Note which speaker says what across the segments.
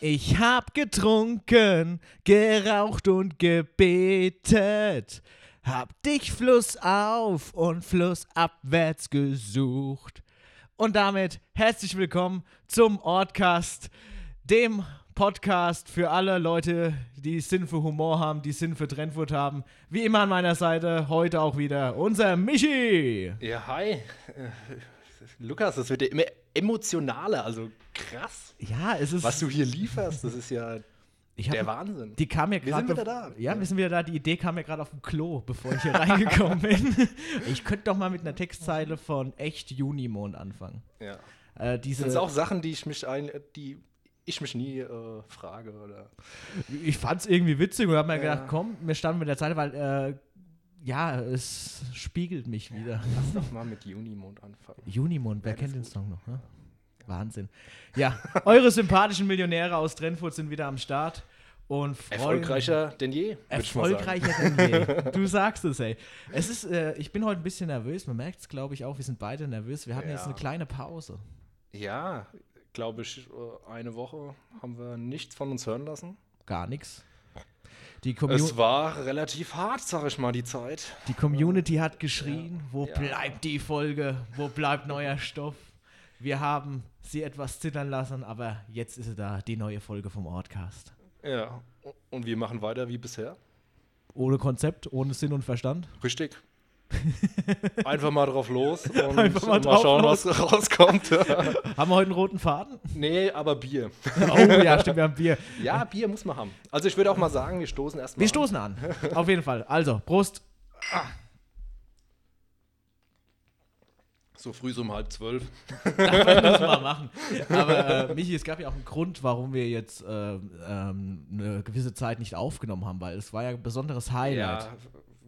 Speaker 1: Ich hab getrunken, geraucht und gebetet. Hab dich flussauf und flussabwärts gesucht. Und damit herzlich willkommen zum Ortcast, dem Podcast für alle Leute, die Sinn für Humor haben, die Sinn für Trendwort haben. Wie immer an meiner Seite, heute auch wieder unser Michi.
Speaker 2: Ja, hi. Äh, Lukas, das wird ja immer emotionaler, also krass.
Speaker 1: Ja, es ist.
Speaker 2: Was du hier lieferst, das ist ja
Speaker 1: ich hab-
Speaker 2: der Wahnsinn.
Speaker 1: Die kam mir
Speaker 2: Wir
Speaker 1: gerade.
Speaker 2: sind wieder
Speaker 1: bev-
Speaker 2: da.
Speaker 1: Ja, wir sind wieder da. Die Idee kam mir gerade auf dem Klo, bevor ich hier reingekommen bin. Ich könnte doch mal mit einer Textzeile von echt Junimond anfangen.
Speaker 2: ja.
Speaker 1: Äh,
Speaker 2: Das
Speaker 1: diese,
Speaker 2: sind auch Sachen, die ich mich ein, die ich mich nie äh, frage oder.
Speaker 1: ich fand es irgendwie witzig und habe mir
Speaker 2: Ja.
Speaker 1: gedacht, komm, wir standen mit der Zeile, weil äh, ja, es spiegelt mich wieder.
Speaker 2: Lass doch mal mit Junimond anfangen.
Speaker 1: Junimond, wer
Speaker 2: Ja, das
Speaker 1: kennt
Speaker 2: ist
Speaker 1: den Song
Speaker 2: gut.
Speaker 1: noch? Ne? Wahnsinn. Ja, eure sympathischen Millionäre aus Trentfurt sind wieder am Start und freuen-
Speaker 2: Erfolgreicher denn je. würd ich mal sagen.
Speaker 1: Erfolgreicher denn je. Du sagst es, ey. Es ist, äh, ich bin heute ein bisschen nervös. Man merkt es, glaube ich, auch. Wir sind beide nervös. Wir hatten jetzt
Speaker 2: Ja.
Speaker 1: eine kleine Pause.
Speaker 2: Ja, glaube ich, äh, eine Woche haben wir nichts von uns hören lassen.
Speaker 1: Gar nichts. Die,
Speaker 2: Es
Speaker 1: Commu
Speaker 2: war relativ hart, sag ich mal, die Zeit.
Speaker 1: die Community hat geschrien: Wo
Speaker 2: Ja.
Speaker 1: bleibt die Folge? Wo bleibt neuer Stoff? Wir haben sie etwas zittern lassen, aber jetzt ist sie da, die neue Folge vom Ortcast.
Speaker 2: Ja. Und wir machen weiter wie bisher.
Speaker 1: Ohne Konzept, ohne Sinn und Verstand.
Speaker 2: Richtig. Einfach mal drauf los und
Speaker 1: Einfach mal
Speaker 2: mal,
Speaker 1: drauf
Speaker 2: schauen,
Speaker 1: los.
Speaker 2: was rauskommt.
Speaker 1: Haben wir heute einen roten Faden?
Speaker 2: nee, aber Bier.
Speaker 1: Oh ja, stimmt, wir haben Bier.
Speaker 2: Ja, Bier muss man haben. Also ich würde auch mal sagen, wir stoßen erstmal.
Speaker 1: Wir stoßen an. Auf jeden Fall. Also, Prost.
Speaker 2: So früh so um halb zwölf.
Speaker 1: Lass mal machen. Aber äh, Michi, es gab ja auch einen Grund, warum wir jetzt ähm, ähm, eine gewisse Zeit nicht aufgenommen haben, weil es war ja ein besonderes Highlight.
Speaker 2: Ja,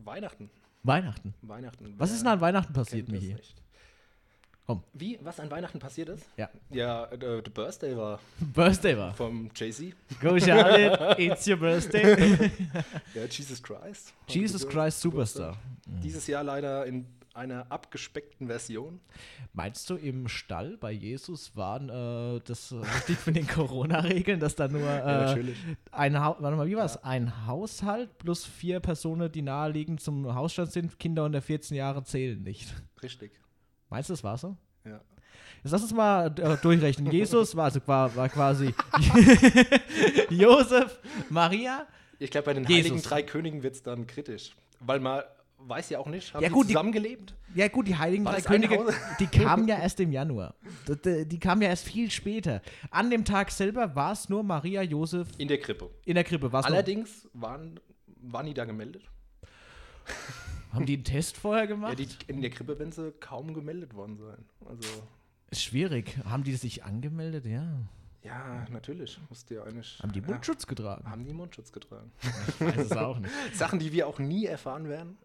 Speaker 2: Weihnachten.
Speaker 1: Weihnachten.
Speaker 2: Passiert
Speaker 1: Was ist denn an Weihnachten passiert, Michi? Komm.
Speaker 2: Wie? Was an Weihnachten passiert ist?
Speaker 1: Ja.
Speaker 2: Ja, äh, The Birthday war
Speaker 1: Birthday war.
Speaker 2: vom Jay-Z.
Speaker 1: Go Charlotte, it's your birthday.
Speaker 2: Ja, Jesus Christ.
Speaker 1: Jesus Christ Superstar.
Speaker 2: Dieses Jahr leider in einer abgespeckten Version.
Speaker 1: Meinst du, im Stall bei Jesus waren äh, das äh, das liegt mit den Corona-Regeln, dass da nur äh,
Speaker 2: natürlich.
Speaker 1: ein, ha warte mal, wie war's? ein Haushalt plus vier Personen, die naheliegend zum Hausstand sind, Kinder unter 14 Jahre zählen nicht?
Speaker 2: Richtig.
Speaker 1: Meinst du, das war so?
Speaker 2: Ja.
Speaker 1: Jetzt lass uns mal äh, durchrechnen. Jesus war, also, war, war quasi Josef, Maria.
Speaker 2: Ich glaube, bei den
Speaker 1: Jesus.
Speaker 2: Heiligen Drei Königen wird es dann kritisch. Weil man weiß ja auch nicht, haben
Speaker 1: Ja,
Speaker 2: die
Speaker 1: gut, die-
Speaker 2: zusammengelebt?
Speaker 1: Ja gut, die Heiligen
Speaker 2: War
Speaker 1: Drei
Speaker 2: das ein
Speaker 1: Könige,
Speaker 2: Haus?
Speaker 1: die kamen ja erst im Januar. D- d- Die kamen ja erst viel später. An dem Tag selber war es nur Maria, Josef
Speaker 2: In der Krippe.
Speaker 1: in der Krippe. War's nur,
Speaker 2: Allerdings waren, waren die da gemeldet.
Speaker 1: haben die einen Test vorher
Speaker 2: Ja,
Speaker 1: gemacht?
Speaker 2: die, in der Krippe werden sie kaum gemeldet worden sein. Also,
Speaker 1: Ist Schwierig. Haben die sich angemeldet? Ja.
Speaker 2: ja, natürlich. Musst ja eigentlich.
Speaker 1: Haben die Mundschutz getragen?
Speaker 2: Ja, haben die Mundschutz getragen.
Speaker 1: Ich weiß es auch nicht.
Speaker 2: Sachen, die wir auch nie erfahren werden.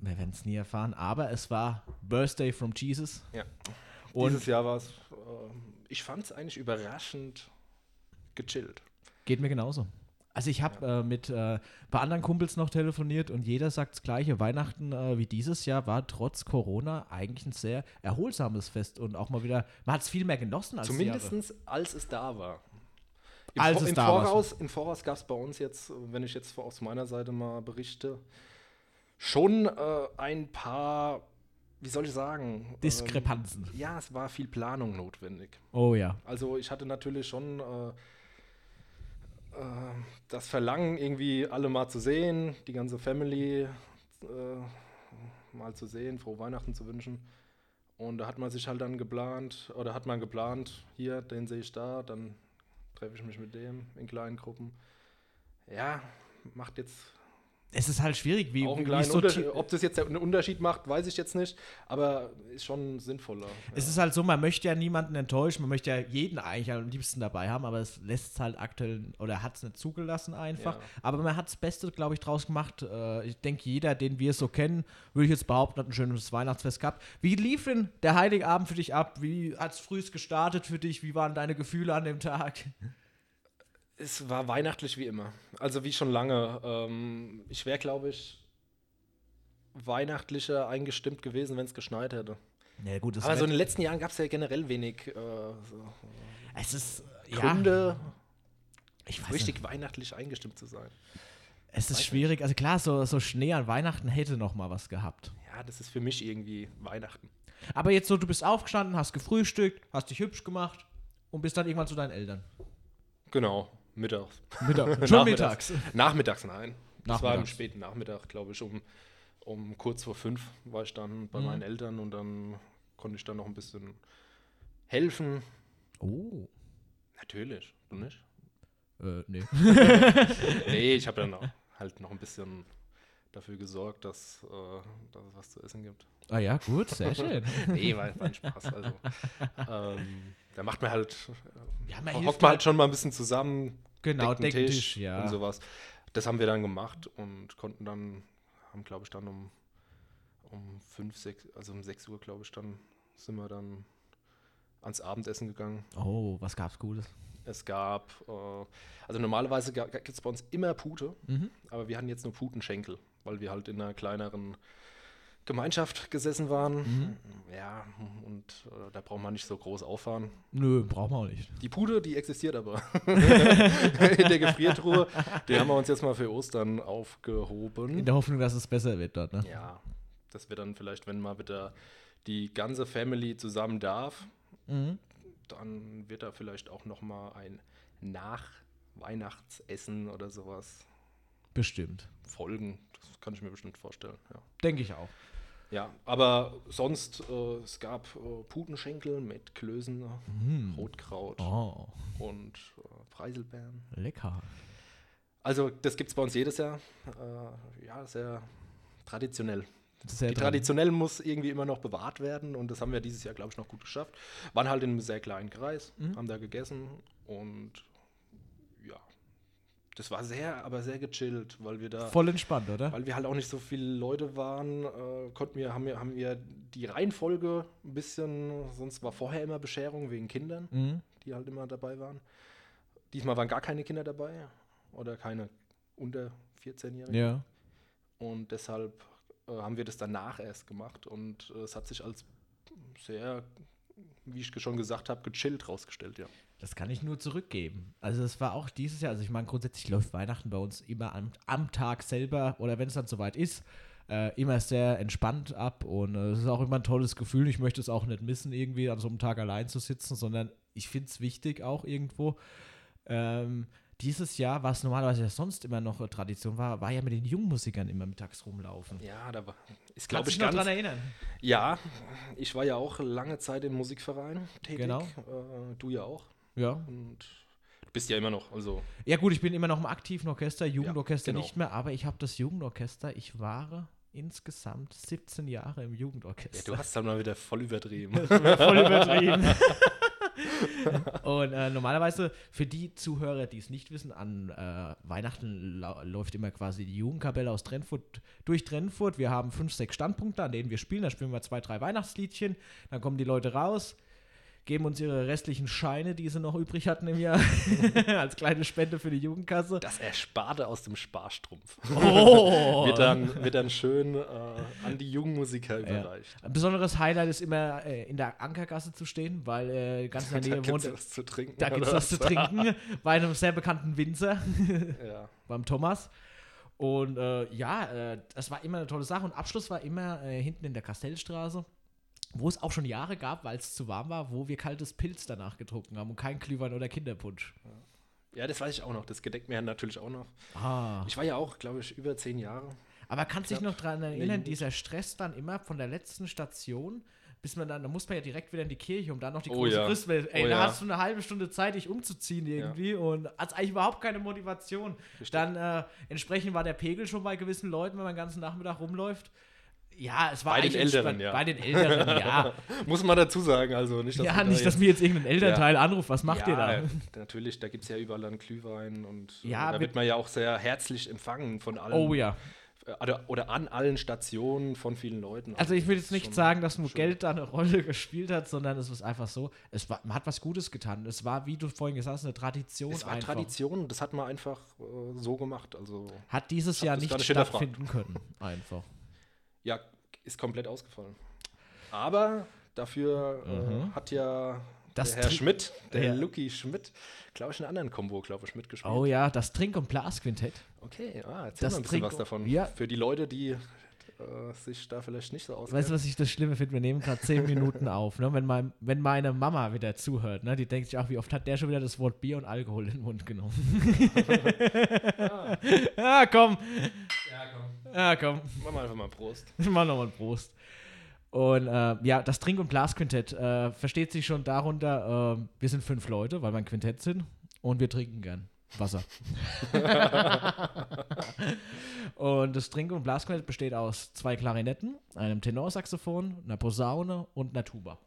Speaker 1: Wir werden es nie erfahren. Aber es war Birthday from Jesus.
Speaker 2: Ja.
Speaker 1: Und
Speaker 2: Dieses Jahr war es. ähm, ich fand es eigentlich überraschend gechillt.
Speaker 1: Geht mir genauso. Also ich habe äh, mit äh, ein paar anderen Kumpels noch telefoniert und jeder sagt das gleiche. Weihnachten äh, wie dieses Jahr war trotz Corona eigentlich ein sehr erholsames Fest und auch mal wieder, man hat es viel mehr genossen als die
Speaker 2: Zumindest
Speaker 1: Jahre.
Speaker 2: als es da war.
Speaker 1: Als es
Speaker 2: im
Speaker 1: da war.
Speaker 2: Voraus, Im Voraus gab es bei uns jetzt, wenn ich jetzt aus meiner Seite mal berichte, schon äh, ein paar, wie soll ich sagen?
Speaker 1: Diskrepanzen.
Speaker 2: Ähm, ja, es war viel Planung notwendig.
Speaker 1: Oh ja.
Speaker 2: Also ich hatte natürlich schon äh, äh, das Verlangen, irgendwie alle mal zu sehen, die ganze Family äh, mal zu sehen, frohe Weihnachten zu wünschen. Und da hat man sich halt dann geplant, oder hat man geplant, hier, den sehe ich da, dann treffe ich mich mit dem in kleinen Gruppen. Ja, macht jetzt
Speaker 1: Es ist halt schwierig, wie,
Speaker 2: auch einen
Speaker 1: wie
Speaker 2: kleinen
Speaker 1: sorti-
Speaker 2: Unterschied. Ob das jetzt einen Unterschied macht, weiß ich jetzt nicht, aber ist schon sinnvoller.
Speaker 1: Es ist halt so, man möchte ja niemanden enttäuschen, man möchte ja jeden eigentlich am liebsten dabei haben, aber es lässt es halt aktuell oder hat es nicht zugelassen einfach.
Speaker 2: Ja.
Speaker 1: Aber man hat das Beste, glaube ich, draus gemacht. Äh, ich denke, jeder, den wir so kennen, würde ich jetzt behaupten, hat ein schönes Weihnachtsfest gehabt. Wie lief denn der Heiligabend für dich ab? Wie hat es frühst gestartet für dich? Wie waren deine Gefühle an dem Tag?
Speaker 2: Es war weihnachtlich wie immer. Also wie schon lange. Ähm, ich wäre, glaube ich, weihnachtlicher eingestimmt gewesen, wenn es geschneit hätte.
Speaker 1: Na gut, es,
Speaker 2: Aber so in den letzten Jahren gab es ja generell wenig. Äh, so.
Speaker 1: es ist
Speaker 2: Gründe,
Speaker 1: Ich weiß
Speaker 2: richtig
Speaker 1: nicht.
Speaker 2: weihnachtlich eingestimmt zu sein.
Speaker 1: Es ist
Speaker 2: weiß nicht.
Speaker 1: schwierig. Also klar, so, so Schnee an Weihnachten hätte noch mal was gehabt.
Speaker 2: Ja, das ist für mich irgendwie Weihnachten.
Speaker 1: Aber jetzt so, du bist aufgestanden, hast gefrühstückt, hast dich hübsch gemacht und bist dann irgendwann zu deinen Eltern.
Speaker 2: Genau, mittags.
Speaker 1: Mittag. Schon
Speaker 2: Nachmittags.
Speaker 1: mittags.
Speaker 2: Nachmittags, nein. Das war am
Speaker 1: Nachmittags.
Speaker 2: späten Nachmittag, glaube ich, um, um kurz vor fünf war ich dann bei
Speaker 1: Mhm.
Speaker 2: meinen Eltern und dann konnte ich dann noch ein bisschen helfen.
Speaker 1: Oh.
Speaker 2: Natürlich, du nicht?
Speaker 1: Äh, nee.
Speaker 2: Nee, ich habe dann auch halt noch ein bisschen dafür gesorgt, dass, äh, dass es was zu essen gibt.
Speaker 1: ah ja, gut, sehr schön.
Speaker 2: Nee, war, war ein Spaß. Also, ähm, da macht man halt,
Speaker 1: Ja,
Speaker 2: äh,
Speaker 1: man hilft
Speaker 2: hockt man
Speaker 1: halt-
Speaker 2: halt schon mal ein bisschen zusammen,
Speaker 1: Genau,
Speaker 2: deckt einen
Speaker 1: deckt einen Tisch, ja.
Speaker 2: und sowas. Das haben wir dann gemacht und konnten dann, haben glaube ich dann um, um 5, 6, also um 6 Uhr glaube ich dann, sind wir dann ans Abendessen gegangen.
Speaker 1: Oh, was gab's Gutes?
Speaker 2: Es gab, äh, also normalerweise gibt es bei uns immer Pute, aber wir hatten jetzt nur Putenschenkel, weil wir halt in einer kleineren Gemeinschaft gesessen waren. Ja, und äh, da braucht man nicht so groß auffahren.
Speaker 1: Nö, braucht man auch nicht.
Speaker 2: Die Pude, die existiert aber. in der Gefriertruhe. Die haben wir uns jetzt mal für Ostern aufgehoben.
Speaker 1: In der Hoffnung, dass es besser wird dort, ne?
Speaker 2: ja, dass wir dann vielleicht, wenn mal wieder die ganze Family zusammen darf,
Speaker 1: Mhm.
Speaker 2: dann wird da vielleicht auch noch mal ein Nachweihnachtsessen oder sowas
Speaker 1: Bestimmt.
Speaker 2: folgen. Das kann ich mir bestimmt vorstellen, ja.
Speaker 1: Denke ich auch.
Speaker 2: Ja, aber sonst, äh, es gab äh, Putenschenkel mit Klößen, Rotkraut
Speaker 1: Mhm. Oh,
Speaker 2: und äh, Preiselbeeren.
Speaker 1: lecker.
Speaker 2: Also, das gibt es bei uns jedes Jahr. Äh, ja, sehr traditionell.
Speaker 1: Sehr
Speaker 2: Die traditionell muss irgendwie immer noch bewahrt werden und das haben wir dieses Jahr, glaube ich, noch gut geschafft. Waren halt in einem sehr kleinen Kreis,
Speaker 1: Mhm.
Speaker 2: haben da gegessen und ja, das war sehr, aber sehr gechillt, weil wir da.
Speaker 1: Voll entspannt, oder?
Speaker 2: Weil wir halt auch nicht so viele Leute waren, äh, konnten wir, haben wir, haben wir die Reihenfolge ein bisschen, sonst war vorher immer Bescherung wegen Kindern,
Speaker 1: Mhm.
Speaker 2: die halt immer dabei waren. Diesmal waren gar keine Kinder dabei oder keine unter 14-Jährigen.
Speaker 1: Ja.
Speaker 2: Und deshalb äh, haben wir das danach erst gemacht und äh, es hat sich als sehr, wie ich schon gesagt habe, gechillt rausgestellt, ja.
Speaker 1: Das kann ich nur zurückgeben. Also es war auch dieses Jahr, also ich meine, grundsätzlich läuft Weihnachten bei uns immer am, am Tag selber oder wenn es dann soweit ist, äh, immer sehr entspannt ab und äh, es ist auch immer ein tolles Gefühl. Ich möchte es auch nicht missen, irgendwie an so einem Tag allein zu sitzen, sondern ich finde es wichtig auch irgendwo. Ähm, dieses Jahr, was normalerweise ja sonst immer noch äh, Tradition war, war ja mit den Jungmusikern immer mittags rumlaufen.
Speaker 2: Ja, da war, ist
Speaker 1: Kannst
Speaker 2: glaube ich
Speaker 1: dich noch
Speaker 2: ganz,
Speaker 1: dran erinnern?
Speaker 2: ja, ich war ja auch lange Zeit im Musikverein tätig,
Speaker 1: Genau.
Speaker 2: äh, du ja auch
Speaker 1: Ja.
Speaker 2: und du bist ja immer noch, also
Speaker 1: Ja gut, ich bin immer noch im aktiven Orchester, Jugendorchester
Speaker 2: genau.
Speaker 1: nicht mehr, aber ich habe das Jugendorchester, ich war insgesamt 17 Jahre im
Speaker 2: ja,
Speaker 1: Jugendorchester.
Speaker 2: du hast dann mal wieder voll übertrieben.
Speaker 1: Voll übertrieben. Und äh, normalerweise für die Zuhörer, die es nicht wissen, an äh, Weihnachten lau- läuft immer quasi die Jugendkapelle aus Trentfurt durch Trentfurt. Wir haben fünf, sechs Standpunkte, an denen wir spielen. Da spielen wir zwei, drei Weihnachtsliedchen. Dann kommen die Leute raus, geben uns ihre restlichen Scheine, die sie noch übrig hatten im Jahr, als kleine Spende für die Jugendkasse.
Speaker 2: Das Ersparte aus dem Sparstrumpf
Speaker 1: Oh.
Speaker 2: wird, dann, wird dann schön äh, an die jungen Musiker
Speaker 1: ja.
Speaker 2: überreicht.
Speaker 1: Ein besonderes Highlight ist immer, äh, in der Ankergasse zu stehen, weil äh, ganz in der
Speaker 2: Da
Speaker 1: Nähe
Speaker 2: gibt
Speaker 1: wohnt.
Speaker 2: es was zu trinken.
Speaker 1: Da gibt es
Speaker 2: oder
Speaker 1: was zu trinken bei einem sehr bekannten Winzer,
Speaker 2: Ja.
Speaker 1: beim Thomas. Und äh, ja, äh, das war immer eine tolle Sache. Und Abschluss war immer äh, hinten in der Kastellstraße, wo es auch schon Jahre gab, weil es zu warm war, wo wir kaltes Pilz danach getrunken haben und kein Glühwein oder Kinderpunsch.
Speaker 2: Ja, das weiß ich auch noch. Das gedenkt mir natürlich auch noch.
Speaker 1: Ah.
Speaker 2: Ich war ja auch, glaube ich, über zehn Jahre.
Speaker 1: Aber kannst dich
Speaker 2: Knapp
Speaker 1: noch daran
Speaker 2: eine
Speaker 1: erinnern,
Speaker 2: Minute.
Speaker 1: dieser Stress dann immer von der letzten Station, bis man dann, da muss man ja direkt wieder in die Kirche, um dann noch die
Speaker 2: Oh
Speaker 1: große
Speaker 2: ja.
Speaker 1: Christmette. Ey,
Speaker 2: Oh
Speaker 1: da
Speaker 2: ja.
Speaker 1: hast du eine halbe Stunde Zeit, dich umzuziehen irgendwie und hast eigentlich überhaupt keine Motivation.
Speaker 2: Richtig.
Speaker 1: Dann äh, entsprechend war der Pegel schon bei gewissen Leuten, wenn man den ganzen Nachmittag rumläuft. Ja, es war
Speaker 2: Bei den
Speaker 1: eigentlich entspannt.
Speaker 2: Älteren, ja.
Speaker 1: Bei den Älteren, ja.
Speaker 2: Muss man dazu sagen, also nicht,
Speaker 1: ja,
Speaker 2: wir da
Speaker 1: nicht, dass mir jetzt irgendein Elternteil anruft, was macht
Speaker 2: ja,
Speaker 1: ihr da?
Speaker 2: da? Natürlich, da gibt es ja überall dann Glühwein und äh,
Speaker 1: Ja,
Speaker 2: da
Speaker 1: mit-
Speaker 2: wird man ja auch sehr herzlich empfangen von allen.
Speaker 1: Oh ja.
Speaker 2: äh, Oder, oder an allen Stationen von vielen Leuten.
Speaker 1: Also ich will jetzt
Speaker 2: das ist
Speaker 1: nicht
Speaker 2: schon-
Speaker 1: sagen, dass nur
Speaker 2: schon-
Speaker 1: Geld da eine Rolle gespielt hat, sondern es ist einfach so, es war, man hat was Gutes getan. Es war, wie du vorhin gesagt hast, eine Tradition.
Speaker 2: Es war
Speaker 1: einfach.
Speaker 2: Tradition, das hat man einfach äh, so gemacht. Also
Speaker 1: Hat dieses Jahr
Speaker 2: das
Speaker 1: nicht
Speaker 2: gerade schön erfragt.
Speaker 1: stattfinden können. Einfach.
Speaker 2: ja, ist komplett ausgefallen. Aber dafür äh, hat ja
Speaker 1: Mhm. Das
Speaker 2: der Herr
Speaker 1: Tri-
Speaker 2: Schmidt, der
Speaker 1: Ja.
Speaker 2: Lucky Schmidt, glaube ich, in einer anderen Combo, glaube ich, mitgespielt.
Speaker 1: Oh ja, das Trink- und Blasquintett.
Speaker 2: Okay,
Speaker 1: Das
Speaker 2: ah, erzähl mal ein bisschen
Speaker 1: Trikot.
Speaker 2: was davon.
Speaker 1: Ja.
Speaker 2: Für die Leute, die äh, sich da vielleicht nicht so auskennen.
Speaker 1: Weißt du, was ich das Schlimme finde? Wir nehmen gerade zehn Minuten auf. Ne? Wenn, mein, wenn meine Mama wieder zuhört, ne? die denkt sich auch, wie oft hat der schon wieder das Wort Bier und Alkohol in den Mund genommen. ah, komm.
Speaker 2: Ja, komm.
Speaker 1: Ah, komm.
Speaker 2: Mach mal einfach mal Prost.
Speaker 1: Ich mach nochmal einen Prost. Und äh, ja, das Trink- und Blasquintett äh, versteht sich schon darunter, äh, wir sind fünf Leute, weil wir ein Quintett sind und wir trinken gern Wasser. und das Trink- und Blasquintett besteht aus zwei Klarinetten, einem Tenorsaxophon, einer Posaune und einer Tuba.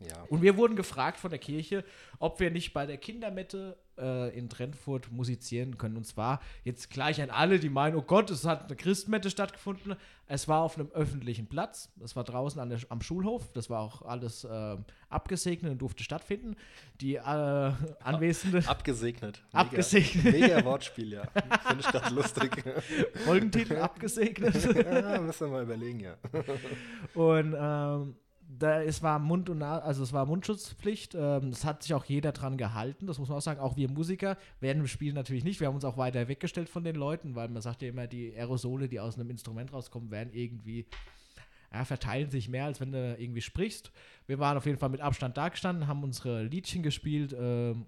Speaker 2: Ja.
Speaker 1: Und wir wurden gefragt von der Kirche, ob wir nicht bei der Kindermette äh, in Trentfurt musizieren können. Und zwar jetzt gleich an alle, die meinen, oh Gott, es hat eine Christmette stattgefunden. Es war auf einem öffentlichen Platz. Das war draußen an der, am Schulhof. Das war auch alles äh, abgesegnet und durfte stattfinden. Die äh, Anwesenden.
Speaker 2: Abgesegnet.
Speaker 1: Abgesegnet.
Speaker 2: Mega Wortspiel, ja. Finde ich gerade lustig.
Speaker 1: Folgentitel abgesegnet.
Speaker 2: ja, müssen wir mal überlegen, ja.
Speaker 1: Und ähm, da, es war Mund und Na also es war Mundschutzpflicht. Ähm, das hat sich auch jeder dran gehalten. Das muss man auch sagen. Auch wir Musiker werden im Spiel natürlich nicht. Wir haben uns auch weiter weggestellt von den Leuten, weil man sagt ja immer, die Aerosole, die aus einem Instrument rauskommen, werden irgendwie ja, verteilen sich mehr, als wenn du irgendwie sprichst. Wir waren auf jeden Fall mit Abstand da gestanden, haben unsere Liedchen gespielt, ähm,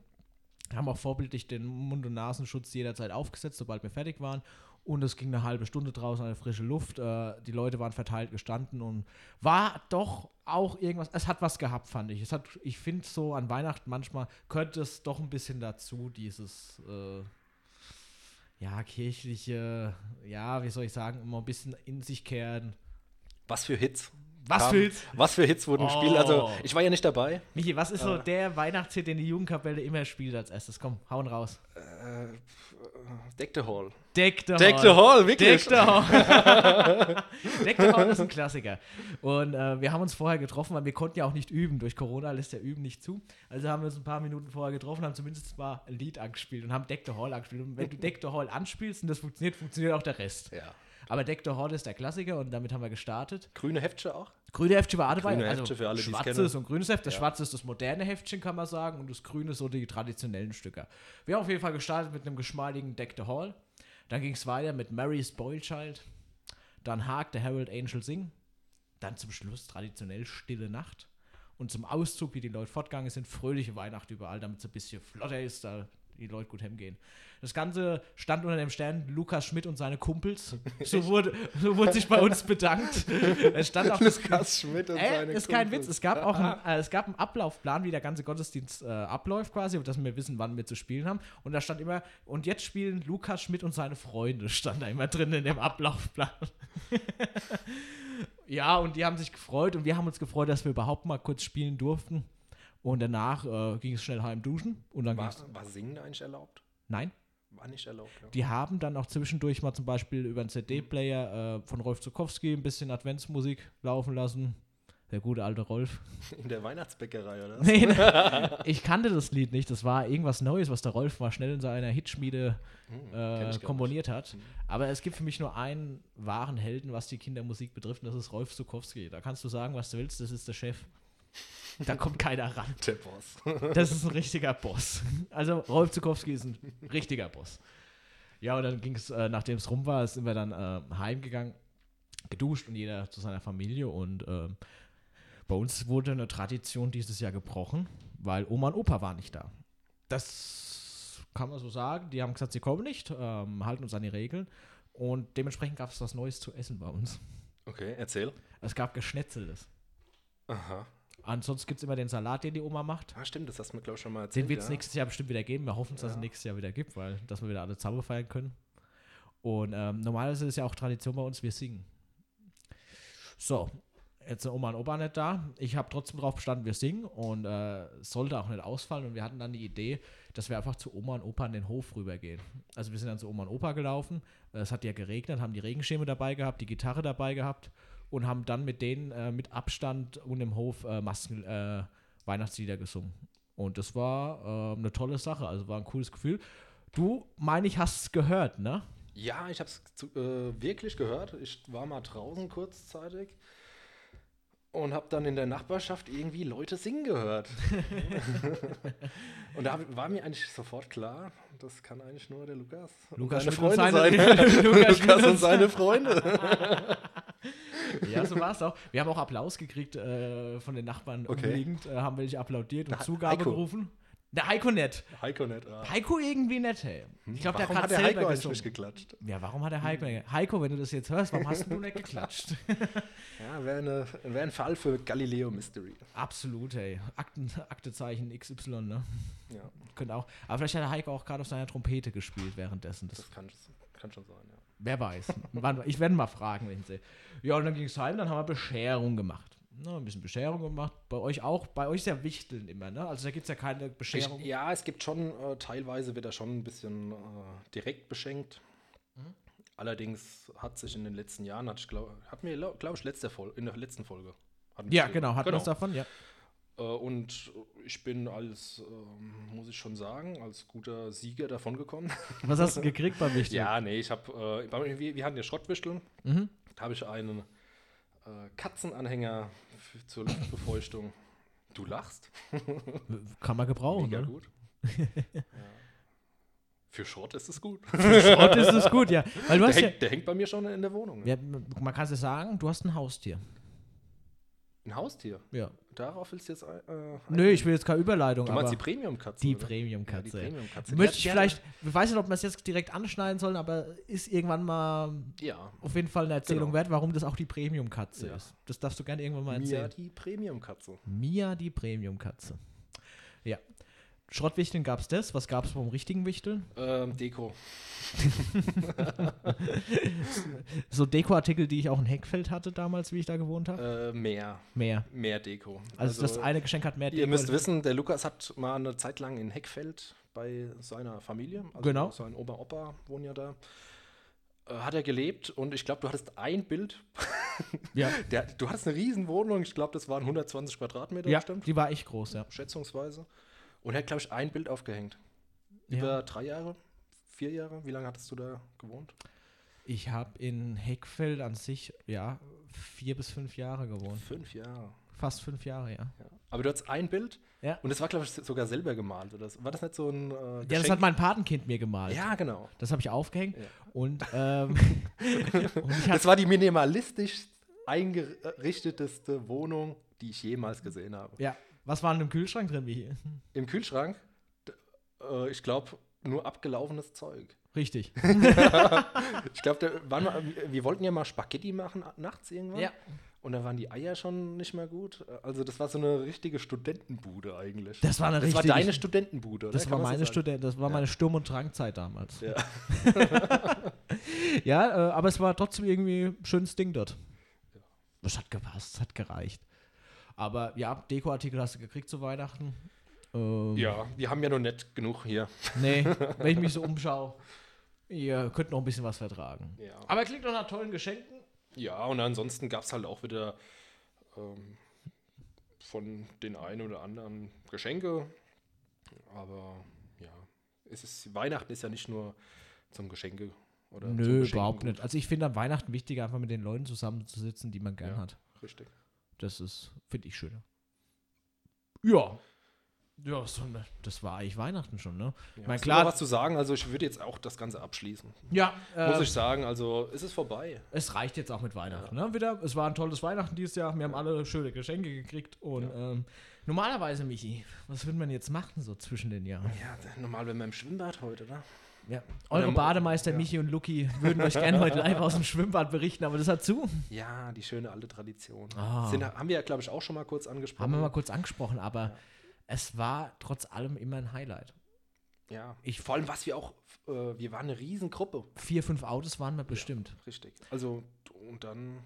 Speaker 1: haben auch vorbildlich den Mund- und Nasenschutz jederzeit aufgesetzt, sobald wir fertig waren. Und es ging eine halbe Stunde draußen an der frische Luft. Äh, die Leute waren verteilt gestanden und war doch auch irgendwas. Es hat was gehabt, fand ich. Es hat, ich finde so an Weihnachten manchmal gehört es doch ein bisschen dazu, dieses äh, ja kirchliche, ja, wie soll ich sagen, immer ein bisschen in sich kehren.
Speaker 2: Was für Hits.
Speaker 1: Was
Speaker 2: kamen-
Speaker 1: willst?
Speaker 2: Was für Hits wurden gespielt? Also,
Speaker 1: Oh.
Speaker 2: ich war ja nicht dabei.
Speaker 1: Michi, was ist so der Weihnachtshit, den die Jugendkapelle immer spielt als erstes? Komm, hauen raus.
Speaker 2: Äh, Deck the Hall.
Speaker 1: Deck the
Speaker 2: Deck the
Speaker 1: Hall.
Speaker 2: Hall,
Speaker 1: Deck
Speaker 2: wirklich.
Speaker 1: the Hall. Deck the Hall ist ein Klassiker. Und äh, wir haben uns vorher getroffen, weil wir konnten ja auch nicht üben. Durch Corona lässt der Üben nicht zu. Also haben wir uns ein paar Minuten vorher getroffen, haben zumindest mal ein Lied angespielt und haben Deck the Hall angespielt. Und wenn du Deck the Hall anspielst und das funktioniert, funktioniert auch der Rest.
Speaker 2: ja.
Speaker 1: Aber Deck the Hall ist der Klassiker und damit haben wir gestartet.
Speaker 2: Grüne Heftchen auch?
Speaker 1: Grüne Heftchen war auch dabei.
Speaker 2: Grüne
Speaker 1: also
Speaker 2: Heftchen für alle, die's
Speaker 1: schwarzes
Speaker 2: kennen.
Speaker 1: und grünes Heft. Das
Speaker 2: Ja.
Speaker 1: schwarze ist das moderne Heftchen, kann man sagen. Und das grüne so die traditionellen Stücke. Wir haben auf jeden Fall gestartet mit einem geschmeidigen Deck the Hall. Dann ging es weiter mit Mary Spoilchild. Dann Haag, der Harold Angel Sing. Dann zum Schluss traditionell Stille Nacht. Und zum Auszug, wie die Leute fortgegangen sind, fröhliche Weihnacht überall, damit es ein bisschen flotter ist, da die Leute gut hemgehen. Das Ganze stand unter dem Stern Lukas Schmidt und seine Kumpels. So wurde, so wurde sich bei uns bedankt. Es stand auch das
Speaker 2: Lukas Schmidt und
Speaker 1: Ey,
Speaker 2: um seine
Speaker 1: äh, ist kein
Speaker 2: Kumpels.
Speaker 1: Witz. Es gab auch einen, äh, es gab einen Ablaufplan, wie der ganze Gottesdienst äh, abläuft quasi, dass wir wissen, wann wir zu spielen haben. Und da stand immer, und jetzt spielen Lukas Schmidt und seine Freunde, stand da immer drin in dem Ablaufplan. ja, und die haben sich gefreut und wir haben uns gefreut, dass wir überhaupt mal kurz spielen durften. Und danach äh, ging es schnell heim duschen und dann ging es.
Speaker 2: War, war Singen eigentlich erlaubt?
Speaker 1: Nein.
Speaker 2: War nicht erlaubt, ja.
Speaker 1: Die haben dann auch zwischendurch mal zum Beispiel über einen CD-Player äh, von Rolf Zukowski ein bisschen Adventsmusik laufen lassen. Der gute alte Rolf.
Speaker 2: In der Weihnachtsbäckerei, oder?
Speaker 1: Nee, nee. ich kannte das Lied nicht. Das war irgendwas Neues, was der Rolf mal schnell in seiner Hitschmiede
Speaker 2: Hm, kenn
Speaker 1: äh,
Speaker 2: ich gar Hm.
Speaker 1: komponiert hat. Aber es gibt für mich nur einen wahren Helden, was die Kindermusik betrifft, und das ist Rolf Zukowski. Da kannst du sagen, was du willst, das ist der Chef. Da kommt keiner ran.
Speaker 2: Der Boss.
Speaker 1: Das ist ein richtiger Boss. Also Rolf Zukowski ist ein richtiger Boss. Ja, und dann ging es, äh, nachdem es rum war, sind wir dann äh, heimgegangen, geduscht und jeder zu seiner Familie. Und ähm, bei uns wurde eine Tradition dieses Jahr gebrochen, weil Oma und Opa waren nicht da. Das kann man so sagen. Die haben gesagt, sie kommen nicht, ähm, halten uns an die Regeln. Und dementsprechend gab es was Neues zu essen bei uns.
Speaker 2: Okay, erzähl.
Speaker 1: Es gab Geschnetzeltes.
Speaker 2: Aha.
Speaker 1: Ansonsten gibt es immer den Salat, den die Oma macht.
Speaker 2: Ah, stimmt, das hast du mir, glaube ich, schon mal erzählt.
Speaker 1: Den wird es
Speaker 2: ja.
Speaker 1: nächstes Jahr bestimmt wieder geben. Wir hoffen, dass es
Speaker 2: Ja.
Speaker 1: nächstes Jahr wieder gibt, weil dass wir wieder alle zusammen feiern können. Und ähm, normalerweise ist ja auch Tradition bei uns, wir singen. So, jetzt sind Oma und Opa nicht da. Ich habe trotzdem drauf bestanden, wir singen und äh, sollte auch nicht ausfallen. Und wir hatten dann die Idee, dass wir einfach zu Oma und Opa in den Hof rübergehen. Also wir sind dann zu Oma und Opa gelaufen. Äh, Es hat ja geregnet, haben die Regenschirme dabei gehabt, die Gitarre dabei gehabt und haben dann mit denen äh, mit Abstand und im Hof äh, Masken, äh, Weihnachtslieder gesungen. Und das war äh, eine tolle Sache, also war ein cooles Gefühl. Du, meine ich, hast es gehört, ne?
Speaker 2: Ja, ich habe es äh, wirklich gehört. Ich war mal draußen kurzzeitig und habe dann in der Nachbarschaft irgendwie Leute singen gehört. und da hab- war mir eigentlich sofort klar, das kann eigentlich nur der Lukas.
Speaker 1: Lukas
Speaker 2: und
Speaker 1: Schmidt und
Speaker 2: seine
Speaker 1: seine-
Speaker 2: Freunde
Speaker 1: Lukas
Speaker 2: sein. Lukas,
Speaker 1: Schmidt und
Speaker 2: und seine Freunde.
Speaker 1: Ja, so war es auch. Wir haben auch Applaus gekriegt äh, von den Nachbarn
Speaker 2: Okay.
Speaker 1: umliegend, äh, haben welche applaudiert und
Speaker 2: Na,
Speaker 1: Zugabe
Speaker 2: Heiko.
Speaker 1: gerufen. Der Heiko nett.
Speaker 2: Heiko nicht. Ah.
Speaker 1: Heiko irgendwie nett, hey. Ich glaube, der
Speaker 2: Hm. Warum
Speaker 1: hat
Speaker 2: hat der
Speaker 1: selber
Speaker 2: Heiko eigentlich nicht Hm.
Speaker 1: gesungen.
Speaker 2: geklatscht?
Speaker 1: Ja, warum hat der Heiko nicht- Heiko, wenn du das jetzt hörst, warum hast du nicht geklatscht?
Speaker 2: Ja, wäre eine- wäre ein Fall für Galileo Mystery.
Speaker 1: Absolut, hey. Akten, Aktezeichen XY, ne?
Speaker 2: Ja,
Speaker 1: Könnte auch. Aber vielleicht hat der Heiko auch gerade auf seiner Trompete gespielt währenddessen. Das,
Speaker 2: das kann, kann schon sein, ja.
Speaker 1: wer weiß. Wann- ich werde mal fragen, wenn ich ihn sehe. Ja, und dann ging es heim, dann haben wir Bescherung gemacht. Na, ein bisschen Bescherung gemacht. Bei euch auch. Bei euch ist ja Wichteln immer, ne? Also da gibt es ja keine Bescherung.
Speaker 2: Ich, ja, es gibt schon, äh, teilweise wird er schon ein bisschen äh, direkt beschenkt.
Speaker 1: Mhm.
Speaker 2: Allerdings hat sich in den letzten Jahren, hat ich glaube hat mir, glaube ich, letzte Folge, in der letzten Folge. hatten wir
Speaker 1: Ja,
Speaker 2: das
Speaker 1: genau,
Speaker 2: Thema.
Speaker 1: hatten wir es davon, ja.
Speaker 2: Äh, und ich bin als, ähm, muss ich schon sagen, als guter Sieger davongekommen.
Speaker 1: Was hast du gekriegt beim Wichteln?
Speaker 2: ja, nee, ich habe, äh, wir, wir hatten ja Schrottwichteln,
Speaker 1: Mhm.
Speaker 2: da habe ich einen äh, Katzenanhänger f- zur Luftbefeuchtung. Du lachst?
Speaker 1: Kann man gebrauchen,
Speaker 2: Mega
Speaker 1: ne?
Speaker 2: gut. ja. Für Schrott ist es gut.
Speaker 1: Schrott ist es gut, ja. Weil du
Speaker 2: Der
Speaker 1: hast ja,
Speaker 2: hängt, der hängt bei mir schon in der Wohnung.
Speaker 1: ja, man kann es ja sagen, du hast ein Haustier.
Speaker 2: Ein Haustier.
Speaker 1: Ja.
Speaker 2: Darauf willst du jetzt. ein- Äh, ein-
Speaker 1: Nö, ich will jetzt keine Überleitung,
Speaker 2: Du
Speaker 1: aber
Speaker 2: meinst die Premium-Katze?
Speaker 1: die
Speaker 2: oder?
Speaker 1: Premium-Katze.
Speaker 2: Ja, die
Speaker 1: ey.
Speaker 2: Premium-Katze.
Speaker 1: Möchte
Speaker 2: Die
Speaker 1: ich
Speaker 2: hat-
Speaker 1: vielleicht, ich weiß nicht, ob wir es jetzt direkt anschneiden sollen, aber ist irgendwann mal
Speaker 2: Ja.
Speaker 1: auf jeden Fall eine Erzählung
Speaker 2: Genau.
Speaker 1: wert, warum das auch die Premium-Katze
Speaker 2: Ja.
Speaker 1: ist. Das darfst du gerne irgendwann mal
Speaker 2: Mia,
Speaker 1: erzählen.
Speaker 2: die Premium-Katze.
Speaker 1: Mia, die Premium-Katze. Ja. Schrottwichteln gab es das. Was gab es vom richtigen Wichteln?
Speaker 2: Ähm, Deko.
Speaker 1: So Dekoartikel, die ich auch in Heckfeld hatte damals, wie ich da gewohnt habe.
Speaker 2: Äh, mehr.
Speaker 1: Mehr.
Speaker 2: Mehr Deko.
Speaker 1: Also, das eine Geschenk hat mehr
Speaker 2: Ihr müsst
Speaker 1: als-
Speaker 2: wissen, der Lukas hat mal eine Zeit lang in Heckfeld bei seiner Familie, also
Speaker 1: Genau.
Speaker 2: sein Opa, Opa wohnen ja da, äh, hat er gelebt und ich glaube, du hattest ein Bild.
Speaker 1: Ja,
Speaker 2: Der, du hattest eine riesen Wohnung, ich glaube, das waren 120 Quadratmeter,
Speaker 1: ja
Speaker 2: bestimmt,
Speaker 1: die war echt groß, ja.
Speaker 2: schätzungsweise. Und er hat, glaube ich, ein Bild aufgehängt.
Speaker 1: ja.
Speaker 2: Über drei Jahre, vier Jahre, wie lange hattest du da gewohnt?
Speaker 1: Ich habe in Heckfeld an sich, ja, vier bis fünf Jahre gewohnt.
Speaker 2: Fünf Jahre.
Speaker 1: Fast fünf Jahre, ja.
Speaker 2: Ja. Aber du hattest ein Bild
Speaker 1: Ja.
Speaker 2: und das war, glaube ich, sogar selber gemalt. Oder? so. War das nicht so ein
Speaker 1: Ja,
Speaker 2: äh,
Speaker 1: das
Speaker 2: Geschenk?
Speaker 1: hat halt. mein Patenkind mir gemalt.
Speaker 2: ja, genau.
Speaker 1: Das habe ich aufgehängt.
Speaker 2: Ja.
Speaker 1: Und, ähm, und ich hab,
Speaker 2: Das war die minimalistisch eingerichteteste Wohnung, die ich jemals gesehen habe.
Speaker 1: ja, was war in dem Kühlschrank drin? Wie hier?
Speaker 2: Im Kühlschrank, d- äh, ich glaube, nur abgelaufenes Zeug.
Speaker 1: Richtig.
Speaker 2: Ich glaube, wir, wir wollten ja mal Spaghetti machen a- nachts irgendwann.
Speaker 1: Ja.
Speaker 2: Und da waren die Eier schon nicht mehr gut. Also das war so eine richtige Studentenbude eigentlich.
Speaker 1: Das war eine
Speaker 2: Das war
Speaker 1: richtige-
Speaker 2: deine Studentenbude, oder?
Speaker 1: Das war
Speaker 2: Kann man
Speaker 1: meine
Speaker 2: so sagen?
Speaker 1: Student, das war meine Sturm- und Drangzeit damals.
Speaker 2: Ja.
Speaker 1: Ja, äh, aber es war trotzdem irgendwie ein schönes Ding dort. Das hat gepasst, das hat gereicht. Aber ja, Dekoartikel hast du gekriegt zu Weihnachten. Ähm,
Speaker 2: Ja, wir haben ja noch nicht genug hier.
Speaker 1: Nee, wenn ich mich so umschaue, ihr könnt noch ein bisschen was vertragen.
Speaker 2: Ja.
Speaker 1: Aber klingt doch nach tollen Geschenken.
Speaker 2: Ja, und ansonsten gab es halt auch wieder ähm, von den einen oder anderen Geschenke. Aber ja, es ist, Weihnachten ist ja nicht nur zum Geschenke oder zum
Speaker 1: Nö,
Speaker 2: Geschenken
Speaker 1: überhaupt
Speaker 2: gut.
Speaker 1: nicht. Also ich finde an Weihnachten wichtiger, einfach mit den Leuten zusammenzusitzen, die man gern
Speaker 2: Ja.
Speaker 1: hat.
Speaker 2: Richtig.
Speaker 1: Das ist, finde ich, schöner. Ja. Ja, was soll man- das war eigentlich Weihnachten schon, ne? Ich
Speaker 2: Ja,
Speaker 1: mein,
Speaker 2: hast du
Speaker 1: klar-
Speaker 2: noch was zu sagen, also ich würde jetzt auch das Ganze abschließen.
Speaker 1: Ja,
Speaker 2: Muss
Speaker 1: äh,
Speaker 2: ich sagen, also es ist vorbei.
Speaker 1: es reicht jetzt auch mit Weihnachten, ne? Wieder, es war ein tolles Weihnachten dieses Jahr. Wir haben alle schöne Geschenke gekriegt. Und ähm, normalerweise, Michi, was würde man jetzt machen so zwischen den Jahren?
Speaker 2: Ja, normal wenn wir im Schwimmbad heute, oder?
Speaker 1: Ja. Eure
Speaker 2: Oder-
Speaker 1: Bademeister
Speaker 2: ja.
Speaker 1: Michi und Luki würden euch gerne heute live aus dem Schwimmbad berichten, aber das hat zu.
Speaker 2: Ja, die schöne alte Tradition.
Speaker 1: Ah.
Speaker 2: Sind, haben wir ja, glaube ich, auch schon mal kurz angesprochen.
Speaker 1: Haben wir mal kurz angesprochen, aber es war trotz allem immer ein Highlight.
Speaker 2: ja. Ich, vor allem, was wir auch, äh, wir waren eine Riesengruppe.
Speaker 1: Vier, fünf Autos waren wir bestimmt.
Speaker 2: Richtig. Also, und dann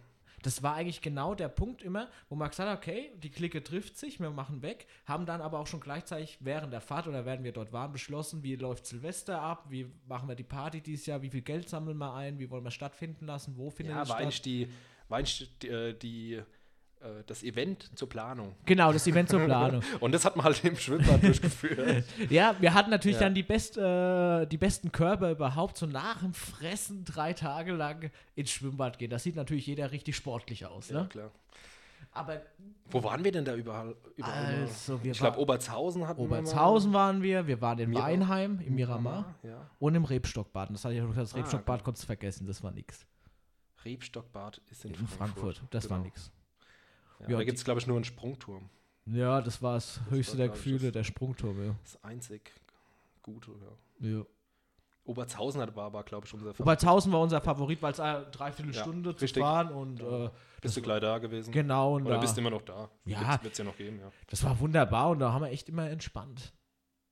Speaker 1: Das war eigentlich genau der Punkt immer, wo man gesagt hat, okay, die Clique trifft sich, wir machen weg, haben dann aber auch schon gleichzeitig während der Fahrt oder während wir dort waren beschlossen, wie läuft Silvester ab, wie machen wir die Party dieses Jahr, wie viel Geld sammeln wir ein, wie wollen wir stattfinden lassen, wo findet
Speaker 2: ja,
Speaker 1: es
Speaker 2: war
Speaker 1: statt.
Speaker 2: eigentlich die, war eigentlich die, äh, die äh, das Event zur Planung.
Speaker 1: Genau, das Event zur Planung.
Speaker 2: Und das hat man halt im Schwimmbad durchgeführt.
Speaker 1: Ja, wir hatten natürlich
Speaker 2: Ja.
Speaker 1: dann die, best, äh, die besten Körper überhaupt so nach dem Fressen drei Tage lang ins Schwimmbad gehen. Das sieht natürlich jeder richtig sportlich aus.
Speaker 2: Ja,
Speaker 1: Ne?
Speaker 2: klar.
Speaker 1: Aber
Speaker 2: Wo waren wir denn da überall? überall mal?
Speaker 1: Also, wir
Speaker 2: ich glaube,
Speaker 1: waren-
Speaker 2: Obertshausen hatten
Speaker 1: Obertshausen
Speaker 2: Mhm.
Speaker 1: waren wir, wir waren in
Speaker 2: Mira-
Speaker 1: Weinheim, im
Speaker 2: wir mal.
Speaker 1: Miramar
Speaker 2: Ja.
Speaker 1: und im Rebstockbad. Das hatte ich ja schon gesagt, das
Speaker 2: Mhm. Ah,
Speaker 1: Rebstockbad konntest du vergessen, das war nix.
Speaker 2: Rebstockbad ist in,
Speaker 1: In Frankfurt, das war
Speaker 2: genau.
Speaker 1: nix.
Speaker 2: Ja,
Speaker 1: Ja,
Speaker 2: da
Speaker 1: die-
Speaker 2: gibt es, glaube ich, nur einen Sprungturm.
Speaker 1: Ja, das war das höchste
Speaker 2: war,
Speaker 1: der
Speaker 2: glaub ich,
Speaker 1: Gefühle,
Speaker 2: das-
Speaker 1: der Sprungturm,
Speaker 2: Das einzig Gute, ja.
Speaker 1: ja. ja.
Speaker 2: Obertshausen hat- war, war glaube ich, unser Favorit.
Speaker 1: Obertshausen war unser Favorit, weil es äh, dreiviertel
Speaker 2: Ja,
Speaker 1: Stunde zu
Speaker 2: richtig.
Speaker 1: fahren und äh,
Speaker 2: Bist du gleich da gewesen?
Speaker 1: genau und
Speaker 2: Oder
Speaker 1: da,
Speaker 2: bist du immer noch da?
Speaker 1: Ja.
Speaker 2: Wird es ja noch geben, ja.
Speaker 1: das war wunderbar und da haben wir echt immer entspannt.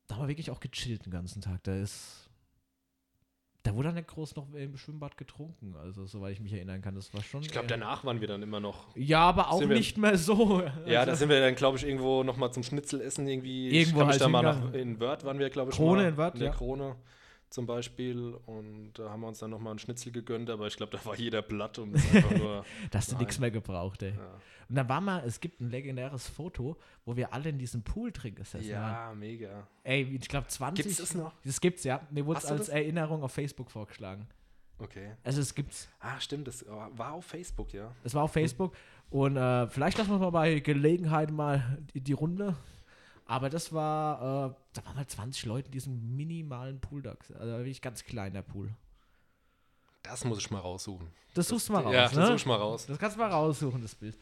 Speaker 1: Da haben wir wirklich auch gechillt den ganzen Tag. Da ist, da wurde dann nicht groß noch im Schwimmbad getrunken, also soweit ich mich erinnern kann, das war schon.
Speaker 2: Ich glaube,
Speaker 1: eher-
Speaker 2: danach waren wir dann immer noch.
Speaker 1: Ja, aber auch
Speaker 2: Sind wir-
Speaker 1: nicht mehr so.
Speaker 2: Ja,
Speaker 1: Also,
Speaker 2: da sind wir dann, glaube ich, irgendwo nochmal zum Schnitzelessen irgendwie.
Speaker 1: Irgendwo
Speaker 2: ich kann mich
Speaker 1: halt
Speaker 2: da mal nach,
Speaker 1: hingegangen.
Speaker 2: in Wörth waren wir, glaube ich,
Speaker 1: Krone
Speaker 2: mal,
Speaker 1: in Wörth,
Speaker 2: der
Speaker 1: ja.
Speaker 2: Krone zum Beispiel. Und da haben wir uns dann nochmal einen Schnitzel gegönnt, aber ich glaube, da war jeder platt und ist einfach nur.
Speaker 1: da hast du nichts
Speaker 2: Nein.
Speaker 1: mehr gebraucht, ey.
Speaker 2: Ja,
Speaker 1: Und dann war mal, es gibt ein legendäres Foto, wo wir alle in diesem Pool drin gesessen waren.
Speaker 2: ja mega.
Speaker 1: Ey, ich glaube 20.
Speaker 2: Gibt's das noch?
Speaker 1: Das gibt's, ja. Mir wurde es
Speaker 2: Hast du
Speaker 1: als
Speaker 2: das?
Speaker 1: Erinnerung auf Facebook vorgeschlagen.
Speaker 2: Okay.
Speaker 1: Also es gibt's.
Speaker 2: Ah, stimmt, das war auf Facebook, ja.
Speaker 1: Es war auf Facebook. Und äh, vielleicht lassen wir mal bei Gelegenheit mal die, die Runde. Aber das war, äh, da waren mal 20 Leute in diesem minimalen Pool da. gesessen. Also wirklich ganz kleiner Pool.
Speaker 2: Das muss ich mal raussuchen.
Speaker 1: Das suchst du mal raus,
Speaker 2: ja,
Speaker 1: ne?
Speaker 2: das suche ich mal raus.
Speaker 1: Das kannst du mal raussuchen, das Bild.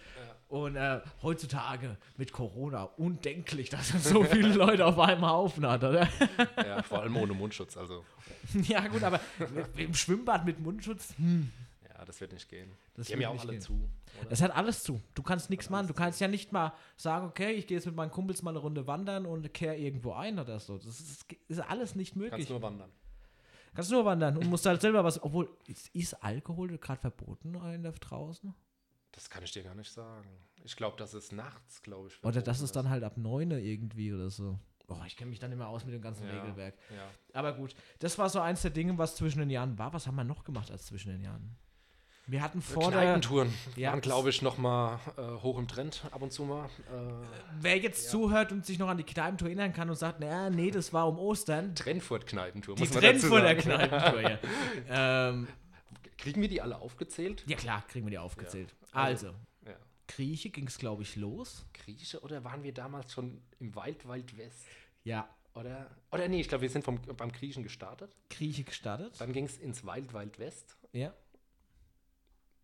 Speaker 1: Und äh, heutzutage mit Corona undenklich, dass man so viele Leute auf einem Haufen hat, oder?
Speaker 2: Ja, vor allem ohne Mundschutz, also.
Speaker 1: ja, gut, aber im Schwimmbad mit Mundschutz, hm.
Speaker 2: Ja, das wird nicht gehen.
Speaker 1: Das
Speaker 2: Die haben
Speaker 1: wird
Speaker 2: ja auch
Speaker 1: nicht
Speaker 2: alle
Speaker 1: gehen.
Speaker 2: zu. Oder?
Speaker 1: Das hat alles zu. Du kannst nichts machen. Du kannst ja nicht mal sagen, okay, ich gehe jetzt mit meinen Kumpels mal eine Runde wandern und kehre irgendwo ein oder so. Das ist, ist alles nicht möglich.
Speaker 2: Kannst nur wandern.
Speaker 1: Kannst nur wandern und musst halt selber was. Obwohl, ist, ist Alkohol gerade verboten in da draußen?
Speaker 2: Das kann ich dir gar nicht sagen. Ich glaube, das ist nachts, glaube ich.
Speaker 1: Oder
Speaker 2: verboten
Speaker 1: das ist dann halt ab 9 irgendwie oder so. Oh, ich kenne mich dann immer aus mit dem ganzen
Speaker 2: Ja.
Speaker 1: Regelwerk.
Speaker 2: Ja.
Speaker 1: Aber gut, das war so eins der Dinge, was zwischen den Jahren war. Was haben wir noch gemacht als zwischen den Jahren? Wir hatten vor der.
Speaker 2: Kneipentouren
Speaker 1: Ja.
Speaker 2: waren, glaube ich, nochmal äh, hoch im Trend ab und zu mal. Äh,
Speaker 1: Wer jetzt zuhört und sich noch an die Kneipentour erinnern kann und sagt, naja, nee, das war um Ostern.
Speaker 2: Trennfurt-Kneipentour,
Speaker 1: Die
Speaker 2: muss man dazu
Speaker 1: Trennfurter
Speaker 2: sagen.
Speaker 1: Kneipentour, ja. ähm,
Speaker 2: Kriegen wir die alle aufgezählt?
Speaker 1: ja klar, kriegen wir die aufgezählt. Also,
Speaker 2: Ja.
Speaker 1: Grieche ging es, glaube ich, los.
Speaker 2: Grieche oder waren wir damals schon im Wild Wild West?
Speaker 1: Ja,
Speaker 2: Oder, oder nee, ich glaube, wir sind vom, beim Griechen gestartet.
Speaker 1: Grieche gestartet.
Speaker 2: Dann ging es ins Wild Wild West.
Speaker 1: Ja.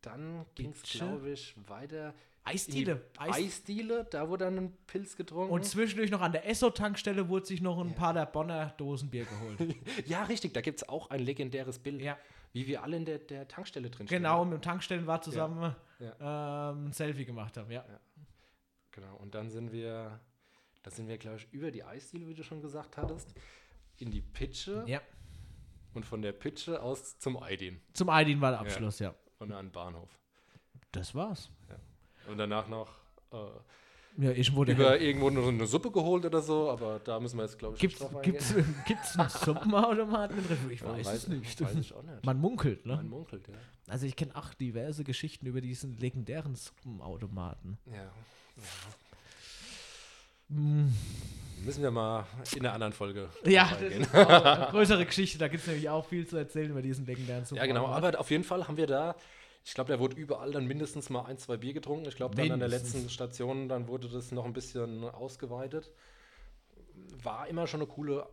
Speaker 2: Dann ging es,
Speaker 1: Pitsche.
Speaker 2: glaube ich, weiter. in die
Speaker 1: Eisdiele. Eis
Speaker 2: Eisdiele, da wurde dann ein Pilz getrunken.
Speaker 1: und zwischendurch noch an der Esso-Tankstelle wurde sich noch ein
Speaker 2: Ja.
Speaker 1: paar der Bonner Dosenbier geholt.
Speaker 2: ja, richtig, da gibt es auch ein legendäres Bild,
Speaker 1: ja.
Speaker 2: wie wir alle in der, der Tankstelle drin stehen.
Speaker 1: Genau, mit dem Tankstellenwart zusammen
Speaker 2: Ja.
Speaker 1: Ähm, ein Selfie gemacht haben, ja.
Speaker 2: Genau, und dann sind wir, da sind wir, glaube ich, über die Eisdiele, wie du schon gesagt hattest, in die Pitsche
Speaker 1: Ja.
Speaker 2: und von der Pitsche aus zum Eidin
Speaker 1: Zum Eidin war der Abschluss, ja.
Speaker 2: und an den Bahnhof.
Speaker 1: Das war's.
Speaker 2: Und danach noch äh,
Speaker 1: Ja, ich wurde
Speaker 2: über irgendwo nur eine Suppe geholt oder so, aber da müssen wir jetzt, glaube ich,
Speaker 1: Gibt's,
Speaker 2: nicht drauf
Speaker 1: gibt's,
Speaker 2: eingehen.
Speaker 1: gibt's einen Suppenautomaten in Riffel? Ich
Speaker 2: Ja,
Speaker 1: weiß es nicht.
Speaker 2: Weiß ich auch nicht.
Speaker 1: Man munkelt,
Speaker 2: Man
Speaker 1: ne?
Speaker 2: munkelt, ja.
Speaker 1: Also ich kenne auch diverse Geschichten über diesen legendären Suppenautomaten.
Speaker 2: ja.
Speaker 1: Mm.
Speaker 2: Hm. Müssen wir mal in einer anderen Folge
Speaker 1: Ja,
Speaker 2: drauf
Speaker 1: das
Speaker 2: eingehen.
Speaker 1: ist auch eine größere Geschichte. Da gibt es nämlich auch viel zu erzählen über diesen legendären
Speaker 2: Ja, genau.
Speaker 1: Suppenautomaten.
Speaker 2: Aber auf jeden Fall haben wir da, ich glaube, da wurde überall dann mindestens mal ein, zwei Bier getrunken. Ich glaube, dann an der
Speaker 1: Mindestens.
Speaker 2: letzten Station, dann wurde das noch ein bisschen ausgeweitet. War immer schon eine coole,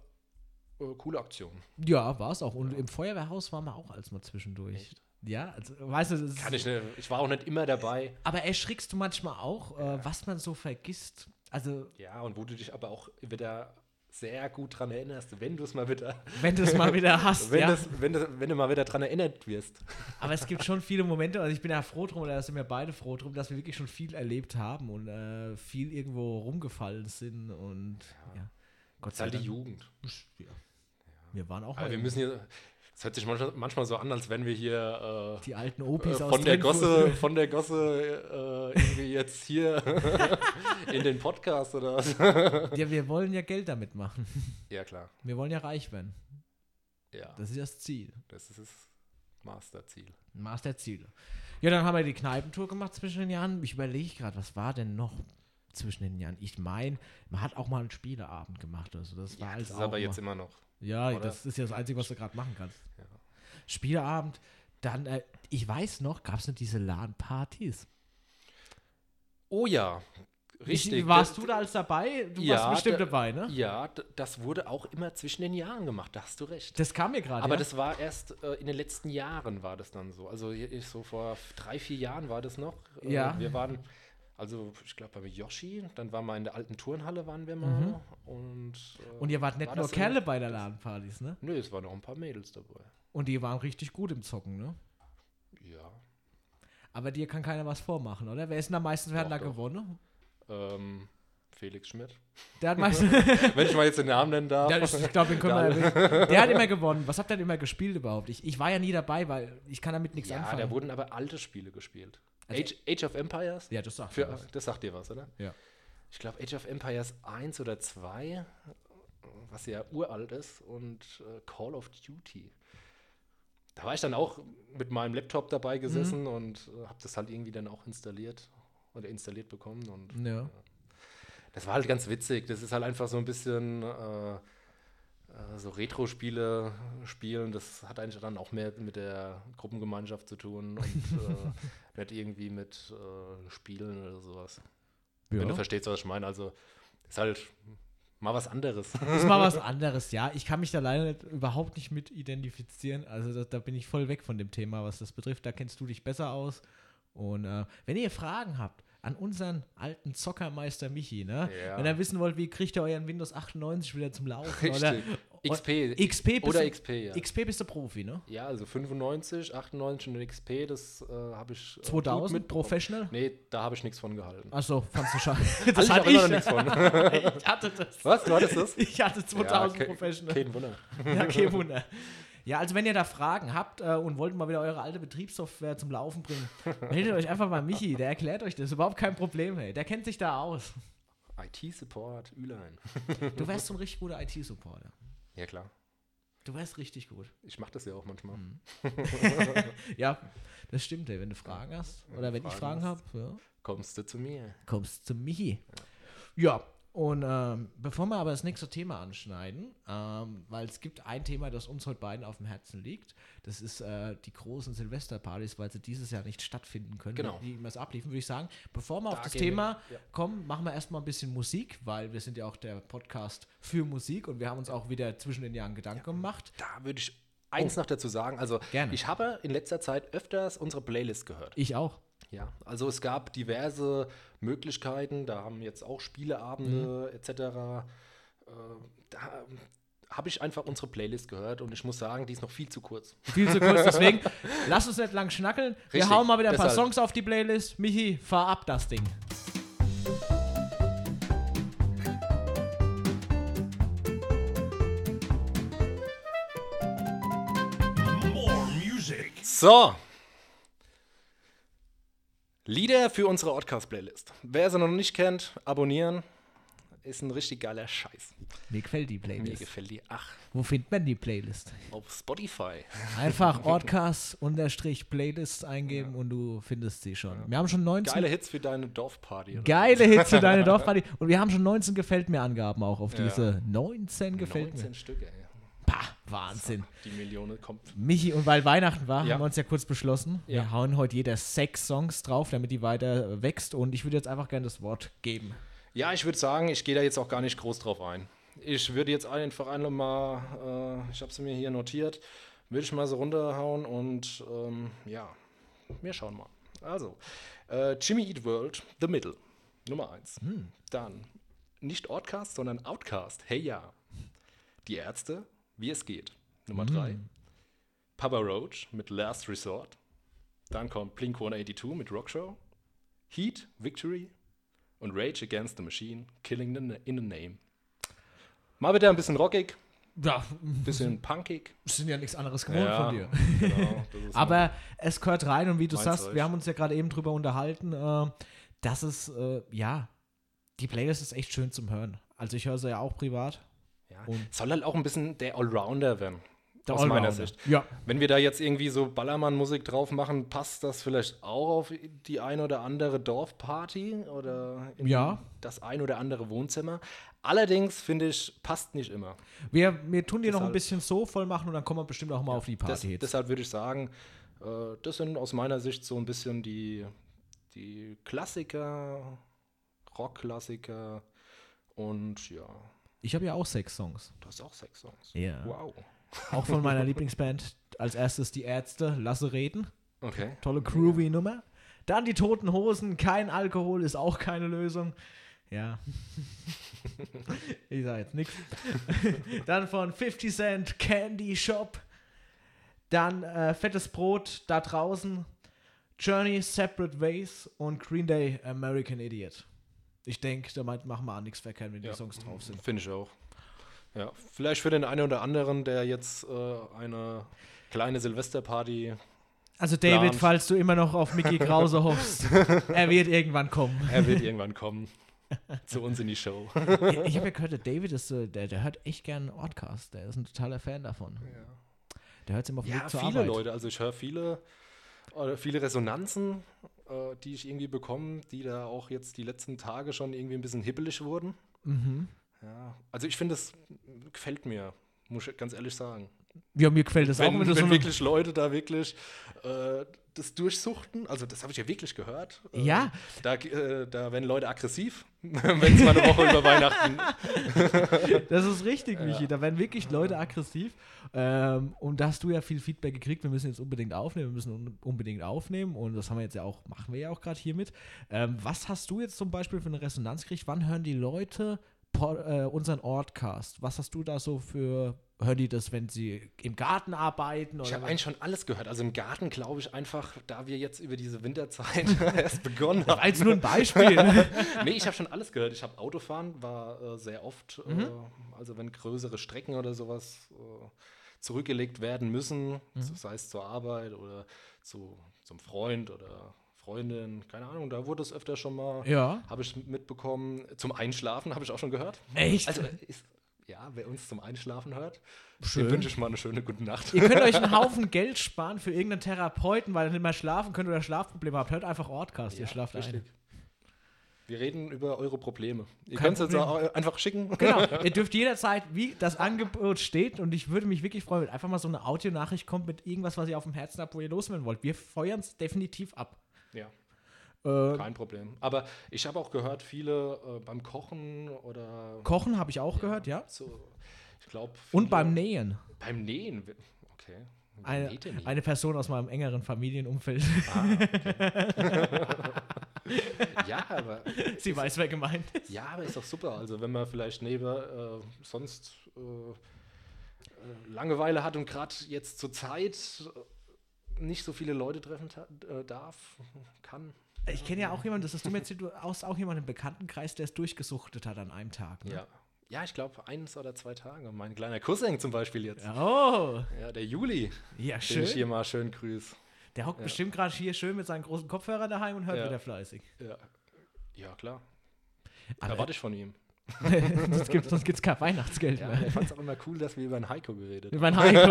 Speaker 2: äh, coole Aktion.
Speaker 1: Ja, war es auch. Und im Feuerwehrhaus waren wir auch als mal zwischendurch.
Speaker 2: Echt?
Speaker 1: Ja, also, weißt du, das ist,
Speaker 2: Kann ich, ne, ich war auch nicht immer dabei.
Speaker 1: aber erschrickst du manchmal auch, äh, was man so vergisst. Also
Speaker 2: Ja, und wo du dich aber auch wieder sehr gut dran erinnerst, wenn du es mal wieder,
Speaker 1: Wenn du es mal wieder hast,
Speaker 2: wenn,
Speaker 1: ja.
Speaker 2: das, wenn, das, wenn du mal wieder dran erinnert wirst.
Speaker 1: Aber es gibt schon viele Momente, also ich bin ja froh drum, oder da sind wir beide froh drum, dass wir wirklich schon viel erlebt haben und äh, viel irgendwo rumgefallen sind und ja. Gott
Speaker 2: Das ist halt die
Speaker 1: Dank.
Speaker 2: Jugend.
Speaker 1: Ja. Wir waren auch
Speaker 2: Aber wir
Speaker 1: mal
Speaker 2: müssen hier, es hört sich manchmal, manchmal so an, als wenn wir hier äh,
Speaker 1: die alten
Speaker 2: Äh,
Speaker 1: Opis aus
Speaker 2: von der
Speaker 1: Trennfurt.
Speaker 2: Gosse, von der Gosse äh, irgendwie jetzt hier in den Podcast oder was?
Speaker 1: Ja, wir wollen ja Geld damit machen.
Speaker 2: Ja, klar.
Speaker 1: Wir wollen ja reich werden.
Speaker 2: Ja,
Speaker 1: Das ist das Ziel.
Speaker 2: das ist das Masterziel.
Speaker 1: Maß der Ziele. Ja, dann haben wir die Kneipentour gemacht zwischen den Jahren. Ich überlege gerade, was war denn noch zwischen den Jahren? Ich meine, man hat auch mal einen Spieleabend gemacht oder so. Das war
Speaker 2: Ja,
Speaker 1: alles
Speaker 2: das ist
Speaker 1: auch
Speaker 2: aber
Speaker 1: immer.
Speaker 2: jetzt immer noch.
Speaker 1: Ja,
Speaker 2: Oder?
Speaker 1: das ist ja das Einzige, was du gerade machen kannst.
Speaker 2: Ja.
Speaker 1: Spieleabend, dann, äh, ich weiß noch, gab es denn diese LAN-Partys?
Speaker 2: Oh ja, richtig.
Speaker 1: Ich, warst du da als dabei? Du
Speaker 2: Ja,
Speaker 1: warst bestimmt
Speaker 2: da-
Speaker 1: dabei, ne?
Speaker 2: Ja, d- das wurde auch immer zwischen den Jahren gemacht, da hast du recht.
Speaker 1: Das kam mir gerade.
Speaker 2: Aber
Speaker 1: Ah, ja.
Speaker 2: das war erst äh, in den letzten Jahren war das dann so. Also i- ich, so vor drei, vier Jahren war das noch. Äh,
Speaker 1: Ja.
Speaker 2: Wir waren, also ich glaube bei Yoshi, dann waren wir in der alten Turnhalle waren wir mal.
Speaker 1: Mhm.
Speaker 2: Und, äh,
Speaker 1: Und ihr wart nicht
Speaker 2: war
Speaker 1: nur
Speaker 2: das so-
Speaker 1: Kerle bei der Ladenpartys, ne?
Speaker 2: Nö, es waren noch ein paar Mädels dabei.
Speaker 1: Und die waren richtig gut im Zocken, ne?
Speaker 2: Ja.
Speaker 1: Aber dir kann keiner was vormachen, oder? Wer ist denn da meistens, wer hat
Speaker 2: Doch,
Speaker 1: da
Speaker 2: doch.
Speaker 1: gewonnen?
Speaker 2: Ähm, Felix Schmidt.
Speaker 1: Der hat meistens.
Speaker 2: Wenn ich mal jetzt den Namen nennen darf.
Speaker 1: Ja, das- ich glaube, den können wir erwähnen. Der hat immer gewonnen. Was habt ihr denn immer gespielt überhaupt? Ich, ich war ja nie dabei, weil ich kann damit nichts
Speaker 2: ja,
Speaker 1: anfangen.
Speaker 2: da wurden aber alte Spiele gespielt.
Speaker 1: Also-
Speaker 2: Age, Age of Empires?
Speaker 1: ja, das sagt
Speaker 2: Für,
Speaker 1: mir was.
Speaker 2: das sagt dir was, oder?
Speaker 1: Ja.
Speaker 2: Ich glaube, Age of Empires 1 oder 2, was ja uralt ist, und äh, Call of Duty. Da war ich dann auch mit meinem Laptop dabei gesessen
Speaker 1: Mhm.
Speaker 2: und äh, habe das halt irgendwie dann auch installiert oder installiert bekommen. Und
Speaker 1: Ja.
Speaker 2: das war halt ganz witzig. Das ist halt einfach so ein bisschen äh, äh, so Retro-Spiele spielen. Das hat eigentlich dann auch mehr mit der Gruppengemeinschaft zu tun und äh, nicht irgendwie mit äh, Spielen oder sowas. Wenn du
Speaker 1: ja.
Speaker 2: verstehst, was ich meine. Also ist halt mal was anderes.
Speaker 1: Ist mal was anderes, ja. Ich kann mich da leider nicht, überhaupt nicht mit identifizieren. Also da, da bin ich voll weg von dem Thema, was das betrifft. Da kennst du dich besser aus. Und äh, wenn ihr Fragen habt an unseren alten Zockermeister Michi, ne?
Speaker 2: Ja.
Speaker 1: Wenn ihr wissen wollt, wie kriegt ihr euren Windows 98 wieder zum Laufen? Oder,
Speaker 2: XP.
Speaker 1: XP bist
Speaker 2: Oder
Speaker 1: du-
Speaker 2: XP, ja.
Speaker 1: XP bist du Profi, ne?
Speaker 2: ja, also 95, 98 und XP, das äh, habe ich. Äh, gut
Speaker 1: 2000
Speaker 2: mitbekommen.
Speaker 1: Professional?
Speaker 2: Nee, da habe ich nichts von gehalten.
Speaker 1: Achso, fandst du scheiße.
Speaker 2: Hatte
Speaker 1: Das
Speaker 2: ich auch
Speaker 1: hatte
Speaker 2: immer
Speaker 1: ich.
Speaker 2: noch nichts von.
Speaker 1: ich hatte das.
Speaker 2: Was? Du hattest das?
Speaker 1: Ich hatte 2000
Speaker 2: ke-
Speaker 1: Professional.
Speaker 2: Kein Wunder.
Speaker 1: Ja, kein Wunder. Ja, also wenn ihr da Fragen habt äh, und wollt mal wieder eure alte Betriebssoftware zum Laufen bringen, meldet euch einfach bei Michi, der erklärt euch das. Überhaupt kein Problem, hey. Der kennt sich da aus.
Speaker 2: IT-Support, Ülein.
Speaker 1: Du wärst so ein richtig guter IT-Supporter.
Speaker 2: Ja, klar.
Speaker 1: Du wärst richtig gut.
Speaker 2: Ich mache das ja auch manchmal.
Speaker 1: Ja, das stimmt, ey. Wenn du Fragen hast oder wenn ich
Speaker 2: Fragen
Speaker 1: Fragen habe, ja,
Speaker 2: Kommst du zu mir?
Speaker 1: kommst zu Michi. Ja, und ähm, bevor wir aber das nächste Thema anschneiden, ähm, weil es gibt ein Thema, das uns heute beiden auf dem Herzen liegt, das ist äh, die großen Silvesterpartys, weil sie dieses Jahr nicht stattfinden können,
Speaker 2: Genau.
Speaker 1: wie immer es abliefen, würde ich sagen. Bevor wir auf
Speaker 2: Da
Speaker 1: das
Speaker 2: gehen wir-
Speaker 1: Thema
Speaker 2: ja.
Speaker 1: kommen, machen wir erstmal ein bisschen Musik, weil wir sind ja auch der Podcast für Musik und wir haben uns auch wieder zwischen den Jahren Gedanken gemacht.
Speaker 2: Da würde ich Oh. eins noch dazu sagen. Also,
Speaker 1: Gerne.
Speaker 2: ich habe in letzter Zeit öfters unsere Playlist gehört.
Speaker 1: Ich auch.
Speaker 2: Ja, also es gab diverse Möglichkeiten, da haben jetzt auch Spieleabende etc. Äh, da habe ich einfach unsere Playlist gehört und ich muss sagen, die ist noch viel zu kurz.
Speaker 1: Viel zu kurz, deswegen lass uns nicht lang schnackeln. Wir
Speaker 2: Richtig,
Speaker 1: hauen mal wieder ein paar
Speaker 2: deshalb.
Speaker 1: Songs auf die Playlist. Michi, fahr ab das Ding.
Speaker 3: More music.
Speaker 2: So. Lieder für unsere Podcast-Playlist. Wer sie noch nicht kennt, abonnieren. Ist ein richtig geiler Scheiß.
Speaker 1: Mir gefällt die
Speaker 2: Mir
Speaker 1: Playlist.
Speaker 2: gefällt die. Ach,
Speaker 1: Wo findet man die Playlist?
Speaker 2: auf Spotify.
Speaker 1: Einfach Ortcast-Playlist eingeben und du findest sie schon. Wir haben schon 19
Speaker 2: Geile Hits für deine Dorfparty. oder?
Speaker 1: geile Hits für deine Dorfparty und wir haben schon 19 gefällt mir Angaben auch auf
Speaker 2: Ja.
Speaker 1: diese 19 gefällt
Speaker 2: 19
Speaker 1: mir.
Speaker 2: Stück, ey.
Speaker 1: Bah, Wahnsinn.
Speaker 2: Die Million kommt.
Speaker 1: Michi, und weil Weihnachten war,
Speaker 2: Ja.
Speaker 1: haben wir uns ja kurz beschlossen. Wir
Speaker 2: Ja.
Speaker 1: hauen heute jeder sechs Songs drauf, damit die weiter wächst. Und ich würde jetzt einfach gerne das Wort geben.
Speaker 2: Ja, ich würde sagen, ich gehe da jetzt auch gar nicht groß drauf ein. Ich würde jetzt einfach einmal, äh, ich habe sie mir hier notiert, würde ich mal so runterhauen und ähm, ja, wir schauen mal. Also, äh, Jimmy Eat World, The Middle, Nummer 1. Dann nicht Outcast, sondern Outcast, hey ja. Die Ärzte, wie es geht, Nummer 3. Papa Roach mit Last Resort. Dann kommt Blink 182 mit Rockshow. Heat, Victory, und Rage Against the Machine, Killing the in the Name. Mal wieder ein bisschen rockig,
Speaker 1: Ja,
Speaker 2: ein
Speaker 1: Mhm.
Speaker 2: bisschen punkig.
Speaker 1: wir sind ja nichts anderes gewohnt von dir.
Speaker 2: Genau, das ist
Speaker 1: Aber es gehört rein und wie du
Speaker 2: Mein
Speaker 1: sagst,
Speaker 2: Zeug.
Speaker 1: wir haben uns ja gerade eben drüber unterhalten, äh, dass es, äh, ja, die Playlist ist echt schön zum Hören. Also ich höre sie ja auch privat.
Speaker 2: ja.
Speaker 1: und-
Speaker 2: soll halt auch ein bisschen der Allrounder werden.
Speaker 1: Der
Speaker 2: aus
Speaker 1: Allrounder.
Speaker 2: meiner Sicht.
Speaker 1: Ja.
Speaker 2: Wenn wir da jetzt irgendwie so Ballermann-Musik drauf machen, passt das vielleicht auch auf die ein oder andere Dorfparty oder in
Speaker 1: Ja.
Speaker 2: das ein oder andere Wohnzimmer. Allerdings finde ich, passt nicht immer.
Speaker 1: Wir, wir tun dir noch ein
Speaker 2: Deshalb-
Speaker 1: bisschen so voll machen und dann kommen wir bestimmt auch mal auf die
Speaker 2: Das,
Speaker 1: Party. jetzt.
Speaker 2: deshalb würde ich sagen, äh, das sind aus meiner Sicht so ein bisschen die, die Klassiker, Rockklassiker und ja,
Speaker 1: Ich habe ja auch sechs Songs.
Speaker 2: du hast auch sechs Songs.
Speaker 1: Ja.
Speaker 2: Wow.
Speaker 1: Auch von meiner Lieblingsband. Als erstes die Ärzte, Lasse reden.
Speaker 2: Okay.
Speaker 1: Tolle groovy Nummer. Dann die Toten Hosen, kein Alkohol ist auch keine Lösung. Ja. ich sage jetzt nichts. Dann von 50 Cent Candy Shop. Dann äh, Fettes Brot da draußen. Journey, Separate Ways und Green Day American Idiot. Ich denke, damit machen wir auch nichts verkehrt, wenn die
Speaker 2: Ja.
Speaker 1: Songs drauf sind.
Speaker 2: Finde ich auch. Ja, vielleicht für den einen oder anderen, der jetzt äh, eine kleine Silvesterparty,
Speaker 1: Also David,
Speaker 2: Plan.
Speaker 1: falls du immer noch auf Mickey Krause hoffst, er wird irgendwann kommen.
Speaker 2: er wird irgendwann kommen zu uns in die Show.
Speaker 1: Ich, ich habe ja gehört, der David ist so, der, der hört echt gerne Podcast. Der ist ein totaler Fan davon. Der hört es immer auf dem
Speaker 2: Ja,
Speaker 1: Weg zur
Speaker 2: viele
Speaker 1: Arbeit.
Speaker 2: Leute. Also ich höre viele, äh, viele Resonanzen, äh, die ich irgendwie bekomme, die da auch jetzt die letzten Tage schon irgendwie ein bisschen hibbelig wurden.
Speaker 1: Mhm.
Speaker 2: Ja. Also ich finde, das gefällt mir, muss ich ganz ehrlich sagen.
Speaker 1: Ja, mir gefällt das auch,
Speaker 2: wenn,
Speaker 1: wenn du
Speaker 2: wenn
Speaker 1: so eine,
Speaker 2: wirklich Leute da wirklich äh, das durchsuchten, also das habe ich ja wirklich gehört. Äh,
Speaker 1: Ja.
Speaker 2: Da, äh, da werden Leute aggressiv, wenn es mal eine Woche über Weihnachten.
Speaker 1: Das ist richtig, Michi. Da werden wirklich Leute aggressiv. Ähm, und da hast du ja viel Feedback gekriegt. Wir müssen jetzt unbedingt aufnehmen. Wir müssen un unbedingt aufnehmen. Und das haben wir jetzt ja auch, machen wir ja auch gerade hiermit. Ähm, was hast du jetzt zum Beispiel für eine Resonanz gekriegt? Wann hören die Leute po- äh, unseren Ortcast? Was hast du da so für, hören die das, wenn sie im Garten arbeiten? Oder
Speaker 2: Ich habe
Speaker 1: wenn-
Speaker 2: eigentlich schon alles gehört. Also im Garten glaube ich einfach, da wir jetzt über diese Winterzeit erst begonnen haben.
Speaker 1: als nur ein Beispiel.
Speaker 2: nee, ich habe schon alles gehört. Ich habe Autofahren, war äh, sehr oft,
Speaker 1: Mhm.
Speaker 2: äh, also wenn größere Strecken oder sowas äh, zurückgelegt werden müssen,
Speaker 1: Mhm.
Speaker 2: so- sei es zur Arbeit oder zu, zum Freund oder Freundin, keine Ahnung, da wurde es öfter schon mal,
Speaker 1: Ja.
Speaker 2: habe ich mitbekommen. Zum Einschlafen habe ich auch schon gehört.
Speaker 1: Echt?
Speaker 2: Also ist, ja, wer uns zum Einschlafen hört,
Speaker 1: Schön.
Speaker 2: dem wünsche ich mal eine schöne gute Nacht.
Speaker 1: Ihr könnt euch einen Haufen Geld sparen für irgendeinen Therapeuten, weil ihr nicht mehr schlafen könnt oder Schlafprobleme habt. Hört einfach Ortcast, ihr
Speaker 2: Ja,
Speaker 1: schlaft ein.
Speaker 2: Wir reden über eure Probleme. Ihr
Speaker 1: Kein
Speaker 2: könnt es jetzt
Speaker 1: Problem.
Speaker 2: auch einfach schicken.
Speaker 1: Genau, ihr dürft jederzeit, wie das Angebot steht, und ich würde mich wirklich freuen, wenn einfach mal so eine Audionachricht kommt mit irgendwas, was ihr auf dem Herzen habt, wo ihr loswerden wollt. Wir feuern es definitiv ab.
Speaker 2: Ja.
Speaker 1: Äh,
Speaker 2: Kein Problem. Aber ich habe auch gehört, viele äh, beim Kochen oder
Speaker 1: Kochen habe ich auch gehört, ja.
Speaker 2: so, ich glaube.
Speaker 1: Und beim Nähen.
Speaker 2: beim Nähen. wi- Okay. Wer
Speaker 1: Eine,
Speaker 2: näht denn hier?
Speaker 1: eine Person aus meinem engeren Familienumfeld.
Speaker 2: ja, aber,
Speaker 1: Sie weiß, wer gemeint ist.
Speaker 2: ja, aber ist doch super. Also wenn man vielleicht neben äh, sonst äh, äh, Langeweile hat und gerade jetzt zur Zeit äh, nicht so viele Leute treffen ta- äh, darf, kann.
Speaker 1: Ich kenne ja auch jemanden, das ist du mir erzählt, du hast auch jemanden im Bekanntenkreis, der es durchgesuchtet hat an einem Tag. Ne?
Speaker 2: Ja. Ja, ich glaube, eins oder zwei Tage. Mein kleiner Cousin zum Beispiel jetzt. Ja,
Speaker 1: Oh,
Speaker 2: der Juli.
Speaker 1: ja,
Speaker 2: Schön. Den ich hier
Speaker 1: schön.
Speaker 2: mal schön grüß.
Speaker 1: Der hockt bestimmt gerade hier schön mit seinen großen Kopfhörern daheim und hört
Speaker 2: Ja.
Speaker 1: wieder fleißig.
Speaker 2: Ja, ja klar.
Speaker 1: Aber-
Speaker 2: Erwarte ich von ihm.
Speaker 1: sonst gibt es gibt's kein Weihnachtsgeld
Speaker 2: Ja,
Speaker 1: mehr.
Speaker 2: er fand es auch immer cool, dass wir über den Heiko geredet
Speaker 1: Ich
Speaker 2: haben.
Speaker 1: mein Heiko.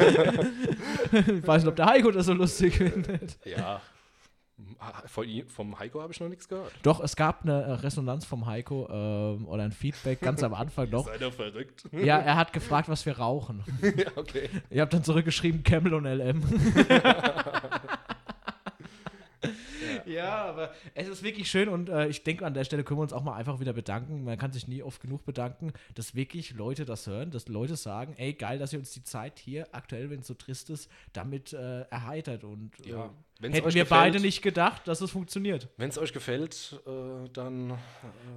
Speaker 1: ich weiß nicht, ob der Heiko das so lustig findet.
Speaker 2: Ja. Ha- Von ihm, vom Heiko habe ich noch nichts gehört.
Speaker 1: Doch, es gab eine äh, Resonanz vom Heiko ähm, oder ein Feedback ganz am Anfang noch.
Speaker 2: Seid ihr verrückt?
Speaker 1: Ja, er hat gefragt, was wir rauchen.
Speaker 2: ja, okay.
Speaker 1: Ich habe dann zurückgeschrieben, Camel und LM. Ja, aber es ist wirklich schön und äh, ich denke, an der Stelle können wir uns auch mal einfach wieder bedanken. Man kann sich nie oft genug bedanken, dass wirklich Leute das hören, dass Leute sagen, ey, geil, dass ihr uns die Zeit hier, aktuell, wenn es so trist ist, damit äh, erheitert. Und äh,
Speaker 2: Ja, wenn's
Speaker 1: hätten
Speaker 2: euch
Speaker 1: wir
Speaker 2: gefällt.
Speaker 1: beide nicht gedacht, dass es funktioniert.
Speaker 2: Wenn es euch gefällt, äh, dann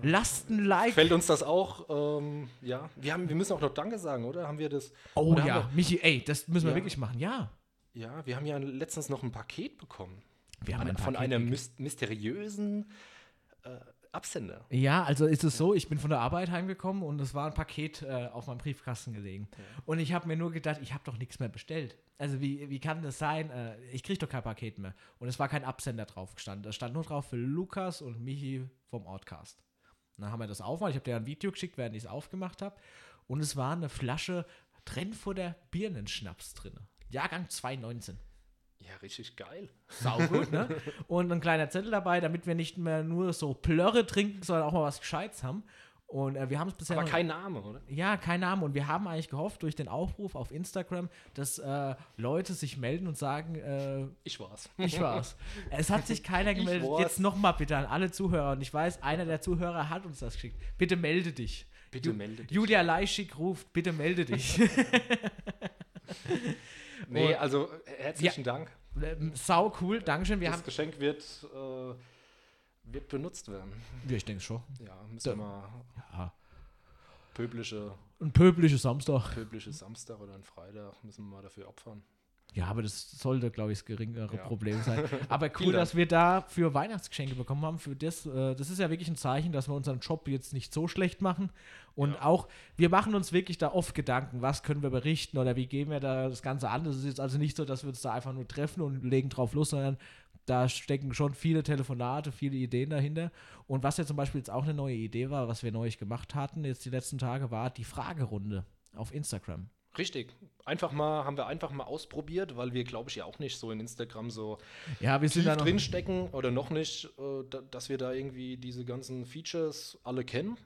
Speaker 1: Lasst ein Like.
Speaker 2: gefällt uns das auch. Ähm, ja, wir, haben, wir müssen auch noch Danke sagen, oder? Haben wir das?
Speaker 1: oh
Speaker 2: oder
Speaker 1: ja,
Speaker 2: Haben
Speaker 1: Michi, ey, das müssen wir
Speaker 2: Ja.
Speaker 1: wirklich machen. Ja,
Speaker 2: wir, ja, wir haben ja letztens noch ein Paket bekommen.
Speaker 1: wir haben ein
Speaker 2: An, von
Speaker 1: Paket
Speaker 2: einem mys mysteriösen äh, Absender.
Speaker 1: Ja, also ist es so, ich bin von der Arbeit heimgekommen und es war ein Paket äh, auf meinem Briefkasten gelegen. Und ich habe mir nur gedacht, ich habe doch nichts mehr bestellt. Also wie, wie kann das sein? Äh, ich kriege doch kein Paket mehr. Und es war kein Absender drauf gestanden. Da stand nur drauf für Lukas und Michi vom Ortcast. Und dann haben wir das aufgemacht. Ich habe dir ein Video geschickt, während ich es aufgemacht habe. Und es war eine Flasche Trennfurter Birnenschnaps drin. Jahrgang 2019.
Speaker 2: Ja, richtig geil.
Speaker 1: Saugut, ne? Und ein kleiner Zettel dabei, damit wir nicht mehr nur so Plörre trinken, sondern auch mal was Gescheites haben. Und äh, wir haben es bisher
Speaker 2: Aber
Speaker 1: noch-
Speaker 2: kein Name, oder?
Speaker 1: ja, kein Name. Und wir haben eigentlich gehofft durch den Aufruf auf Instagram, dass äh, Leute sich melden und sagen, äh,
Speaker 2: Ich war's.
Speaker 1: ich war's. es hat sich keiner
Speaker 2: Ich
Speaker 1: gemeldet.
Speaker 2: war's.
Speaker 1: Jetzt nochmal bitte an alle Zuhörer. Und ich weiß, einer der Zuhörer hat uns das geschickt. Bitte melde dich.
Speaker 2: Bitte melde dich.
Speaker 1: Julia Leischig ruft, bitte melde dich.
Speaker 2: Nee, also äh, herzlichen Dank.
Speaker 1: Ähm, Sau cool, Dankeschön. Wir
Speaker 2: Das
Speaker 1: haben.
Speaker 2: Geschenk wird, äh, wird benutzt werden.
Speaker 1: Ja, ich denke schon.
Speaker 2: Ja, müssen wir mal
Speaker 1: Ja.
Speaker 2: pöblische,
Speaker 1: Ein pöbliches Samstag.
Speaker 2: pöblische Samstag oder ein Freitag müssen wir mal dafür opfern.
Speaker 1: Ja, aber das sollte, glaube ich, das geringere
Speaker 2: Ja.
Speaker 1: Problem sein. Aber cool,
Speaker 2: Vielen Dank.
Speaker 1: dass wir da für Weihnachtsgeschenke bekommen haben. Für das, äh, das ist ja wirklich ein Zeichen, dass wir unseren Job jetzt nicht so schlecht machen. Und auch, wir machen uns wirklich da oft Gedanken, was können wir berichten oder wie gehen wir da das Ganze an. Das ist jetzt also nicht so, dass wir uns da einfach nur treffen und legen drauf los, sondern da stecken schon viele Telefonate, viele Ideen dahinter. Und was ja zum Beispiel jetzt auch eine neue Idee war, was wir neulich gemacht hatten, jetzt die letzten Tage, war die Fragerunde auf Instagram.
Speaker 2: Richtig. Einfach mal, haben wir einfach mal ausprobiert, weil wir, glaube ich, ja auch nicht so in Instagram so
Speaker 1: Ja, wir sind
Speaker 2: tief
Speaker 1: da noch.
Speaker 2: drinstecken oder noch nicht, äh, da, dass wir da irgendwie diese ganzen Features alle kennen.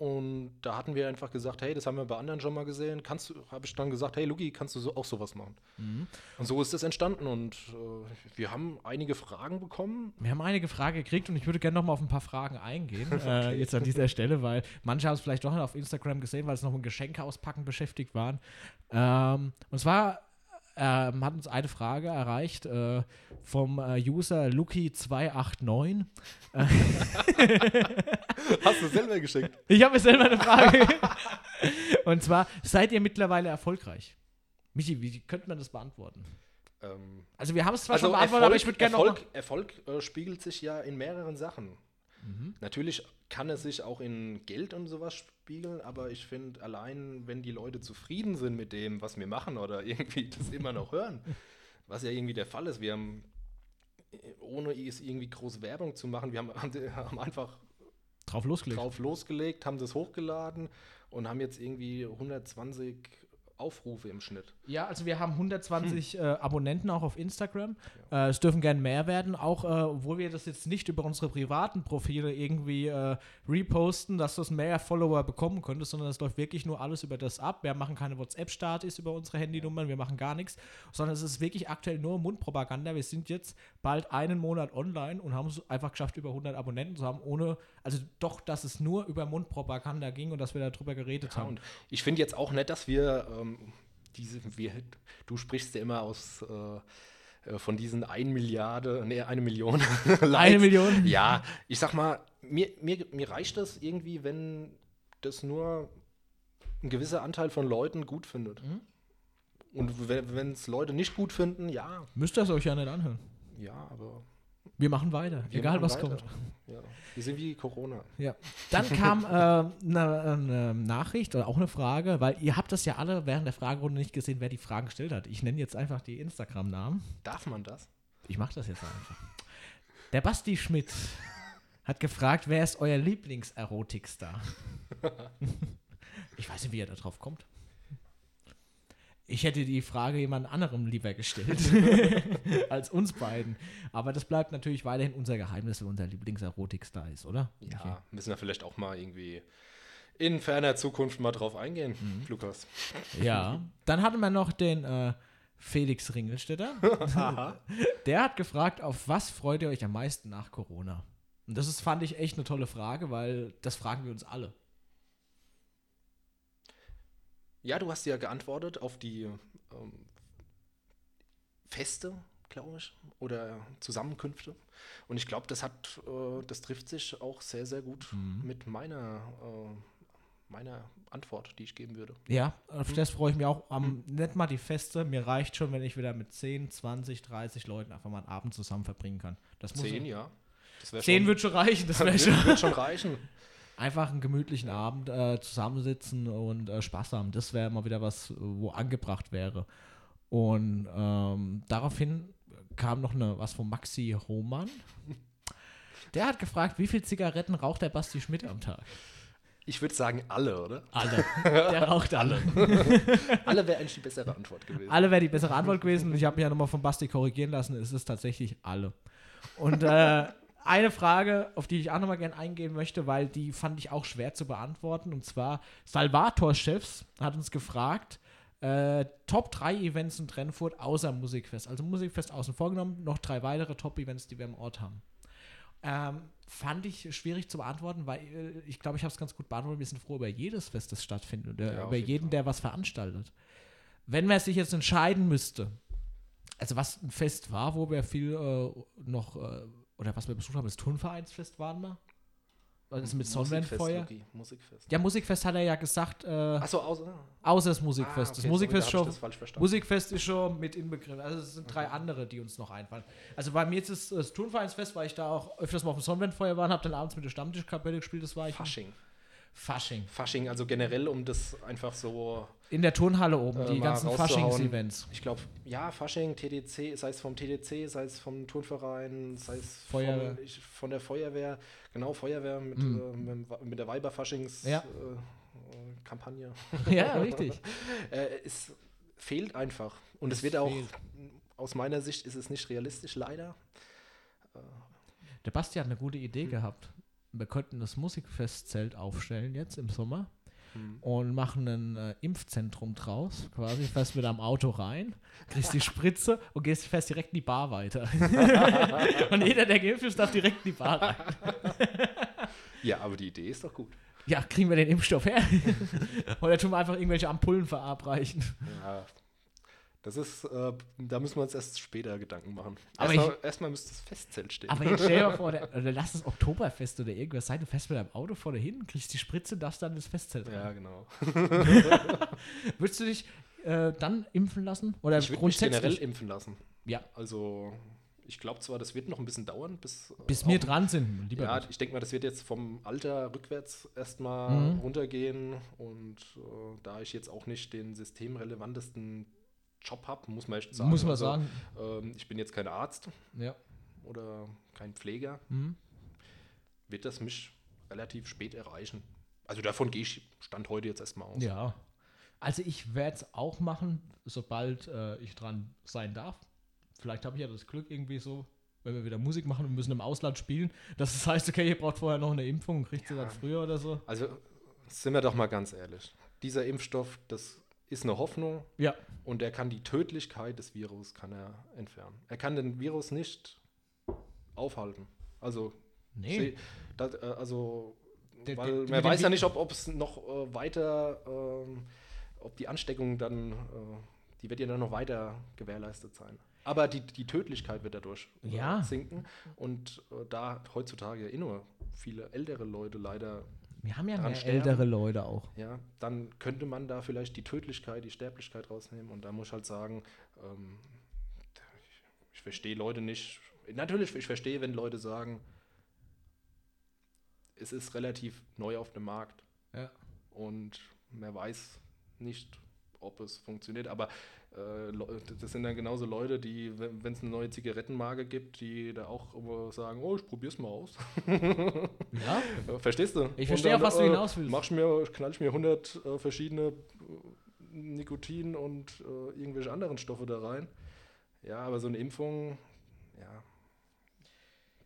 Speaker 2: Und da hatten wir einfach gesagt, hey, das haben wir bei anderen schon mal gesehen. Kannst du, habe ich dann gesagt, hey Luki, kannst du so, auch sowas machen? Und so ist das entstanden. Und äh, wir haben einige Fragen bekommen.
Speaker 1: Wir haben einige Fragen gekriegt und ich würde gerne noch mal auf ein paar Fragen eingehen, äh, jetzt an dieser Stelle, weil manche haben es vielleicht doch noch auf Instagram gesehen, weil es noch mit Geschenke auspacken beschäftigt waren. Ähm, und zwar ähm, hat uns eine Frage erreicht äh, vom äh, User Luki289.
Speaker 2: Hast du selber geschickt?
Speaker 1: Ich habe mir selber eine Frage. und zwar, seid ihr mittlerweile erfolgreich? Michi, wie könnte man das beantworten?
Speaker 2: ähm,
Speaker 1: Also wir haben es zwar
Speaker 2: also
Speaker 1: schon
Speaker 2: Erfolg,
Speaker 1: beantwortet, aber ich würde gerne noch
Speaker 2: Erfolg, Erfolg äh, spiegelt sich ja in mehreren Sachen. Natürlich kann es sich auch in Geld und sowas spiegeln, aber ich finde, allein wenn die Leute zufrieden sind mit dem, was wir machen oder irgendwie das immer noch hören, was ja irgendwie der Fall ist, wir haben, äh, ohne es irgendwie groß Werbung zu machen, wir haben, haben einfach
Speaker 1: drauf losgelegt.
Speaker 2: drauf losgelegt, haben das hochgeladen und haben jetzt irgendwie 120 Aufrufe im Schnitt.
Speaker 1: Ja, also wir haben 120
Speaker 2: Hm.
Speaker 1: äh, Abonnenten auch auf Instagram. Äh, es dürfen gern mehr werden, auch äh, obwohl wir das jetzt nicht über unsere privaten Profile irgendwie äh, reposten, dass das mehr Follower bekommen könnte, sondern es läuft wirklich nur alles über das ab. Wir machen keine WhatsApp-Status über unsere Handynummern, wir machen gar nichts, sondern es ist wirklich aktuell nur Mundpropaganda. Wir sind jetzt bald einen Monat online und haben es einfach geschafft, über 100 Abonnenten zu haben, ohne, also doch, dass es nur über Mundpropaganda ging und dass wir darüber geredet
Speaker 2: Ja,
Speaker 1: haben.
Speaker 2: und ich finde jetzt auch nicht, dass wir ähm, diese, wir, du sprichst ja immer aus äh, äh, von diesen 1 Milliarde, nee, eine Million.
Speaker 1: Eine
Speaker 2: Likes.
Speaker 1: Million?
Speaker 2: Ja, ich sag mal, mir, mir, mir reicht das irgendwie, wenn das nur ein gewisser Anteil von Leuten gut findet.
Speaker 1: Mhm.
Speaker 2: Und wenn es Leute nicht gut finden, ja,
Speaker 1: Müsst ihr es euch ja nicht anhören.
Speaker 2: ja, aber
Speaker 1: Wir machen weiter,
Speaker 2: wir
Speaker 1: egal
Speaker 2: machen
Speaker 1: was
Speaker 2: weiter.
Speaker 1: kommt.
Speaker 2: Ja. Wir sind wie Corona.
Speaker 1: Ja. Dann kam eine ne Nachricht oder auch eine Frage, weil ihr habt das ja alle während der Fragerunde nicht gesehen, wer die Fragen gestellt hat. Ich nenne jetzt einfach die Instagram-Namen.
Speaker 2: Darf man das?
Speaker 1: Ich mache das jetzt einfach. Der Basti Schmidt hat gefragt, wer ist euer Lieblingserotikstar? Ich weiß nicht, wie er da drauf kommt. Ich hätte die Frage jemand anderem lieber gestellt als uns beiden. Aber das bleibt natürlich weiterhin unser Geheimnis, wer unser Lieblingserotikstar ist, oder?
Speaker 2: Ja,
Speaker 1: Okay.
Speaker 2: müssen wir vielleicht auch mal irgendwie in ferner Zukunft mal drauf eingehen,
Speaker 1: Mhm.
Speaker 2: Lukas.
Speaker 1: Ja. Dann hatten wir noch den äh, Felix Ringelstädter. Der hat gefragt, auf was freut ihr euch am meisten nach Corona? Und das ist, fand ich echt eine tolle Frage, weil das fragen wir uns alle.
Speaker 2: Ja, du hast ja geantwortet auf die ähm, Feste, glaube ich, oder Zusammenkünfte. Und ich glaube, das hat, äh, das trifft sich auch sehr, sehr gut
Speaker 1: Mhm.
Speaker 2: mit meiner, äh, meiner Antwort, die ich geben würde.
Speaker 1: Ja, auf das freue ich mich auch. Am, Nicht mal die Feste, mir reicht schon, wenn ich wieder mit 10, 20, 30 Leuten einfach mal einen Abend zusammen verbringen kann. Das muss
Speaker 2: Zehn, ja. Das wär
Speaker 1: Zehn
Speaker 2: schon-
Speaker 1: wird schon reichen, das wäre
Speaker 2: wird,
Speaker 1: schon.
Speaker 2: wird schon reichen.
Speaker 1: Einfach einen gemütlichen Abend äh, zusammensitzen und äh, Spaß haben. Das wäre mal wieder was, äh, wo angebracht wäre. Und ähm, daraufhin kam noch eine, was von Maxi Hohmann. Der hat gefragt, wie viel Zigaretten raucht der Basti Schmidt am Tag?
Speaker 2: Ich würde sagen, alle, oder?
Speaker 1: Alle. Der raucht alle.
Speaker 2: Alle wäre eigentlich die bessere Antwort gewesen.
Speaker 1: Alle wäre die bessere Antwort gewesen. Ich habe mich ja nochmal von Basti korrigieren lassen. Es ist tatsächlich alle. Und äh, Eine Frage, auf die ich auch nochmal gerne eingehen möchte, weil die fand ich auch schwer zu beantworten. Und zwar, Salvator Chefs hat uns gefragt, äh, Top 3 Events in Trennfurt außer Musikfest. Also Musikfest außen vorgenommen, noch drei weitere Top-Events, die wir im Ort haben. Ähm, fand ich schwierig zu beantworten, weil äh, ich glaube, ich habe es ganz gut beantwortet. Wir sind froh über jedes Fest, das stattfindet, oder
Speaker 2: Ja, auf
Speaker 1: über
Speaker 2: jeden
Speaker 1: jeden,
Speaker 2: Fall.
Speaker 1: der was veranstaltet. Wenn man sich jetzt entscheiden müsste, also was ein Fest war, wo wir viel äh, noch, äh, oder was wir besucht haben, das Turnvereinsfest waren wir. Also mit Sonnenfeuer.
Speaker 2: Musikfest, Luki, Musikfest.
Speaker 1: Ja, Musikfest hat er ja gesagt, äh,
Speaker 2: Achso, außer.
Speaker 1: außer das Musikfest.
Speaker 2: Ah,
Speaker 1: das
Speaker 2: okay,
Speaker 1: Musikfest
Speaker 2: sorry, da hab ich
Speaker 1: schon.
Speaker 2: das falsch verstanden.
Speaker 1: Musikfest ist schon mit inbegriffen. Also es sind drei
Speaker 2: Mhm.
Speaker 1: andere, die uns noch einfallen. Also bei mir jetzt ist das Turnvereinsfest, weil ich da auch öfters mal auf dem Sonnenwendfeuer war und habe dann abends mit der Stammtischkapelle gespielt, das war ich.
Speaker 2: Fasching.
Speaker 1: Fasching.
Speaker 2: Fasching, also generell, um das einfach so.
Speaker 1: In der Turnhalle oben,
Speaker 2: äh,
Speaker 1: die
Speaker 2: mal
Speaker 1: ganzen
Speaker 2: rauszuhauen.
Speaker 1: Faschings-Events.
Speaker 2: Ich glaube, ja, Fasching, TDC, sei es vom TDC, sei es vom Turnverein, sei es
Speaker 1: Feuerwehr.
Speaker 2: Von, ich, von der Feuerwehr, genau, Feuerwehr mit,
Speaker 1: Mhm.
Speaker 2: äh, mit, dem Wa- mit der
Speaker 1: Ja.
Speaker 2: Weiberfaschings-Kampagne.
Speaker 1: ja, richtig.
Speaker 2: Äh, es fehlt einfach. Und es,
Speaker 1: Es
Speaker 2: wird auch,
Speaker 1: fehlt.
Speaker 2: aus meiner Sicht ist es nicht realistisch, leider.
Speaker 1: Der Basti hat eine gute Idee gehabt. Wir könnten das Musikfestzelt aufstellen jetzt im Sommer
Speaker 2: Mhm.
Speaker 1: und machen ein äh, Impfzentrum draus. Quasi fährst mit am Auto rein, kriegst die Spritze und gehst fährst direkt in die Bar weiter. und jeder, der geimpft ist, darf direkt in die Bar rein.
Speaker 2: Ja, aber die Idee ist doch gut.
Speaker 1: Ja, kriegen wir den Impfstoff her? Oder tun wir einfach irgendwelche Ampullen verabreichen?
Speaker 2: Ja. Das ist, äh, da müssen wir uns erst später Gedanken machen.
Speaker 1: Aber
Speaker 2: Erstmal, erstmal müsste das Festzelt stehen.
Speaker 1: Aber jetzt stell dir mal vor, der, oder lass es Oktoberfest oder irgendwas sein, du fährst mit deinem Auto vorne hin, kriegst die Spritze, darfst dann ins Festzelt rein.
Speaker 2: ja, genau.
Speaker 1: Würdest du dich äh, dann impfen lassen? Oder
Speaker 2: Ich würde mich generell impfen lassen.
Speaker 1: Also Ja,
Speaker 2: Also, ich glaube zwar, das wird noch ein bisschen dauern, bis. äh,
Speaker 1: bis
Speaker 2: auch-
Speaker 1: wir dran sind, lieber.
Speaker 2: Ja,
Speaker 1: Gott.
Speaker 2: ich denke mal, das wird jetzt vom Alter rückwärts erstmal
Speaker 1: Mhm.
Speaker 2: runtergehen. Und äh, da ich jetzt auch nicht den systemrelevantesten Job habe, muss man echt sagen.
Speaker 1: Muss man
Speaker 2: also,
Speaker 1: sagen.
Speaker 2: Ähm, ich bin jetzt kein Arzt
Speaker 1: Ja.
Speaker 2: oder kein Pfleger.
Speaker 1: Mhm.
Speaker 2: Wird das mich relativ spät erreichen? Also davon gehe ich Stand heute jetzt erstmal aus.
Speaker 1: ja. Also ich werde es auch machen, sobald äh, ich dran sein darf. Vielleicht habe ich ja das Glück irgendwie so, wenn wir wieder Musik machen und müssen im Ausland spielen, dass es heißt, okay, ihr braucht vorher noch eine Impfung und kriegt sie dann früher oder so.
Speaker 2: Also sind wir doch mal ganz ehrlich. Dieser Impfstoff, das ist eine Hoffnung
Speaker 1: Ja.
Speaker 2: und er kann die Tödlichkeit des Virus kann er entfernen. Er kann den Virus nicht aufhalten. Also,
Speaker 1: Nee.
Speaker 2: seh- das, äh, also
Speaker 1: Der-
Speaker 2: weil
Speaker 1: der-
Speaker 2: man
Speaker 1: der-
Speaker 2: weiß ja nicht, ob es noch äh, weiter, ähm, ob die Ansteckung dann, äh, die wird ja dann noch weiter gewährleistet sein. Aber die, die Tödlichkeit wird dadurch äh,
Speaker 1: Ja.
Speaker 2: sinken. Und äh, da heutzutage eh nur viele ältere Leute leider
Speaker 1: Wir haben ja
Speaker 2: Dran
Speaker 1: mehr
Speaker 2: sterben.
Speaker 1: ältere Leute auch.
Speaker 2: ja, dann könnte man da vielleicht die Tödlichkeit, die Sterblichkeit rausnehmen. Und da muss ich halt sagen, ähm, ich, ich verstehe Leute nicht. Natürlich, ich verstehe, wenn Leute sagen, es ist relativ neu auf dem Markt
Speaker 1: Ja.
Speaker 2: und man weiß nicht, ob es funktioniert. Aber äh, Leu- das sind dann genauso Leute, die, wenn es eine neue Zigarettenmarke gibt, die da auch immer sagen, oh, ich probier's mal aus.
Speaker 1: ja?
Speaker 2: Äh, Verstehst du?
Speaker 1: Ich verstehe,
Speaker 2: Und
Speaker 1: auf was du
Speaker 2: äh,
Speaker 1: hinaus willst.
Speaker 2: Mach ich mir, knall ich mir 100 äh, verschiedene äh, Nikotin und äh, irgendwelche anderen Stoffe da rein. Ja, aber so eine Impfung, ja.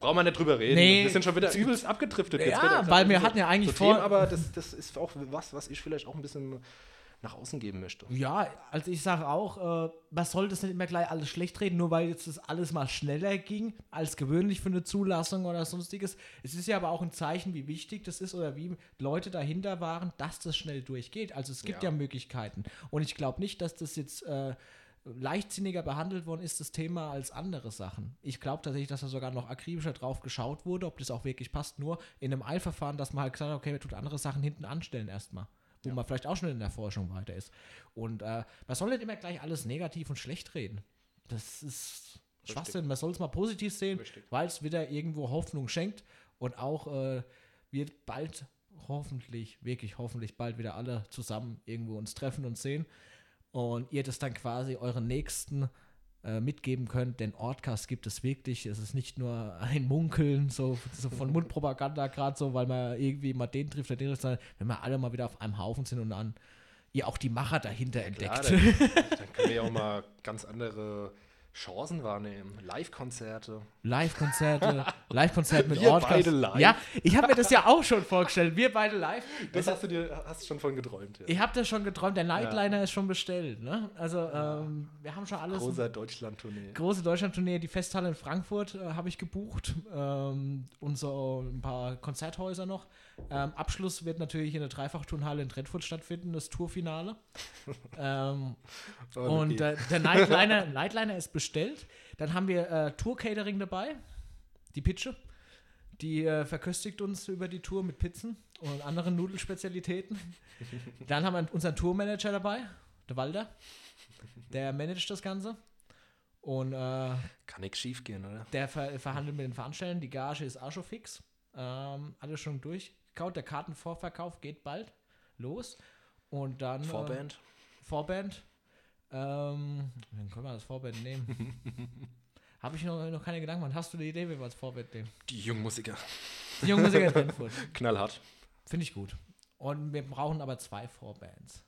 Speaker 2: Braucht man nicht drüber reden.
Speaker 1: Nee.
Speaker 2: Wir sind schon wieder übelst abgetriftet.
Speaker 1: Ja,
Speaker 2: wieder. Klar,
Speaker 1: weil wir
Speaker 2: so-
Speaker 1: hatten ja eigentlich
Speaker 2: so Themen,
Speaker 1: vor-
Speaker 2: Aber das, das ist auch was, was ich vielleicht auch ein bisschen nach außen geben möchte.
Speaker 1: Ja, also ich sage auch, äh, man soll das nicht immer gleich alles schlecht reden, nur weil jetzt das alles mal schneller ging als gewöhnlich für eine Zulassung oder sonstiges. Es ist ja aber auch ein Zeichen, wie wichtig das ist oder wie Leute dahinter waren, dass das schnell durchgeht. Also es gibt ja,
Speaker 2: Ja.
Speaker 1: Möglichkeiten. Und ich glaube nicht, dass das jetzt äh, leichtsinniger behandelt worden ist, das Thema, als andere Sachen. Ich glaube tatsächlich, dass da sogar noch akribischer drauf geschaut wurde, ob das auch wirklich passt. Nur in einem Eilverfahren, dass man halt gesagt hat, okay, wir tut andere Sachen hinten anstellen erstmal wo man vielleicht auch schon in der Forschung weiter ist. Und äh, man soll nicht immer gleich alles negativ und schlecht reden. Das ist Schwachsinn. Man soll es mal positiv sehen,
Speaker 2: Richtig.
Speaker 1: weil es wieder irgendwo Hoffnung schenkt und auch äh, wir bald hoffentlich, wirklich hoffentlich bald wieder alle zusammen irgendwo uns treffen und sehen und ihr das dann quasi euren Nächsten äh, mitgeben könnt, denn Ortcast gibt es wirklich, es ist nicht nur ein Munkeln, so, so von Mundpropaganda gerade so, weil man irgendwie mal den trifft, oder den trifft, sondern wenn wir alle mal wieder auf einem Haufen sind und dann ihr auch die Macher dahinter
Speaker 2: Klar,
Speaker 1: entdeckt.
Speaker 2: dann, dann können wir ja auch mal ganz andere Chancen wahrnehmen, Live-Konzerte.
Speaker 1: Live-Konzerte, Live-Konzert mit
Speaker 2: Wir
Speaker 1: Ortgas.
Speaker 2: beide live.
Speaker 1: Ja, ich habe mir das ja auch schon vorgestellt. Wir beide live.
Speaker 2: Das hast du dir hast du schon von geträumt. Ja.
Speaker 1: Also Ich habe das schon geträumt. Der Nightliner ist schon bestellt. Ne? Also ähm, wir haben schon alles.
Speaker 2: Großer Deutschland-Tournee.
Speaker 1: große Deutschlandtournee, die Festhalle in Frankfurt äh, habe ich gebucht ähm, und so ein paar Konzerthäuser noch. Ähm, Abschluss wird natürlich in der Dreifachturnhalle in Trentfurt stattfinden, das Tourfinale. ähm,
Speaker 2: Oh,
Speaker 1: und
Speaker 2: Niki.
Speaker 1: äh, der Nightliner, Nightliner ist bestellt. Dann haben wir äh, Tour-Catering dabei, die Pitsche. Die äh, verköstigt uns über die Tour mit Pizzen und anderen Nudelspezialitäten. Dann haben wir unseren Tourmanager dabei, der Walder. Der managt das Ganze. Und äh,
Speaker 2: Kann nichts schief gehen, oder?
Speaker 1: der ver verhandelt mit den Veranstaltern. Die Gage ist auch schon fix. Ähm, alles schon durchgekaut. Der Kartenvorverkauf geht bald los. Und dann. äh,
Speaker 2: Vorband.
Speaker 1: Vorband. Ähm, dann können wir das Vorband nehmen. Habe ich noch, noch keine Gedanken gemacht. Hast du eine Idee, wie wir als Vorband nehmen?
Speaker 2: Die Jungmusiker.
Speaker 1: Die Jungmusiker in Frankfurt.
Speaker 2: Knallhart.
Speaker 1: Finde ich gut. Und wir brauchen aber zwei Vorbands.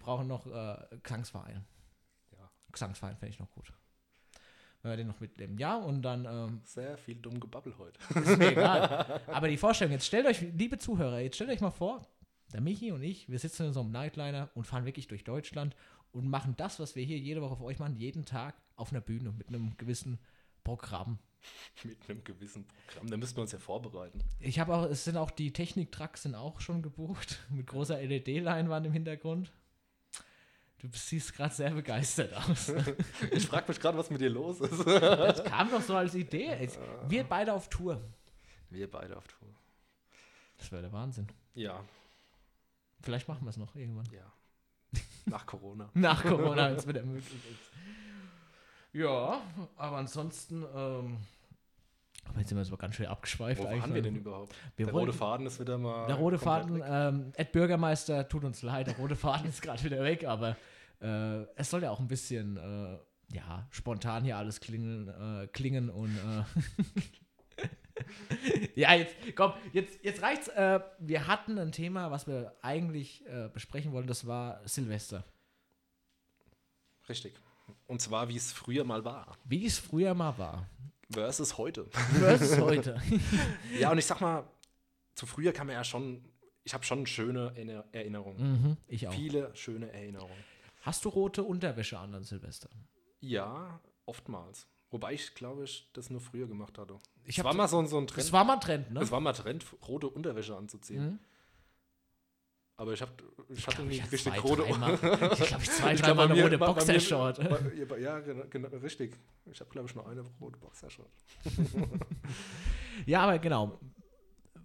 Speaker 1: brauchen noch äh, Gesangsverein.
Speaker 2: Ja.
Speaker 1: Gesangsverein finde ich noch gut. Wenn wir den noch mitnehmen. Ja, und dann ähm,
Speaker 2: Sehr viel dumm Gebabbel heute.
Speaker 1: Ist mir egal. Aber die Vorstellung, jetzt stellt euch, liebe Zuhörer, jetzt stellt euch mal vor, der Michi und ich, wir sitzen in so einem Nightliner und fahren wirklich durch Deutschland und machen das, was wir hier jede Woche für euch machen, jeden Tag auf einer Bühne mit einem gewissen Programm.
Speaker 2: Mit einem gewissen Programm. Da müssen wir uns ja vorbereiten.
Speaker 1: Ich habe auch, es sind auch die Technik-Trucks sind auch schon gebucht, mit großer LED-Leinwand im Hintergrund. Du siehst gerade sehr begeistert aus.
Speaker 2: Ich frage mich gerade, was mit dir los ist.
Speaker 1: Das kam doch so als Idee. Es- Wir beide auf Tour.
Speaker 2: Wir beide auf Tour.
Speaker 1: Das wäre der Wahnsinn.
Speaker 2: Ja,
Speaker 1: Vielleicht machen wir es noch irgendwann.
Speaker 2: ja. Nach Corona.
Speaker 1: Nach Corona, wenn es wieder möglich ist. Ja, aber ansonsten. Ähm, aber jetzt sind wir jetzt mal ganz schön abgeschweift.
Speaker 2: Wo
Speaker 1: eigentlich.
Speaker 2: waren wir denn überhaupt?
Speaker 1: Wir
Speaker 2: der
Speaker 1: wollten-
Speaker 2: rote Faden ist wieder mal.
Speaker 1: Der rote Faden,
Speaker 2: komplett weg.
Speaker 1: ähm, Ed Bürgermeister, tut uns leid, der rote Faden ist gerade wieder weg, aber äh, es soll ja auch ein bisschen äh, ja, spontan hier alles klingen, äh, klingen und. Äh, ja, jetzt, komm, jetzt, jetzt reicht's. Äh, wir hatten ein Thema, was wir eigentlich äh, besprechen wollten, das war Silvester.
Speaker 2: Richtig. Und zwar, wie es früher mal war.
Speaker 1: Wie es früher mal war.
Speaker 2: Versus heute.
Speaker 1: versus heute.
Speaker 2: ja, und ich sag mal, zu früher kann man ja schon. Ich habe schon schöne Erinner- Erinnerungen.
Speaker 1: Mhm, ich auch.
Speaker 2: Viele schöne Erinnerungen.
Speaker 1: Hast du rote Unterwäsche an an Silvester?
Speaker 2: Ja, oftmals. Wobei ich, glaube ich, das nur früher gemacht hatte.
Speaker 1: Ich
Speaker 2: es
Speaker 1: hab
Speaker 2: war
Speaker 1: so-
Speaker 2: mal so, so ein Trend.
Speaker 1: Das war mal ein Trend, ne?
Speaker 2: Es war mal Trend, rote Unterwäsche anzuziehen.
Speaker 1: Mhm.
Speaker 2: Aber ich, hab, ich hatte
Speaker 1: Glaub,
Speaker 2: nie
Speaker 1: ich hatte
Speaker 2: richtig
Speaker 1: zwei,
Speaker 2: rote
Speaker 1: dreimal- Ich glaube, ich zwei,
Speaker 2: Ich glaub,
Speaker 1: dreimal
Speaker 2: bei
Speaker 1: eine
Speaker 2: mir-
Speaker 1: rote
Speaker 2: bei- bei mir-
Speaker 1: Boxershort.
Speaker 2: bei- Ja, bei- ja genau, genau, richtig. Ich habe, glaube ich, nur eine rote Boxershort.
Speaker 1: Ja, aber genau.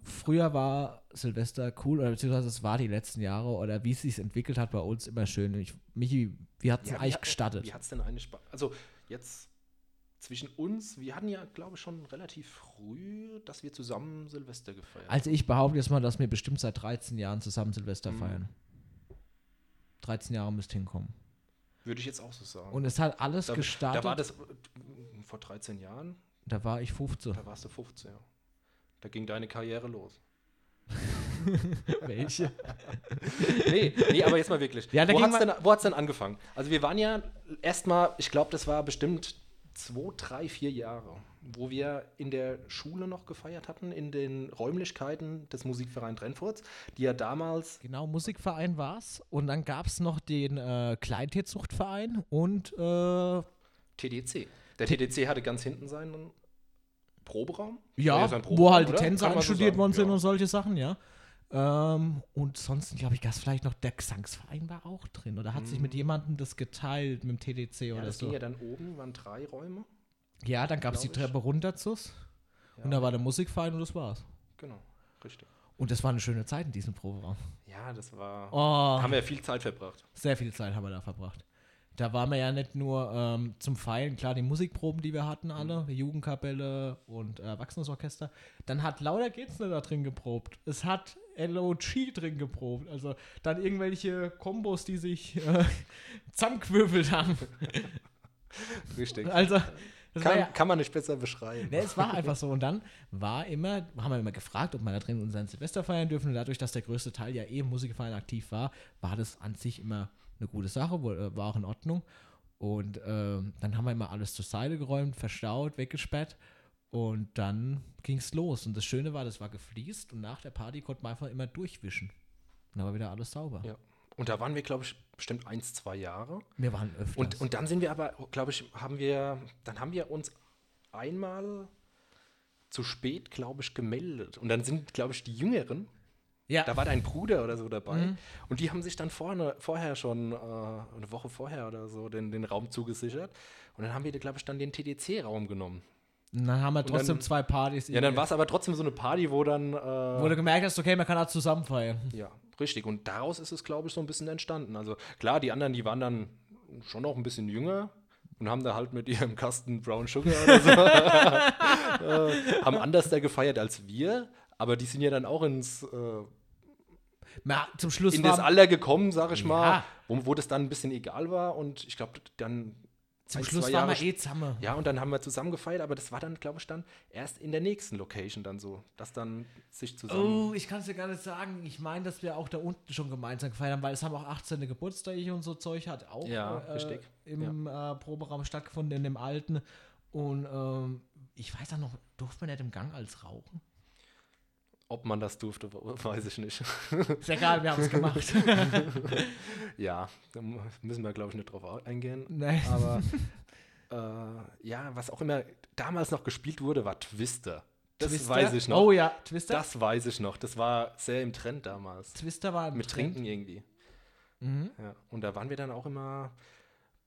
Speaker 1: Früher war Silvester cool, oder beziehungsweise es war die letzten Jahre, oder wie es sich entwickelt hat bei uns, immer schön. Ich, Michi, wie hat es
Speaker 2: Ja, wie
Speaker 1: eigentlich
Speaker 2: hat-
Speaker 1: gestattet?
Speaker 2: Wie hat es denn eigentlich Spaß? Also, jetzt zwischen uns, wir hatten ja, glaube ich, schon relativ früh, dass wir zusammen Silvester gefeiert haben.
Speaker 1: Also ich behaupte jetzt mal, dass wir bestimmt seit 13 Jahren zusammen Silvester
Speaker 2: Mhm.
Speaker 1: feiern. 13 Jahre müsst hinkommen.
Speaker 2: Würde ich jetzt auch so sagen.
Speaker 1: Und es hat alles
Speaker 2: da,
Speaker 1: gestartet.
Speaker 2: da war das äh, vor 13 Jahren,
Speaker 1: da war ich 15.
Speaker 2: da warst du 15. Ja. Da ging deine Karriere los.
Speaker 1: Welche?
Speaker 2: Nee, nee, aber jetzt mal wirklich.
Speaker 1: Ja, da
Speaker 2: wo
Speaker 1: ging
Speaker 2: hat es
Speaker 1: mal-
Speaker 2: denn, wo hat's denn angefangen? Also wir waren ja erstmal, ich glaube, das war bestimmt zwei, drei, vier Jahre, wo wir in der Schule noch gefeiert hatten, in den Räumlichkeiten des Musikvereins Trennfurts, die ja damals
Speaker 1: Genau, Musikverein war's. Und dann gab's noch den äh, Kleintierzuchtverein und äh,
Speaker 2: TDC. Der TDC hatte ganz hinten seinen Proberaum.
Speaker 1: ja,
Speaker 2: sein
Speaker 1: wo halt die
Speaker 2: oder?
Speaker 1: Tänzer
Speaker 2: Kann man so
Speaker 1: einstudiert
Speaker 2: sagen,
Speaker 1: worden sind
Speaker 2: ja.
Speaker 1: und solche Sachen, ja. Ähm, und sonst, glaube ich, gab's vielleicht noch der Gesangsverein war auch drin. Oder hat sich mit jemandem das geteilt, mit dem TDC
Speaker 2: Mhm. Ja,
Speaker 1: oder
Speaker 2: das
Speaker 1: so.
Speaker 2: ging ja dann oben, waren drei Räume.
Speaker 1: Ja, dann gab's die
Speaker 2: glaub ich.
Speaker 1: Treppe runter zus. Und da war der Musikverein und das war's.
Speaker 2: Genau, richtig.
Speaker 1: Und das war eine schöne Zeit in diesem Proberaum.
Speaker 2: Ja, das war.
Speaker 1: Oh,
Speaker 2: Haben wir viel Zeit verbracht.
Speaker 1: sehr viel Zeit haben wir da verbracht. Da waren wir ja nicht nur ähm, zum Feilen, klar, die Musikproben, die wir hatten, alle, Jugendkapelle und äh, Erwachsenenorchester. Dann hat Lauder geht's nicht da drin geprobt. Es hat LOG drin geprobt. Also dann irgendwelche Kombos, die sich äh, zusammengewürfelt haben.
Speaker 2: Richtig.
Speaker 1: Also, das war ja
Speaker 2: Kann, kann man nicht besser beschreiben.
Speaker 1: Ne, es war einfach so. Und dann war immer, haben wir immer gefragt, ob wir da drin unseren Silvester feiern dürfen. Und dadurch, dass der größte Teil ja eh im Musikverein aktiv war, war das an sich immer eine gute Sache, wo- äh, war auch in Ordnung. Und ähm, dann haben wir immer alles zur Seite geräumt, verstaut, weggesperrt. Und dann ging's los. Und das Schöne war, das war gefliest und nach der Party konnte man einfach immer durchwischen. Dann war wieder alles sauber.
Speaker 2: Ja. Und da waren wir, glaube ich, bestimmt eins, zwei Jahre.
Speaker 1: Wir waren öfters.
Speaker 2: Und, und dann sind wir aber, glaube ich, haben wir, dann haben wir uns einmal zu spät, glaube ich, gemeldet. Und dann sind, glaube ich, die Jüngeren,
Speaker 1: ja,
Speaker 2: da war dein Bruder oder so dabei. Und die haben sich dann vorne, vorher schon, äh, eine Woche vorher oder so, den, den Raum zugesichert. Und dann haben wir, glaube ich, dann den TDC-Raum genommen.
Speaker 1: und dann haben wir trotzdem
Speaker 2: dann-
Speaker 1: zwei Partys.
Speaker 2: Ja, dann war
Speaker 1: irgendwie-
Speaker 2: es aber trotzdem so eine Party, wo dann. Äh,
Speaker 1: Wo du gemerkt hast, okay, man kann auch zusammen feiern.
Speaker 2: Ja, richtig. Und daraus ist es, glaube ich, so ein bisschen entstanden. Also klar, die anderen, die waren dann schon noch ein bisschen jünger und haben da halt mit ihrem Kasten Brown Sugar oder so, äh, haben anders da gefeiert als wir. Aber die sind ja dann auch ins, äh,
Speaker 1: Na, zum Schluss
Speaker 2: in
Speaker 1: war,
Speaker 2: das Alter gekommen, sag ich mal,
Speaker 1: Ja.
Speaker 2: wo, wo das dann ein bisschen egal war. Und ich glaube, dann
Speaker 1: zum
Speaker 2: ein,
Speaker 1: Schluss
Speaker 2: zwei
Speaker 1: waren wir
Speaker 2: Jahre
Speaker 1: eh zusammen.
Speaker 2: ja, und dann haben wir zusammen gefeiert, aber das war dann, glaube ich, dann erst in der nächsten Location dann so, dass dann sich zusammen.
Speaker 1: Oh, ich kann es dir gar nicht sagen. Ich meine, dass wir auch da unten schon gemeinsam gefeiert haben, weil es haben auch 18. Geburtstag ich und so Zeug hat auch
Speaker 2: Ja,
Speaker 1: äh,
Speaker 2: richtig.
Speaker 1: im äh, Proberaum stattgefunden, in dem alten. Und ähm, ich weiß auch noch, durfte man nicht im Gang als rauchen?
Speaker 2: Ob man das durfte, weiß ich nicht.
Speaker 1: Ist egal, wir haben es gemacht.
Speaker 2: Ja, da mu- müssen wir, glaube ich, nicht drauf au- eingehen.
Speaker 1: Nein.
Speaker 2: Aber äh, ja, was auch immer damals noch gespielt wurde, war Twister. Das
Speaker 1: Twister?
Speaker 2: weiß ich noch.
Speaker 1: Oh ja, Twister.
Speaker 2: Das weiß ich noch. Das war sehr im Trend Mhm. damals.
Speaker 1: Twister war im
Speaker 2: Mit
Speaker 1: Trend.
Speaker 2: Trinken irgendwie. Ja. Und da waren wir dann auch immer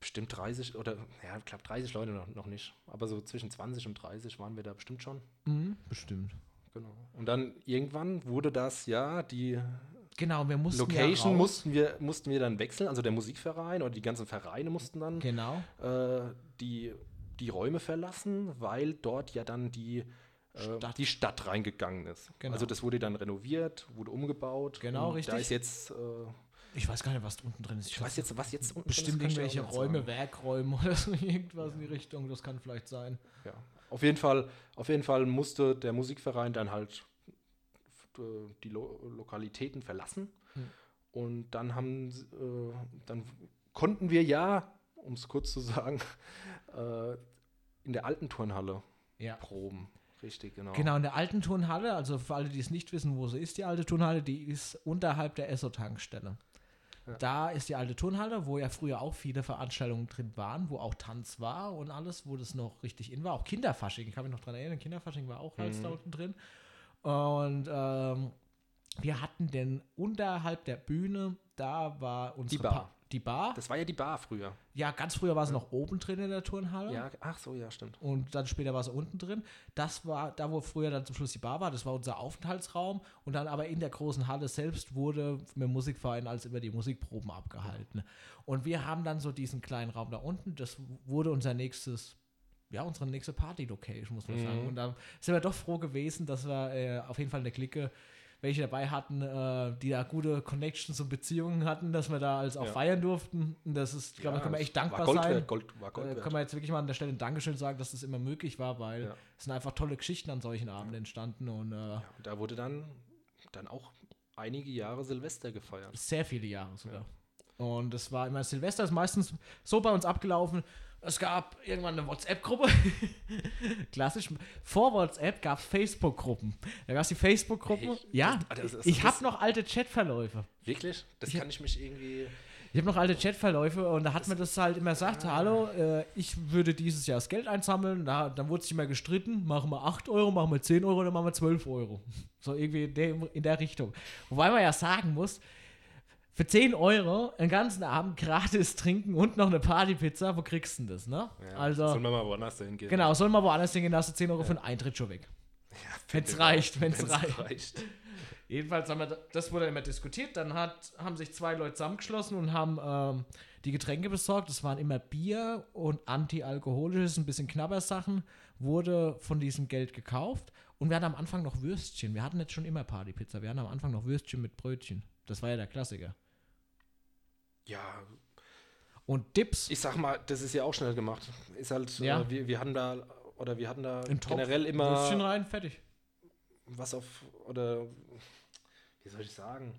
Speaker 2: bestimmt 30 oder, ja, ich glaube 30 Leute noch, noch nicht. Aber so zwischen 20 und 30 waren wir da bestimmt schon.
Speaker 1: Mhm, bestimmt.
Speaker 2: Genau. Und dann irgendwann wurde das, ja, die
Speaker 1: Genau, wir mussten ja
Speaker 2: Location
Speaker 1: raus.
Speaker 2: mussten, wir, mussten wir dann wechseln. Also der Musikverein oder die ganzen Vereine mussten dann
Speaker 1: Genau.
Speaker 2: äh, die, die Räume verlassen, weil dort ja dann die äh,
Speaker 1: Stadt.
Speaker 2: die Stadt reingegangen ist.
Speaker 1: Genau.
Speaker 2: Also das wurde dann renoviert, wurde umgebaut.
Speaker 1: Genau,
Speaker 2: und Da
Speaker 1: richtig.
Speaker 2: ist jetzt, äh,
Speaker 1: Ich weiß gar nicht, was unten drin ist.
Speaker 2: ich weiß jetzt, was jetzt unten drin ist,
Speaker 1: Bestimmt
Speaker 2: kann ich dir
Speaker 1: irgendwelche
Speaker 2: auch nicht
Speaker 1: Räume,
Speaker 2: sagen.
Speaker 1: Werkräume oder so irgendwas in die Richtung. Das kann vielleicht sein.
Speaker 2: Ja. Auf jeden Fall, auf jeden Fall musste der Musikverein dann halt äh, die Lo Lokalitäten verlassen.
Speaker 1: Hm.
Speaker 2: Und dann haben, s- äh, dann konnten wir ja, um es kurz zu sagen, äh, in der alten Turnhalle
Speaker 1: Ja.
Speaker 2: proben. Richtig, genau.
Speaker 1: Genau, in der alten Turnhalle, also für alle, die es nicht wissen, wo sie ist, die alte Turnhalle, die ist unterhalb der Esso-Tankstelle. Da ist die alte Turnhalle, wo ja früher auch viele Veranstaltungen drin waren, wo auch Tanz war und alles, wo das noch richtig in war. Auch Kinderfasching, ich kann mich noch dran erinnern, Kinderfasching war
Speaker 2: Mhm.
Speaker 1: auch halt da unten drin. Und ähm, wir hatten denn unterhalb der Bühne, da war unsere
Speaker 2: Bar.
Speaker 1: Pa- die Bar.
Speaker 2: Das war ja die Bar früher.
Speaker 1: ja, ganz früher war es noch oben drin in der Turnhalle.
Speaker 2: Ja, ach so, ja, stimmt.
Speaker 1: Und dann später war es unten drin. Das war da, wo früher dann zum Schluss die Bar war. Das war unser Aufenthaltsraum. Und dann aber in der großen Halle selbst wurde mit dem Musikverein als immer die Musikproben abgehalten. Und wir haben dann so diesen kleinen Raum da unten. Das wurde unser nächstes, ja, unsere nächste Party-Location, muss man
Speaker 2: Mhm.
Speaker 1: sagen. Und da sind wir doch froh gewesen, dass wir äh, auf jeden Fall eine Clique welche dabei hatten, äh, die da gute Connections und Beziehungen hatten, dass wir da als auch
Speaker 2: Ja.
Speaker 1: feiern durften. Und das ist, glaube ich,
Speaker 2: Ja,
Speaker 1: kann man
Speaker 2: es
Speaker 1: echt dankbar
Speaker 2: war Gold
Speaker 1: sein.
Speaker 2: Wert, Gold, war Gold
Speaker 1: Äh,
Speaker 2: wert.
Speaker 1: können wir jetzt wirklich mal an der Stelle ein Dankeschön sagen, dass das immer möglich war, weil
Speaker 2: Ja.
Speaker 1: es sind einfach tolle Geschichten an solchen Abenden entstanden und äh,
Speaker 2: Und Da wurde dann, dann auch einige Jahre Silvester gefeiert.
Speaker 1: sehr viele Jahre sogar. Und es war immer, Silvester ist meistens so bei uns abgelaufen, es gab irgendwann eine WhatsApp-Gruppe. Klassisch. Vor WhatsApp gab es Facebook-Gruppen. Da gab es die Facebook-Gruppe.
Speaker 2: Echt?
Speaker 1: Ja,
Speaker 2: Das- das- das-
Speaker 1: ich
Speaker 2: das-
Speaker 1: habe noch alte Chatverläufe.
Speaker 2: Wirklich? Das kann ich mich irgendwie.
Speaker 1: Ich habe noch alte Chatverläufe und da hat mir das halt immer gesagt, hallo, äh, ich würde dieses Jahr das Geld einsammeln. Da, dann wurde sich immer gestritten, machen wir 8 Euro, machen wir 10 Euro oder machen wir 12 Euro. So irgendwie in der, in der Richtung. Wobei man ja sagen muss, für 10 Euro einen ganzen Abend gratis trinken und noch eine Partypizza, wo kriegst du denn das, ne?
Speaker 2: Ja,
Speaker 1: also,
Speaker 2: Sollen wir mal woanders hingehen?
Speaker 1: genau, soll mal woanders hingehen, da hast du 10 Euro für einen Eintritt schon weg. Wenn's reicht, wenn's
Speaker 2: Wenn's
Speaker 1: reicht. Jedenfalls haben wir, da- das wurde immer diskutiert. Dann hat, haben sich zwei Leute zusammengeschlossen und haben ähm, die Getränke besorgt. Das waren immer Bier und antialkoholisches, ein bisschen Knabbersachen, wurde von diesem Geld gekauft. Und wir hatten am Anfang noch Würstchen. Wir hatten jetzt schon immer Partypizza. Wir hatten am Anfang noch Würstchen mit Brötchen. Das war ja der Klassiker.
Speaker 2: Ja,
Speaker 1: Und Dips.
Speaker 2: ich sag mal, das ist ja auch schnell gemacht. Ist halt,
Speaker 1: Ja.
Speaker 2: äh, wir, wir hatten da, oder wir hatten da
Speaker 1: im Topf,
Speaker 2: generell
Speaker 1: Würstchen
Speaker 2: immer
Speaker 1: rein, fertig.
Speaker 2: was auf, oder wie soll ich sagen?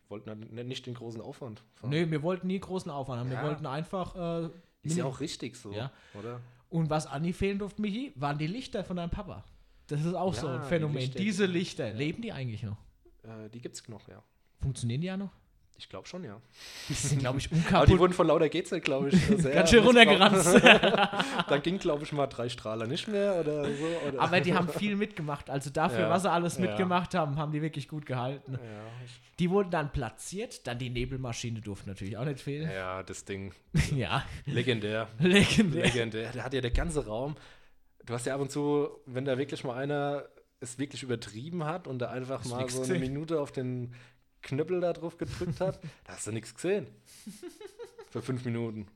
Speaker 2: Wir wollten halt nicht den großen Aufwand fahren.
Speaker 1: Nee, wir wollten nie großen Aufwand haben.
Speaker 2: Ja.
Speaker 1: Wir wollten einfach äh,
Speaker 2: Ist ja auch richtig so,
Speaker 1: Ja.
Speaker 2: oder?
Speaker 1: Und was Anni fehlen durfte, Michi, waren die Lichter von deinem Papa. Das ist auch so
Speaker 2: Ja,
Speaker 1: ein
Speaker 2: die
Speaker 1: Phänomen.
Speaker 2: Lichter,
Speaker 1: Diese
Speaker 2: die-
Speaker 1: Lichter, leben die eigentlich noch?
Speaker 2: Äh, die gibt's noch, ja.
Speaker 1: Funktionieren die ja noch?
Speaker 2: Ich glaube schon, ja.
Speaker 1: Die sind, glaube ich,
Speaker 2: Aber die
Speaker 1: unkaputt.
Speaker 2: wurden von lauter GZ, glaube ich. sehr
Speaker 1: Ganz schön runtergeranzt.
Speaker 2: missbraucht. Dann ging, glaube ich, mal drei Strahler nicht mehr oder so. Oder?
Speaker 1: Aber die haben viel mitgemacht. Also dafür,
Speaker 2: Ja,
Speaker 1: was sie alles
Speaker 2: ja.
Speaker 1: mitgemacht haben, haben die wirklich gut gehalten.
Speaker 2: ja, ich-
Speaker 1: Die wurden dann platziert. Dann die Nebelmaschine durfte natürlich auch nicht fehlen.
Speaker 2: ja, das Ding.
Speaker 1: Ja,
Speaker 2: Legendär.
Speaker 1: legendär.
Speaker 2: Legendär. Da hat ja der ganze Raum. Du hast ja ab und zu, wenn da wirklich mal einer es wirklich übertrieben hat und da einfach
Speaker 1: Hast
Speaker 2: mal
Speaker 1: nix
Speaker 2: so eine
Speaker 1: gesehen.
Speaker 2: Minute auf den Knüppel da drauf gedrückt hat, da hast du nichts gesehen. Für fünf Minuten.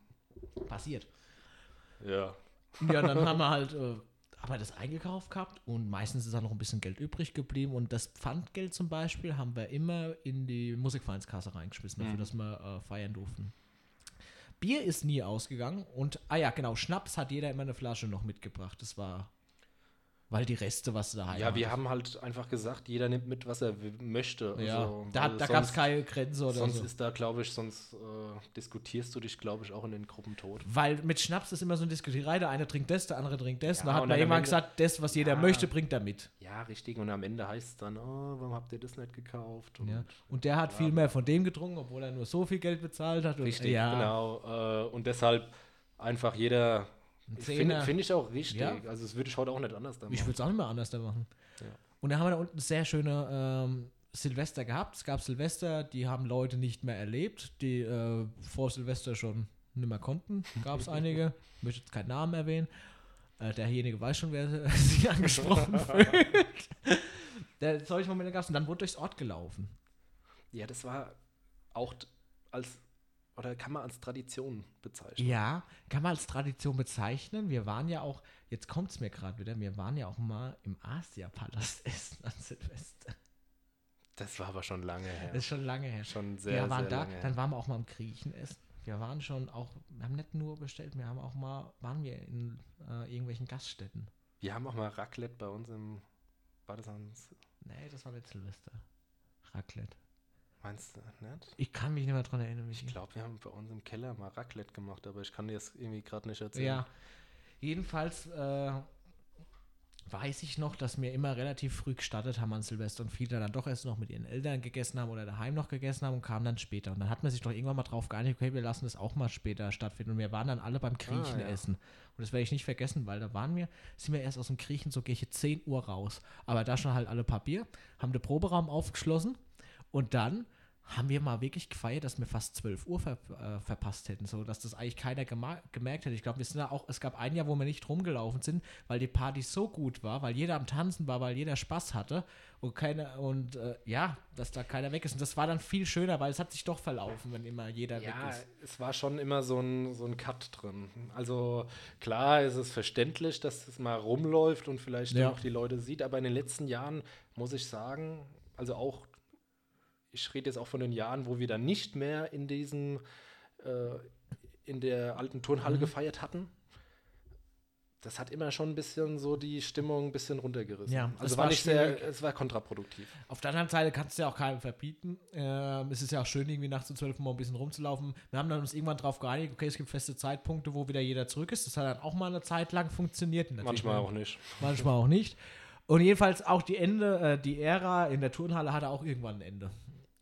Speaker 1: Passiert.
Speaker 2: Ja.
Speaker 1: Ja, dann haben wir halt äh, aber das eingekauft gehabt und meistens ist da noch ein bisschen Geld übrig geblieben. Und das Pfandgeld zum Beispiel haben wir immer in die Musikvereinskasse reingeschmissen,
Speaker 2: Mhm.
Speaker 1: dafür, dass wir äh, feiern durften. Bier ist nie ausgegangen und, ah ja, genau, Schnaps hat jeder immer eine Flasche noch mitgebracht. Das war, weil die Reste, was da
Speaker 2: Ja, wir haben halt einfach gesagt, jeder nimmt mit, was er w- möchte.
Speaker 1: Ja,
Speaker 2: Also,
Speaker 1: da
Speaker 2: weil
Speaker 1: da gab es
Speaker 2: sonst-
Speaker 1: keine Grenze oder
Speaker 2: Sonst
Speaker 1: so.
Speaker 2: ist da, glaube ich, sonst äh, diskutierst du dich, glaube ich, auch in den Gruppen tot.
Speaker 1: Weil mit Schnaps ist immer so eine Diskutierei, der eine trinkt das, der andere trinkt das.
Speaker 2: Ja,
Speaker 1: und da hat
Speaker 2: und
Speaker 1: man
Speaker 2: dann am
Speaker 1: immer
Speaker 2: Ende-
Speaker 1: gesagt, das, was jeder
Speaker 2: Ja.
Speaker 1: möchte, bringt er mit.
Speaker 2: Ja, richtig. Und am Ende heißt es dann, oh, warum habt ihr das nicht gekauft? Und
Speaker 1: Ja. Und der hat viel mehr von dem getrunken, obwohl er nur so viel Geld bezahlt hat. Und,
Speaker 2: Richtig,
Speaker 1: ja,
Speaker 2: genau. Äh, und deshalb einfach jeder. Finde
Speaker 1: Zehner.
Speaker 2: find ich auch richtig.
Speaker 1: Ja.
Speaker 2: Also, das würde ich heute auch nicht anders da
Speaker 1: Ich
Speaker 2: machen.
Speaker 1: würde es auch nicht mehr anders da machen.
Speaker 2: Ja.
Speaker 1: Und da haben wir da unten sehr schöne ähm, Silvester gehabt. Es gab Silvester, die haben Leute nicht mehr erlebt, die äh, vor Silvester schon nicht mehr konnten. Gab es einige. Ich möchte jetzt keinen Namen erwähnen. Äh, derjenige weiß schon, wer sich angesprochen fühlt. Der, solche Momente gab es. Und dann wurde durchs Ort gelaufen.
Speaker 2: Ja, das war auch t- als, oder kann man als Tradition bezeichnen.
Speaker 1: Ja, kann man als Tradition bezeichnen. Wir waren ja auch, jetzt kommt es mir gerade wieder, wir waren ja auch mal im Asia-Palast essen an Silvester.
Speaker 2: Das war aber schon lange her.
Speaker 1: Das ist schon lange her.
Speaker 2: schon sehr,
Speaker 1: wir waren
Speaker 2: sehr
Speaker 1: da,
Speaker 2: lange her.
Speaker 1: dann waren wir auch mal im Griechen essen. Wir waren schon auch, wir haben nicht nur bestellt, wir haben auch mal, waren wir in äh, irgendwelchen Gaststätten.
Speaker 2: Wir haben auch mal Raclette bei uns im. War das am. S-
Speaker 1: Nee, das war nicht Silvester. Raclette.
Speaker 2: Meinst du nicht?
Speaker 1: Ich kann mich nicht mehr dran erinnern.
Speaker 2: Ich
Speaker 1: Michi.
Speaker 2: glaube, wir haben bei uns im Keller mal Raclette gemacht, aber ich kann dir das irgendwie gerade nicht erzählen.
Speaker 1: Ja. Jedenfalls äh, weiß ich noch, dass wir immer relativ früh gestartet haben an Silvester und viele dann doch erst noch mit ihren Eltern gegessen haben oder daheim noch gegessen haben und kamen dann später. Und dann hat man sich doch irgendwann mal drauf geeinigt, okay, wir lassen das auch mal später stattfinden. Und wir waren dann alle beim Griechen
Speaker 2: Ah, ja.
Speaker 1: essen. Und das werde ich nicht vergessen, weil da waren wir, sind wir erst aus dem Griechen so Kirche 10 Uhr raus. Aber da schon halt alle Papier, haben den Proberaum aufgeschlossen und dann haben wir mal wirklich gefeiert, dass wir fast 12 Uhr ver äh, verpasst hätten, so dass das eigentlich keiner gema- gemerkt hätte. Ich glaube, wir sind da auch, es gab ein Jahr, wo wir nicht rumgelaufen sind, weil die Party so gut war, weil jeder am Tanzen war, weil jeder Spaß hatte und keiner und äh, ja, dass da keiner weg ist. Und das war dann viel schöner, weil es hat sich doch verlaufen, wenn immer jeder
Speaker 2: Ja,
Speaker 1: weg ist.
Speaker 2: es war schon immer so ein, so ein Cut drin. Also klar ist es verständlich, dass es mal rumläuft und vielleicht
Speaker 1: Ja.
Speaker 2: auch die Leute sieht, aber in den letzten Jahren muss ich sagen, also auch, ich rede jetzt auch von den Jahren, wo wir dann nicht mehr in diesem, äh, in der alten Turnhalle
Speaker 1: Mhm.
Speaker 2: gefeiert hatten. Das hat immer schon ein bisschen so die Stimmung ein bisschen runtergerissen.
Speaker 1: Ja,
Speaker 2: also
Speaker 1: es
Speaker 2: war
Speaker 1: war
Speaker 2: nicht sehr,
Speaker 1: schwierig.
Speaker 2: es war kontraproduktiv.
Speaker 1: Auf der anderen Seite kannst du ja auch keinem verbieten. Ähm, es ist ja auch schön, irgendwie nachts um 12 Uhr mal ein bisschen rumzulaufen. Wir haben dann uns irgendwann drauf geeinigt, okay, es gibt feste Zeitpunkte, wo wieder jeder zurück ist. Das hat dann auch mal eine Zeit lang funktioniert. Natürlich
Speaker 2: Manchmal auch nicht.
Speaker 1: Manchmal auch nicht. Und jedenfalls auch die Ende, äh, die Ära in der Turnhalle hatte auch irgendwann ein Ende.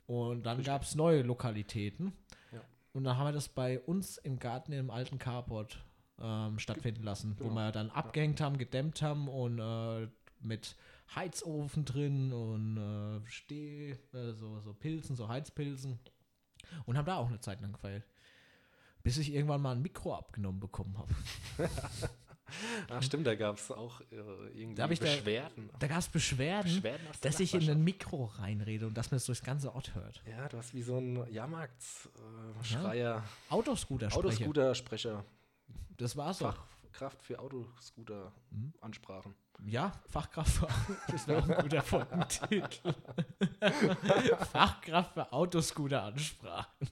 Speaker 1: Und dann gab es neue Lokalitäten.
Speaker 2: Ja.
Speaker 1: Und dann haben wir das bei uns im Garten im alten Carport ähm, stattfinden lassen, wo wir dann abgehängt haben, gedämmt haben und äh, mit Heizofen drin und äh, Steh, äh, so, so Pilzen, so Heizpilzen. Und haben da auch eine Zeit lang gefeiert. Bis ich irgendwann mal ein Mikro abgenommen bekommen habe.
Speaker 2: Ach stimmt, da gab es auch äh, irgendwie
Speaker 1: Da hab ich da-
Speaker 2: Beschwerden.
Speaker 1: Da gab es Beschwerden,
Speaker 2: Beschwerden aus der
Speaker 1: dass ich in
Speaker 2: Nachbarschaft.
Speaker 1: ein Mikro reinrede und dass man es durchs ganze Ort hört.
Speaker 2: Ja, du hast wie so ein äh, Jahrmarktsschreier,
Speaker 1: Autoscooter-Sprecher.
Speaker 2: Autoscooter-Sprecher,
Speaker 1: Das war's doch.
Speaker 2: Fachkraft für Autoscooter-Ansprachen.
Speaker 1: Ja, Fachkraft für Das wäre auch ein guter Folgentitel. Fachkraft für Autoscooter-Ansprachen.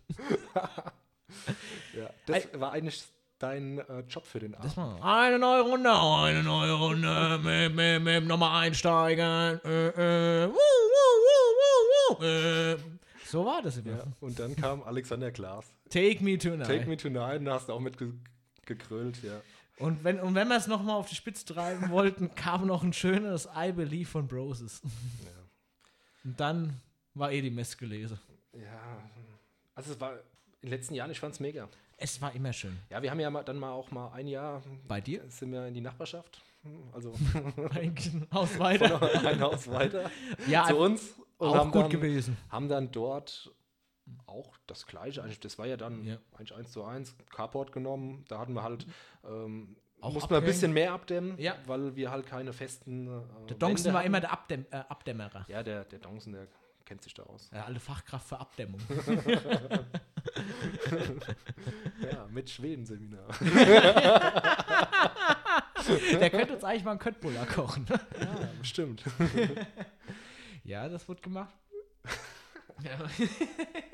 Speaker 2: Ja, das war eigentlich dein äh, Job für den Abend.
Speaker 1: Das mal. Eine neue Runde, eine neue Runde. Mim, mim, mim, nochmal einsteigen. Äh, äh. Wuh, wuh, wuh, wuh, wuh. Äh. So war das immer.
Speaker 2: ja. Und dann kam Alexander Klaas.
Speaker 1: Take me tonight.
Speaker 2: Take me tonight, und da hast du auch mitge Gegrillt, ja.
Speaker 1: Und wenn, und wenn wir es nochmal auf die Spitze treiben wollten, kam noch ein schönes I Believe von Broses. Und dann war eh die Messgelese.
Speaker 2: Ja, also es war in den letzten Jahren, ich fand's mega.
Speaker 1: Es war immer schön.
Speaker 2: Ja, wir haben ja mal, dann mal auch mal ein Jahr,
Speaker 1: Bei dir?
Speaker 2: sind wir in die Nachbarschaft, also
Speaker 1: Ein Haus weiter.
Speaker 2: ein Haus weiter
Speaker 1: Ja, also,
Speaker 2: zu uns. und
Speaker 1: auch
Speaker 2: haben
Speaker 1: gut
Speaker 2: dann,
Speaker 1: gewesen.
Speaker 2: Haben dann dort auch das Gleiche, eigentlich, das war ja dann
Speaker 1: Ja.
Speaker 2: eigentlich 1 zu 1, Carport genommen, da hatten wir halt, ähm,
Speaker 1: Auch
Speaker 2: mussten wir ein
Speaker 1: abhängen.
Speaker 2: bisschen mehr abdämmen,
Speaker 1: Ja.
Speaker 2: weil wir halt keine festen äh,
Speaker 1: Der Dongsen
Speaker 2: Wände
Speaker 1: war
Speaker 2: hatten.
Speaker 1: immer der Abdämm äh, Abdämmerer.
Speaker 2: Ja, der, der Dongsen, der kennt sich da aus.
Speaker 1: Ja. Alle Fachkraft für Abdämmung.
Speaker 2: Ja, mit Schwedenseminar.
Speaker 1: der könnte uns eigentlich mal einen Köttbullar kochen.
Speaker 2: ja, bestimmt.
Speaker 1: Ja, das wird gemacht. ja.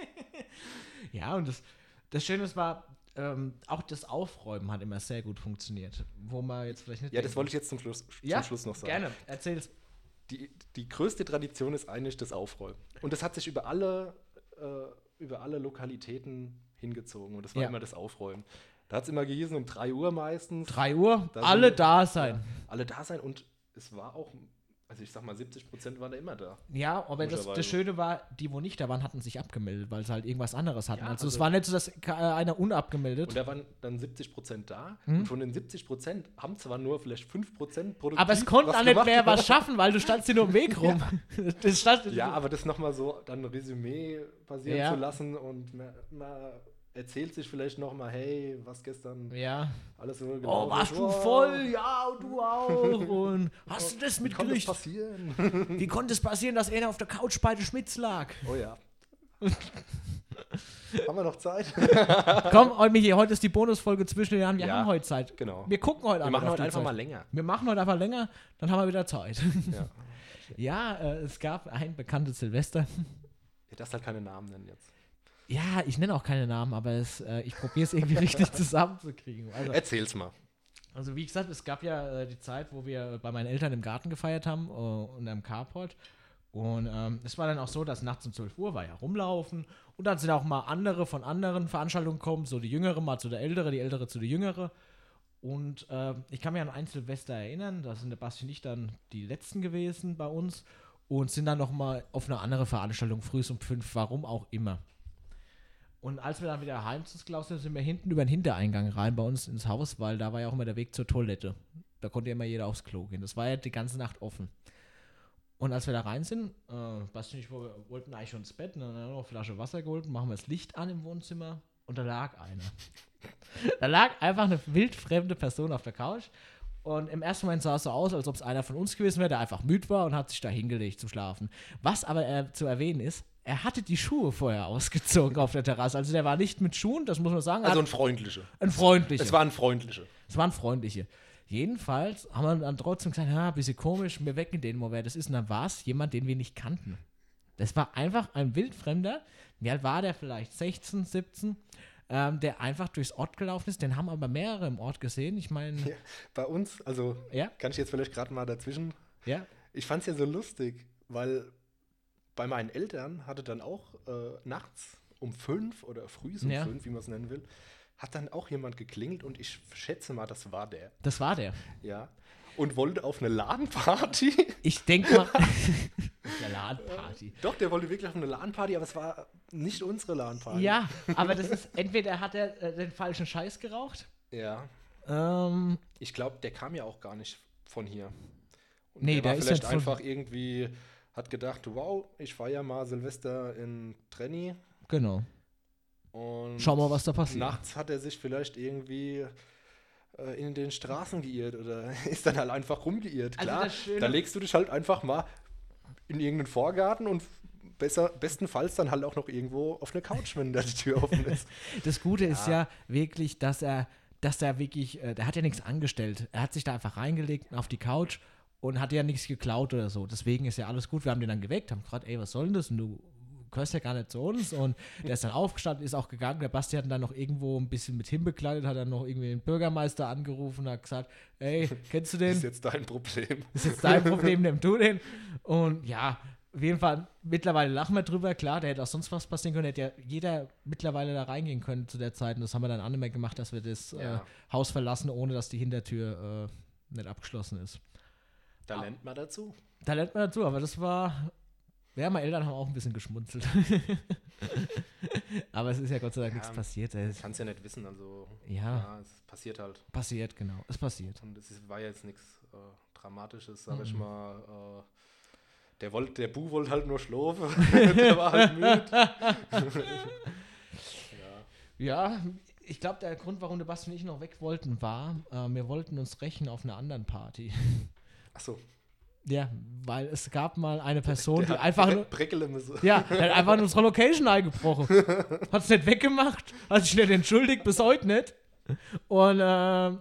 Speaker 1: ja, und das, das Schöne ist, war, ähm, auch das Aufräumen hat immer sehr gut funktioniert. Wo man jetzt vielleicht nicht.
Speaker 2: Ja, das wollte ich jetzt zum Schluss, zum Schluss noch sagen.
Speaker 1: Gerne, erzähl es.
Speaker 2: Die, die größte Tradition ist eigentlich das Aufräumen. Und das hat sich über alle, äh, über alle Lokalitäten hingezogen. Und das war
Speaker 1: Ja.
Speaker 2: immer das Aufräumen. Da hat es immer gehießen, um 3 Uhr meistens.
Speaker 1: 3 Uhr,
Speaker 2: Da sind-
Speaker 1: alle da sein.
Speaker 2: Alle da sein. Und es war auch, also ich sag mal, 70 Prozent waren da immer da.
Speaker 1: Ja, aber das,
Speaker 2: Komischerweise.
Speaker 1: das Schöne war, die, wo nicht da waren, hatten sich abgemeldet, weil sie halt irgendwas anderes hatten.
Speaker 2: Ja,
Speaker 1: also, es
Speaker 2: also-
Speaker 1: war nicht so, dass ke- äh, einer unabgemeldet.
Speaker 2: Und da waren dann 70 Prozent da.
Speaker 1: Hm?
Speaker 2: Und von den 70 Prozent haben zwar nur vielleicht 5 Prozent produktiv
Speaker 1: aber es konnten
Speaker 2: was
Speaker 1: auch nicht
Speaker 2: gemacht,
Speaker 1: mehr
Speaker 2: aber-
Speaker 1: was schaffen, weil du standst dir nur im Weg rum. Das stand,
Speaker 2: Ja, aber das nochmal so dann ein Resümee passieren
Speaker 1: Ja.
Speaker 2: zu lassen und man, man erzählt sich vielleicht nochmal, hey, was gestern
Speaker 1: ja.
Speaker 2: alles so genau
Speaker 1: Oh,
Speaker 2: gelaufen
Speaker 1: warst
Speaker 2: ist.
Speaker 1: du
Speaker 2: Wow,
Speaker 1: voll? Ja, und du auch. Und hast du das
Speaker 2: Wie konnte das
Speaker 1: mitgekriegt?
Speaker 2: passieren?
Speaker 1: Wie konnte es passieren, dass er auf der Couch bei den Schmitz lag?
Speaker 2: Oh ja. Haben wir noch Zeit?
Speaker 1: Komm, Olmi, hier, heute ist die Bonusfolge zwischen den Jahren. Wir
Speaker 2: Ja,
Speaker 1: haben heute Zeit.
Speaker 2: genau.
Speaker 1: Wir gucken heute
Speaker 2: Wir machen
Speaker 1: auf
Speaker 2: heute
Speaker 1: die
Speaker 2: einfach
Speaker 1: Zeit.
Speaker 2: mal länger.
Speaker 1: Wir machen heute einfach länger, dann haben wir wieder Zeit.
Speaker 2: Ja.
Speaker 1: Ja, äh, es gab ein bekanntes Silvester.
Speaker 2: Ihr darfst halt keine Namen nennen jetzt.
Speaker 1: Ja, ich nenne auch keine Namen, aber es, äh, ich probiere es irgendwie richtig zusammenzukriegen. Also,
Speaker 2: Erzähl's mal.
Speaker 1: Also wie gesagt, es gab ja äh, die Zeit, wo wir bei meinen Eltern im Garten gefeiert haben äh, und am Carport. Und ähm, es war dann auch so, dass nachts um 12 Uhr war ja rumlaufen. Und dann sind auch mal andere von anderen Veranstaltungen gekommen, so die Jüngere mal zu der Ältere, die Ältere zu der Jüngere. Und äh, ich kann mich an ein Silvester erinnern, da sind der Basti und ich dann die Letzten gewesen bei uns und sind dann nochmal auf eine andere Veranstaltung, früh um 5, warum auch immer. Und als wir dann wieder heim zu Klaus sind, sind wir hinten über den Hintereingang rein bei uns ins Haus, weil da war ja auch immer der Weg zur Toilette. Da konnte ja immer jeder aufs Klo gehen. Das war ja die ganze Nacht offen. Und als wir da rein sind, äh, Basti und ich wo- wollten eigentlich schon ins Bett, ne, dann haben wir noch eine Flasche Wasser geholt, machen wir das Licht an im Wohnzimmer und da lag einer. da lag einfach eine wildfremde Person auf der Couch und im ersten Moment sah es so aus, als ob es einer von uns gewesen wäre, der einfach müde war und hat sich da hingelegt zum Schlafen. Was aber äh, zu erwähnen ist, er hatte die Schuhe vorher ausgezogen auf der Terrasse. Also der war nicht mit Schuhen, das muss man sagen. Er
Speaker 2: Also
Speaker 1: hat
Speaker 2: ein freundlicher.
Speaker 1: ein freundlicher.
Speaker 2: Es war ein freundlicher.
Speaker 1: Es waren freundliche. Jedenfalls haben wir dann trotzdem gesagt, ja, ein bisschen komisch, wir wecken den mal, wer das ist. Und dann war es jemand, den wir nicht kannten. Das war einfach ein Wildfremder. Wie alt war der vielleicht? 16, 17? Ähm, der einfach durchs Ort gelaufen ist. Den haben aber mehrere im Ort gesehen. Ich meine, ja.
Speaker 2: Ja, bei uns, also
Speaker 1: Ja?
Speaker 2: kann ich jetzt vielleicht gerade mal dazwischen
Speaker 1: ja.
Speaker 2: Ich fand's ja so lustig, weil bei meinen Eltern hatte dann auch äh, nachts um fünf oder früh um
Speaker 1: Ja.
Speaker 2: fünf, wie man es nennen will, hat dann auch jemand geklingelt und ich schätze mal, das war der,
Speaker 1: Das war der.
Speaker 2: ja. Und wollte auf eine LAN-Party.
Speaker 1: Ich denke mal. der Ladenparty.
Speaker 2: Doch, der wollte wirklich auf eine LAN-Party, aber es war nicht unsere LAN-Party.
Speaker 1: Ja, aber das ist, entweder hat er äh, den falschen Scheiß geraucht.
Speaker 2: Ja.
Speaker 1: Ähm,
Speaker 2: Ich glaube, der kam ja auch gar nicht von hier. Und
Speaker 1: Nee,
Speaker 2: der, war
Speaker 1: der ist
Speaker 2: vielleicht
Speaker 1: jetzt von-
Speaker 2: einfach irgendwie, hat gedacht, wow, ich feiere mal Silvester in Trenny.
Speaker 1: genau.
Speaker 2: Und
Speaker 1: Schau mal, was da passiert.
Speaker 2: Nachts hat er sich vielleicht irgendwie äh, in den Straßen geirrt oder ist dann halt einfach rumgeirrt.
Speaker 1: Also
Speaker 2: Klar,
Speaker 1: das Schöne-
Speaker 2: da legst du dich halt einfach mal in irgendeinen Vorgarten und besser, bestenfalls dann halt auch noch irgendwo auf eine Couch, wenn da die Tür offen ist.
Speaker 1: Das Gute ist ja wirklich, dass er, dass er wirklich, äh, der hat ja nichts angestellt. Er hat sich da einfach reingelegt auf die Couch und hat ja nichts geklaut oder so. Deswegen ist ja alles gut. Wir haben den dann geweckt, haben gefragt, ey, was soll denn das? Und du gehörst ja gar nicht zu uns. Und der ist dann aufgestanden, ist auch gegangen. Der Basti hat ihn dann noch irgendwo ein bisschen mit hinbegleitet, hat dann noch irgendwie den Bürgermeister angerufen und hat gesagt, ey, kennst du den?
Speaker 2: Das ist jetzt dein Problem.
Speaker 1: ist jetzt dein Problem, nimm du den. Und ja, Auf jeden Fall, mittlerweile lachen wir drüber. Klar, da hätte auch sonst was passieren können. Hätte ja jeder mittlerweile da reingehen können zu der Zeit. Und das haben wir dann auch nicht mehr gemacht, dass wir das äh,
Speaker 2: Ja.
Speaker 1: Haus verlassen, ohne dass die Hintertür äh, nicht abgeschlossen ist.
Speaker 2: Da lernt man dazu.
Speaker 1: Da lernt man dazu, aber das war. Ja, meine Eltern haben auch ein bisschen geschmunzelt. aber es ist ja Gott sei Dank
Speaker 2: Ja.
Speaker 1: nichts passiert. Es-
Speaker 2: Kannst ja nicht wissen, also
Speaker 1: Ja.
Speaker 2: es passiert halt.
Speaker 1: Passiert, genau. Es passiert.
Speaker 2: Und es ist- war ja jetzt nichts äh, Dramatisches, sag
Speaker 1: Mhm.
Speaker 2: ich mal. Äh, der, wollt, der Bu wollte halt nur schlafen. der war halt müde. ja.
Speaker 1: Ja, ich glaube, der Grund, warum der Basti und ich noch weg wollten, war, äh, wir wollten uns rächen auf einer anderen Party.
Speaker 2: Achso,
Speaker 1: ja, weil es gab mal eine Person,
Speaker 2: der
Speaker 1: die
Speaker 2: hat
Speaker 1: einfach
Speaker 2: Bre-
Speaker 1: nur.
Speaker 2: Breckele müssen.
Speaker 1: Ja, der hat einfach in unsere Location eingebrochen. Hat es nicht weggemacht, hat sich nicht entschuldigt, bis heute nicht. Und, ähm,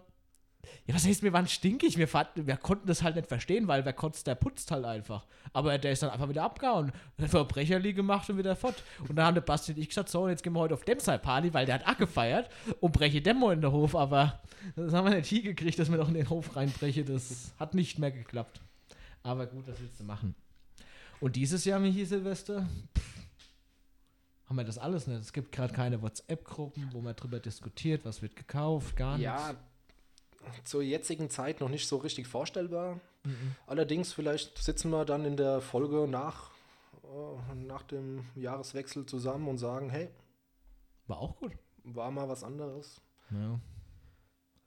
Speaker 1: ja, was heißt, wir waren stinkig, wir, fanden, wir konnten das halt nicht verstehen, weil wer kotzt, der putzt halt einfach. Aber der ist dann einfach wieder abgehauen, hat Verbrecherli gemacht und wieder fort. Und dann haben der Basti und ich gesagt, so, und jetzt gehen wir heute auf Dämsal-Party, weil der hat auch gefeiert und breche Dämmer in den Hof, aber das haben wir nicht hingekriegt, dass wir noch in den Hof reinbreche, das hat nicht mehr geklappt. Aber gut, das willst du machen. Und dieses Jahr, Michi Silvester, haben wir das alles nicht. Es gibt gerade keine WhatsApp-Gruppen, wo man drüber diskutiert, was wird gekauft, gar nichts.
Speaker 2: Ja, zur jetzigen Zeit noch nicht so richtig vorstellbar.
Speaker 1: Mhm.
Speaker 2: Allerdings, vielleicht sitzen wir dann in der Folge nach, äh, nach dem Jahreswechsel zusammen und sagen, hey,
Speaker 1: War auch gut.
Speaker 2: war mal was anderes.
Speaker 1: Ja.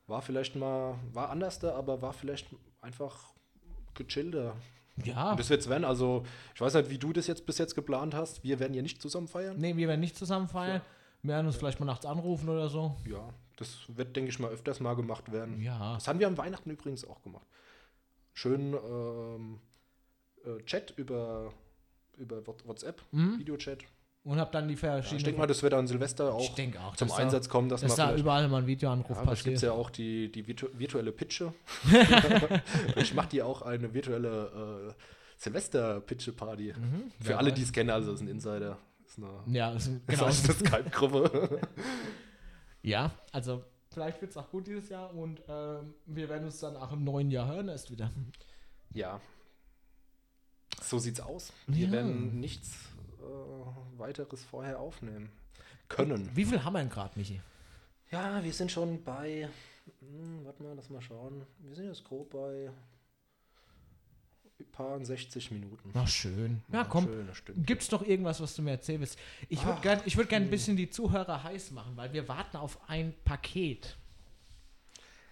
Speaker 2: War vielleicht mal, war anders da, aber war vielleicht einfach gechillter.
Speaker 1: ja.
Speaker 2: Und das wird Sven, also ich weiß nicht, wie du das jetzt bis jetzt geplant hast. Wir werden hier nicht zusammen feiern.
Speaker 1: Nee, wir werden nicht zusammen feiern. Wir werden uns vielleicht mal nachts anrufen oder so.
Speaker 2: Ja, das wird, denke ich mal, öfters mal gemacht werden.
Speaker 1: Ja.
Speaker 2: Das haben wir am Weihnachten übrigens auch gemacht. Schön ähm, äh, Chat über, über What- WhatsApp,
Speaker 1: Mhm.
Speaker 2: Videochat.
Speaker 1: Und hab dann die
Speaker 2: Ja, ich
Speaker 1: verschiedenen.
Speaker 2: denke mal, das wird an Silvester
Speaker 1: Ich
Speaker 2: auch
Speaker 1: denk auch,
Speaker 2: zum
Speaker 1: dass da-
Speaker 2: Einsatz kommen, dass,
Speaker 1: dass
Speaker 2: man
Speaker 1: da
Speaker 2: vielleicht-
Speaker 1: überall mal ein Videoanruf
Speaker 2: Ja, aber es gibt
Speaker 1: passiert.
Speaker 2: ja auch die, die virtu virtuelle Pitche. ich mache dir auch eine virtuelle äh, Silvester-Pitche-Party. Für
Speaker 1: Mhm. wer
Speaker 2: alle,
Speaker 1: weiß.
Speaker 2: die es kennen, also ist ein Insider. Ist eine,
Speaker 1: Ja, es sind-
Speaker 2: genau.
Speaker 1: genau.
Speaker 2: ist eine Skype-Gruppe.
Speaker 1: ja, also vielleicht wird es auch gut dieses Jahr und ähm, wir werden uns dann auch im neuen Jahr hören erst wieder.
Speaker 2: ja. So sieht's aus. Wir
Speaker 1: Ja.
Speaker 2: werden nichts äh, weiteres vorher aufnehmen können.
Speaker 1: Wie viel haben wir denn gerade, Michi?
Speaker 2: Ja, wir sind schon bei. Hm, warte mal, lass mal schauen. Wir sind jetzt grob bei ein paar 60 Minuten.
Speaker 1: Na schön. Ja, komm.
Speaker 2: Schöne Stunde.
Speaker 1: Gibt's noch irgendwas, was du mir erzählen willst? Ich würde
Speaker 2: Ach,
Speaker 1: gern, ich würd gern ein bisschen die Zuhörer heiß machen, weil wir warten auf ein Paket.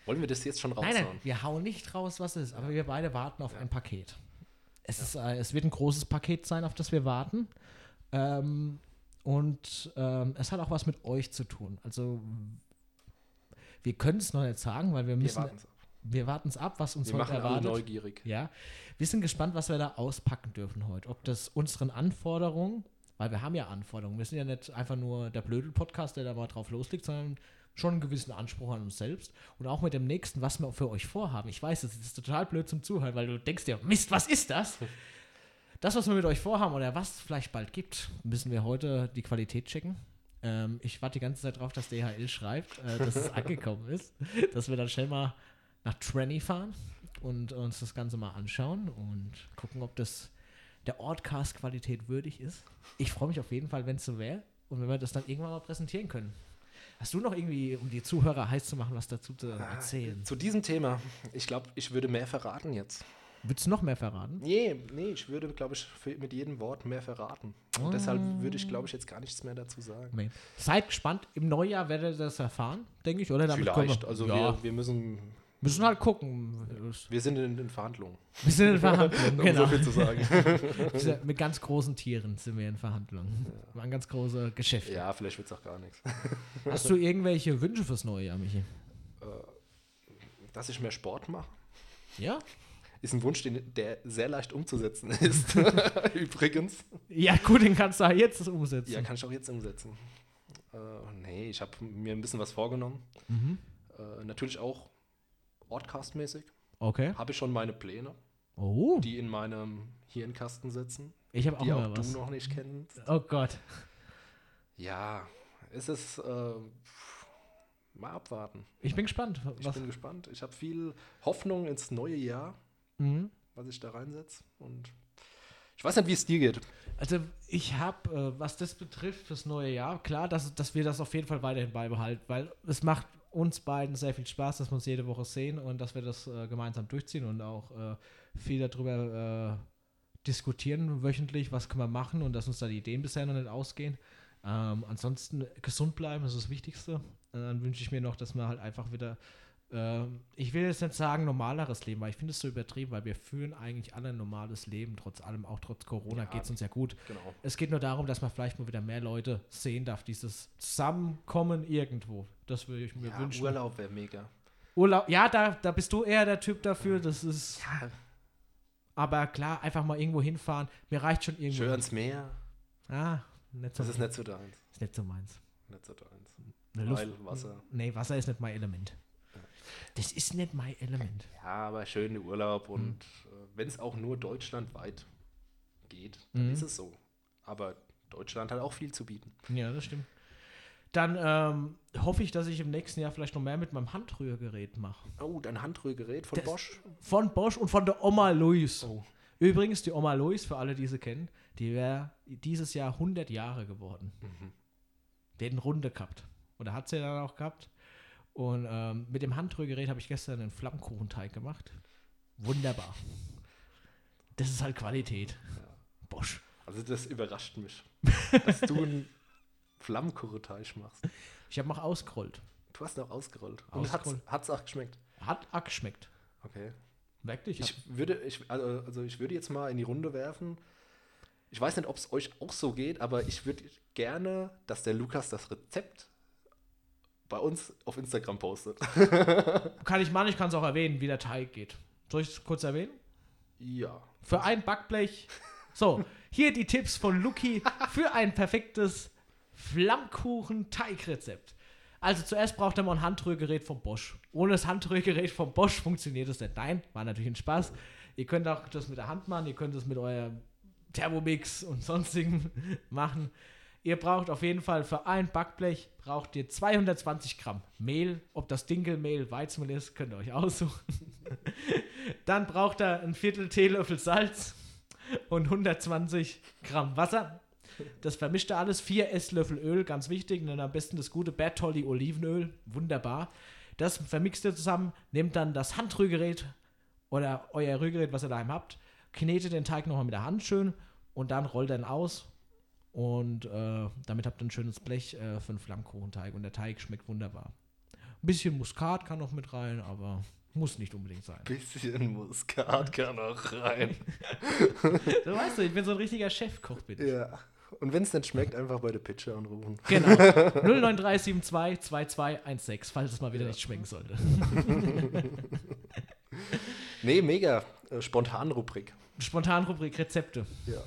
Speaker 2: Wollen wir das jetzt schon raushauen?
Speaker 1: Nein, nein, wir hauen nicht raus, was es ist, aber wir beide warten auf ein Paket. Es, ist, äh, es wird ein großes Paket sein, auf das wir warten. Ähm, und ähm, es hat auch was mit euch zu tun. Also wir können es noch nicht sagen, weil wir
Speaker 2: Wir
Speaker 1: müssen,
Speaker 2: warten ab.
Speaker 1: wir warten es ab, was uns
Speaker 2: Wir
Speaker 1: heute
Speaker 2: machen alle
Speaker 1: erwartet.
Speaker 2: neugierig.
Speaker 1: Ja, wir sind gespannt, was wir da auspacken dürfen heute. Ob das unseren Anforderungen, weil wir haben ja Anforderungen, wir sind ja nicht einfach nur der Blödel-Podcast, der da mal drauf losliegt, sondern schon einen gewissen Anspruch an uns selbst und auch mit dem nächsten, was wir für euch vorhaben. Ich weiß, das ist total blöd zum Zuhören, weil du denkst dir, Mist, was ist das? Das, was wir mit euch vorhaben oder was es vielleicht bald gibt, müssen wir heute die Qualität checken. Ähm, ich warte die ganze Zeit drauf, dass DHL schreibt, äh, dass es angekommen ist, dass wir dann schnell mal nach Trenny fahren und uns das Ganze mal anschauen und gucken, ob das der Ortcast-Qualität würdig ist. Ich freue mich auf jeden Fall, wenn es so wäre und wenn wir das dann irgendwann mal präsentieren können. Hast du noch irgendwie, um die Zuhörer heiß zu machen, was dazu zu
Speaker 2: Ah,
Speaker 1: erzählen?
Speaker 2: Zu diesem Thema, ich glaube, ich würde mehr verraten jetzt.
Speaker 1: Würdest du noch mehr verraten?
Speaker 2: Nee, nee, ich würde, glaube ich, für- mit jedem Wort mehr verraten. Und
Speaker 1: Ah.
Speaker 2: deshalb würde ich, glaube ich, jetzt gar nichts mehr dazu sagen.
Speaker 1: Nee. Seid gespannt, im Neujahr werdet ihr das erfahren, denke ich, oder? Damit können
Speaker 2: Vielleicht, also
Speaker 1: ja,
Speaker 2: wir, wir müssen,
Speaker 1: müssen halt gucken.
Speaker 2: wir sind in den Verhandlungen,
Speaker 1: Wir sind in Verhandlungen,
Speaker 2: um so
Speaker 1: genau.
Speaker 2: viel zu sagen.
Speaker 1: Diese- Mit ganz großen Tieren sind wir in Verhandlungen. Wir Waren ganz große Geschäfte.
Speaker 2: ja, vielleicht wird es auch gar nichts.
Speaker 1: Hast du irgendwelche Wünsche fürs neue Jahr, Michi?
Speaker 2: Dass ich mehr Sport mache,
Speaker 1: Ja?
Speaker 2: ist ein Wunsch, den, der sehr leicht umzusetzen ist. Übrigens.
Speaker 1: Ja, gut, den kannst du auch jetzt umsetzen.
Speaker 2: Ja, kann ich auch jetzt umsetzen. Äh, nee, ich habe mir ein bisschen was vorgenommen.
Speaker 1: Mhm.
Speaker 2: Äh, natürlich auch Ortcast-mäßig.
Speaker 1: okay.
Speaker 2: Habe ich schon meine Pläne,
Speaker 1: Oh,
Speaker 2: die in meinem Hirnkasten sitzen,
Speaker 1: ich habe auch
Speaker 2: die auch,
Speaker 1: mal
Speaker 2: du
Speaker 1: was.
Speaker 2: noch nicht kennst.
Speaker 1: Oh Gott.
Speaker 2: Ja, es ist. Äh, mal abwarten.
Speaker 1: Ich bin gespannt.
Speaker 2: Ich
Speaker 1: Was,
Speaker 2: bin gespannt. Ich habe viel Hoffnung ins neue Jahr,
Speaker 1: Mhm.
Speaker 2: was ich da reinsetze. Und Ich weiß nicht, wie es dir geht.
Speaker 1: Also ich habe, äh, was das betrifft, fürs neue Jahr, klar, dass, dass wir das auf jeden Fall weiterhin beibehalten, weil es macht uns beiden sehr viel Spaß, dass wir uns jede Woche sehen und dass wir das äh, gemeinsam durchziehen und auch äh, viel darüber äh, diskutieren wöchentlich, was können wir machen und dass uns da die Ideen bisher noch nicht ausgehen. Ähm, ansonsten gesund bleiben, das ist das Wichtigste. Und dann wünsche ich mir noch, dass wir halt einfach wieder, ähm, ich will jetzt nicht sagen normaleres Leben, weil ich finde es so übertrieben, weil wir führen eigentlich alle ein normales Leben, trotz allem, auch trotz Corona
Speaker 2: Ja.
Speaker 1: geht es uns ja gut.
Speaker 2: Genau.
Speaker 1: Es geht nur darum, dass man vielleicht mal wieder mehr Leute sehen darf, dieses Zusammenkommen irgendwo. Das würde ich mir
Speaker 2: Ja,
Speaker 1: wünschen.
Speaker 2: Urlaub wäre mega.
Speaker 1: Urlaub, ja, da, da bist du eher der Typ dafür. Das ist. Aber klar, einfach mal irgendwo hinfahren. Mir reicht schon irgendwo.
Speaker 2: Schön ans Meer.
Speaker 1: Ah, nicht so,
Speaker 2: Das ist nicht so deins.
Speaker 1: ist nicht so meins.
Speaker 2: Nicht so deins.
Speaker 1: Eine
Speaker 2: Weil Wasser.
Speaker 1: Nee, Wasser ist nicht mein Element. Das ist nicht mein Element.
Speaker 2: Ja, aber schön der Urlaub
Speaker 1: Hm.
Speaker 2: und äh, wenn es auch nur deutschlandweit geht, dann
Speaker 1: Mhm.
Speaker 2: ist es so. Aber Deutschland hat auch viel zu bieten.
Speaker 1: Ja, das stimmt. Dann ähm, hoffe ich, dass ich im nächsten Jahr vielleicht noch mehr mit meinem Handrührgerät mache.
Speaker 2: Oh, dein Handrührgerät von
Speaker 1: Das-
Speaker 2: Bosch.
Speaker 1: Von Bosch und von der Oma Louis.
Speaker 2: Oh.
Speaker 1: Übrigens, die Oma Louis, für alle, die sie kennen, die wäre dieses Jahr 100 Jahre geworden.
Speaker 2: Mhm.
Speaker 1: Den Runde gehabt. Oder hat sie dann auch gehabt. Und ähm, mit dem Handrührgerät habe ich gestern einen Flammkuchenteig gemacht. Wunderbar. Das ist halt Qualität. Bosch.
Speaker 2: Also das überrascht mich, dass du einen Flammkuchenteig machst.
Speaker 1: Ich habe noch ausgerollt.
Speaker 2: Du hast noch ausgerollt.
Speaker 1: Ausgerollt.
Speaker 2: Und hat's, hat's auch geschmeckt.
Speaker 1: Hat auch geschmeckt.
Speaker 2: Okay.
Speaker 1: Wirklich. hat-
Speaker 2: Ich würde, ich, also also ich würde jetzt mal in die Runde werfen. Ich weiß nicht, ob es euch auch so geht, aber ich würde gerne, dass der Lukas das Rezept bei uns auf Instagram postet.
Speaker 1: Kann ich machen, ich kann es auch erwähnen, wie der Teig geht. Soll ich es kurz erwähnen?
Speaker 2: Ja.
Speaker 1: Für ein Backblech. So, hier die Tipps von Luki für ein perfektes Flammkuchen-Teigrezept. Also zuerst braucht er mal ein Handrührgerät vom Bosch. Ohne das Handrührgerät vom Bosch funktioniert es nicht. Nein, war natürlich ein Spaß. Ihr könnt auch das mit der Hand machen, ihr könnt es mit eurem Thermomix und sonstigem machen. Ihr braucht auf jeden Fall für ein Backblech braucht ihr 220 Gramm Mehl. Ob das Dinkelmehl, Weizenmehl ist, könnt ihr euch aussuchen. Dann braucht er ein Viertel Teelöffel Salz und 120 Gramm Wasser. Das vermischt er alles. Vier Esslöffel Öl, ganz wichtig. Und dann am besten das gute Bertolli Olivenöl. Wunderbar. Das vermixt ihr zusammen. Nehmt dann das Handrührgerät oder euer Rührgerät, was ihr daheim habt. Knetet den Teig nochmal mit der Hand schön und dann rollt er ihn aus. Und äh, damit habt ihr ein schönes Blech äh, für einen Flammkuchenteig. Und der Teig schmeckt wunderbar. Ein bisschen Muskat kann noch mit rein, aber muss nicht unbedingt sein.
Speaker 2: Bisschen Muskat kann auch rein.
Speaker 1: Du weißt du, ich bin so ein richtiger Chefkoch, bin ich.
Speaker 2: ja. Und wenn es nicht schmeckt, einfach bei der Pitcher anrufen.
Speaker 1: Genau. 09372 2216, falls es mal wieder nicht schmecken sollte.
Speaker 2: Nee, mega. Äh, Spontan-Rubrik.
Speaker 1: Spontanrubrik Rezepte.
Speaker 2: Ja.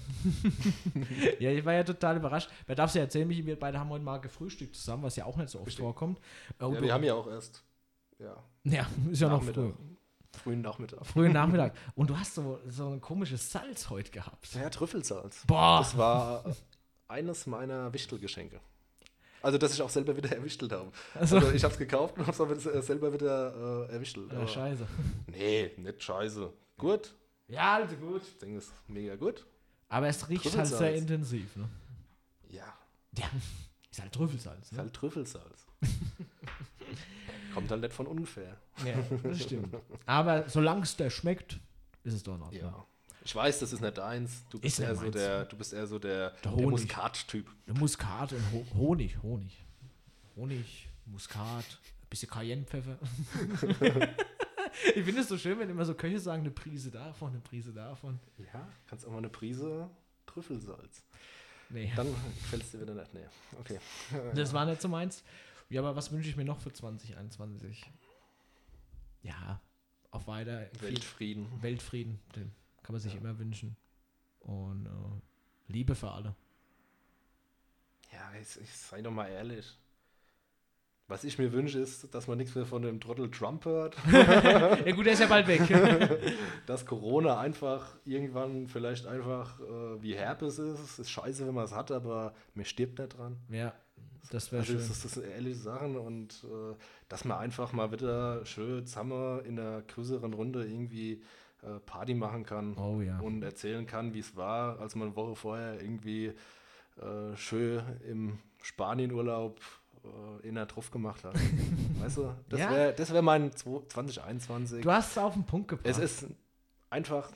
Speaker 1: Ja, ich war ja total überrascht. Wer darf es ja erzählen? Michi, Wir beide haben heute mal gefrühstückt zusammen, was ja auch nicht so oft vorkommt. Äh, und
Speaker 2: ja.
Speaker 1: du-
Speaker 2: Wir haben ja auch erst ja,
Speaker 1: ja, ist ja noch früh.
Speaker 2: Nachmittag. frühen Nachmittag.
Speaker 1: Frühen Nachmittag. Und du hast so, so ein komisches Salz heute gehabt.
Speaker 2: Ja, Trüffelsalz.
Speaker 1: Boah.
Speaker 2: Das war eines meiner Wichtelgeschenke. Also, dass ich auch selber wieder erwichtelt habe. Also, ich habe es gekauft und habe es aber se- selber wieder äh, erwichtelt.
Speaker 1: Ja,
Speaker 2: Aber-
Speaker 1: scheiße.
Speaker 2: nee, nicht scheiße. Gut.
Speaker 1: Ja, also gut.
Speaker 2: Das Ding ist mega gut.
Speaker 1: Aber es riecht halt sehr
Speaker 2: Trüffelsalz.
Speaker 1: intensiv, ne?
Speaker 2: Ja,
Speaker 1: Ja, ist halt Trüffelsalz,
Speaker 2: ist
Speaker 1: ne?
Speaker 2: halt Trüffelsalz. Kommt halt nicht von ungefähr.
Speaker 1: Ja, das stimmt. Aber solange es der schmeckt, ist es doch noch.
Speaker 2: Ja. Ich weiß, das ist nicht deins. Du bist,
Speaker 1: Ist nicht
Speaker 2: eher so,
Speaker 1: meins.
Speaker 2: der, du bist eher so der, der,
Speaker 1: Honig.
Speaker 2: Muskat-Typ.
Speaker 1: Eine Muskat und Ho Honig, Honig. Honig, Muskat, ein bisschen Cayennepfeffer. ich finde es so schön, wenn immer so Köche sagen, eine Prise davon, eine Prise davon.
Speaker 2: Ja. Kannst auch mal eine Prise Trüffelsalz.
Speaker 1: Nee,
Speaker 2: Dann gefällt es dir wieder nicht. Nee. Okay.
Speaker 1: das war nicht so meins. Ja, aber was wünsche ich mir noch für 2021? Ja, auf weiter viel
Speaker 2: Weltfrieden.
Speaker 1: Weltfrieden, den kann man sich immer wünschen. Und äh, Liebe für alle.
Speaker 2: Ja, ich, ich sei doch mal ehrlich. Was ich mir wünsche, ist, dass man nichts mehr von dem Trottel Trump hört,
Speaker 1: Ja gut, der ist ja bald weg.
Speaker 2: dass Corona einfach irgendwann vielleicht einfach äh, wie Herpes ist. Ist scheiße, wenn man es hat, aber mir stirbt nicht dran.
Speaker 1: ja, das wäre
Speaker 2: Also
Speaker 1: schön.
Speaker 2: das, das sind ehrliche Sachen und äh, dass man einfach mal wieder schön zusammen in einer größeren Runde irgendwie äh, Party machen kann
Speaker 1: Oh ja.
Speaker 2: und erzählen kann, wie es war, als man eine Woche vorher irgendwie äh, schön im Spanienurlaub äh, in der Truff gemacht hat. weißt du, das
Speaker 1: Ja.
Speaker 2: wäre das wär mein 2021.
Speaker 1: Du hast es auf den Punkt gebracht.
Speaker 2: Es ist einfach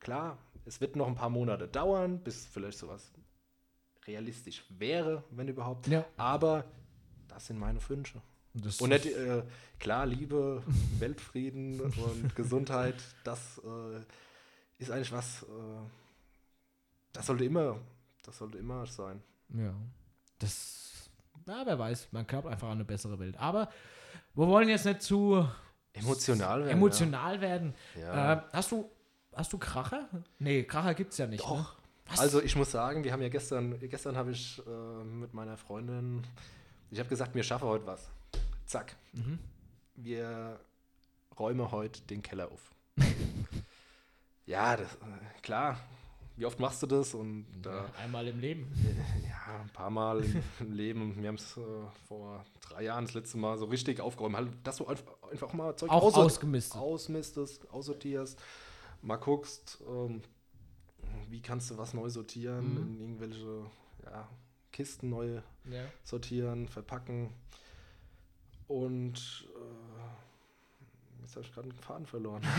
Speaker 2: klar, es wird noch ein paar Monate dauern, bis vielleicht sowas realistisch wäre, wenn überhaupt.
Speaker 1: Ja.
Speaker 2: Aber das sind meine Wünsche.
Speaker 1: das
Speaker 2: Und nicht, äh, klar, Liebe, Weltfrieden und Gesundheit, das äh, ist eigentlich was, äh, das sollte immer, das sollte immer sein.
Speaker 1: Ja. Das. Na, wer weiß, man glaubt einfach an eine bessere Welt. Aber wir wollen jetzt nicht zu
Speaker 2: Emotional werden.
Speaker 1: emotional werden.
Speaker 2: Ja.
Speaker 1: Äh, hast du. Hast du Kracher? Nee, Kracher gibt's ja nicht.
Speaker 2: Doch.
Speaker 1: Ne? Was?
Speaker 2: Ja. Also ich muss sagen, wir haben ja gestern, gestern habe ich äh, mit meiner Freundin, ich habe gesagt, mir schaffe heute was. Zack. Wir räume heute den Keller auf. ja, das, äh, klar. Wie oft machst du das? Und da
Speaker 1: Ja, einmal im Leben.
Speaker 2: Ja, ein paar Mal im, im Leben. Und Wir haben es äh, vor drei Jahren das letzte Mal so richtig aufgeräumt. Halt, dass du einfach, einfach mal Zeug
Speaker 1: Auch
Speaker 2: aussort-
Speaker 1: ausgemistet.
Speaker 2: ausmistest, aussortierst, mal guckst, ähm, wie kannst du was neu sortieren,
Speaker 1: Mhm.
Speaker 2: in irgendwelche ja, Kisten neu
Speaker 1: Ja.
Speaker 2: sortieren, verpacken. Und äh, jetzt habe ich gerade einen Faden verloren.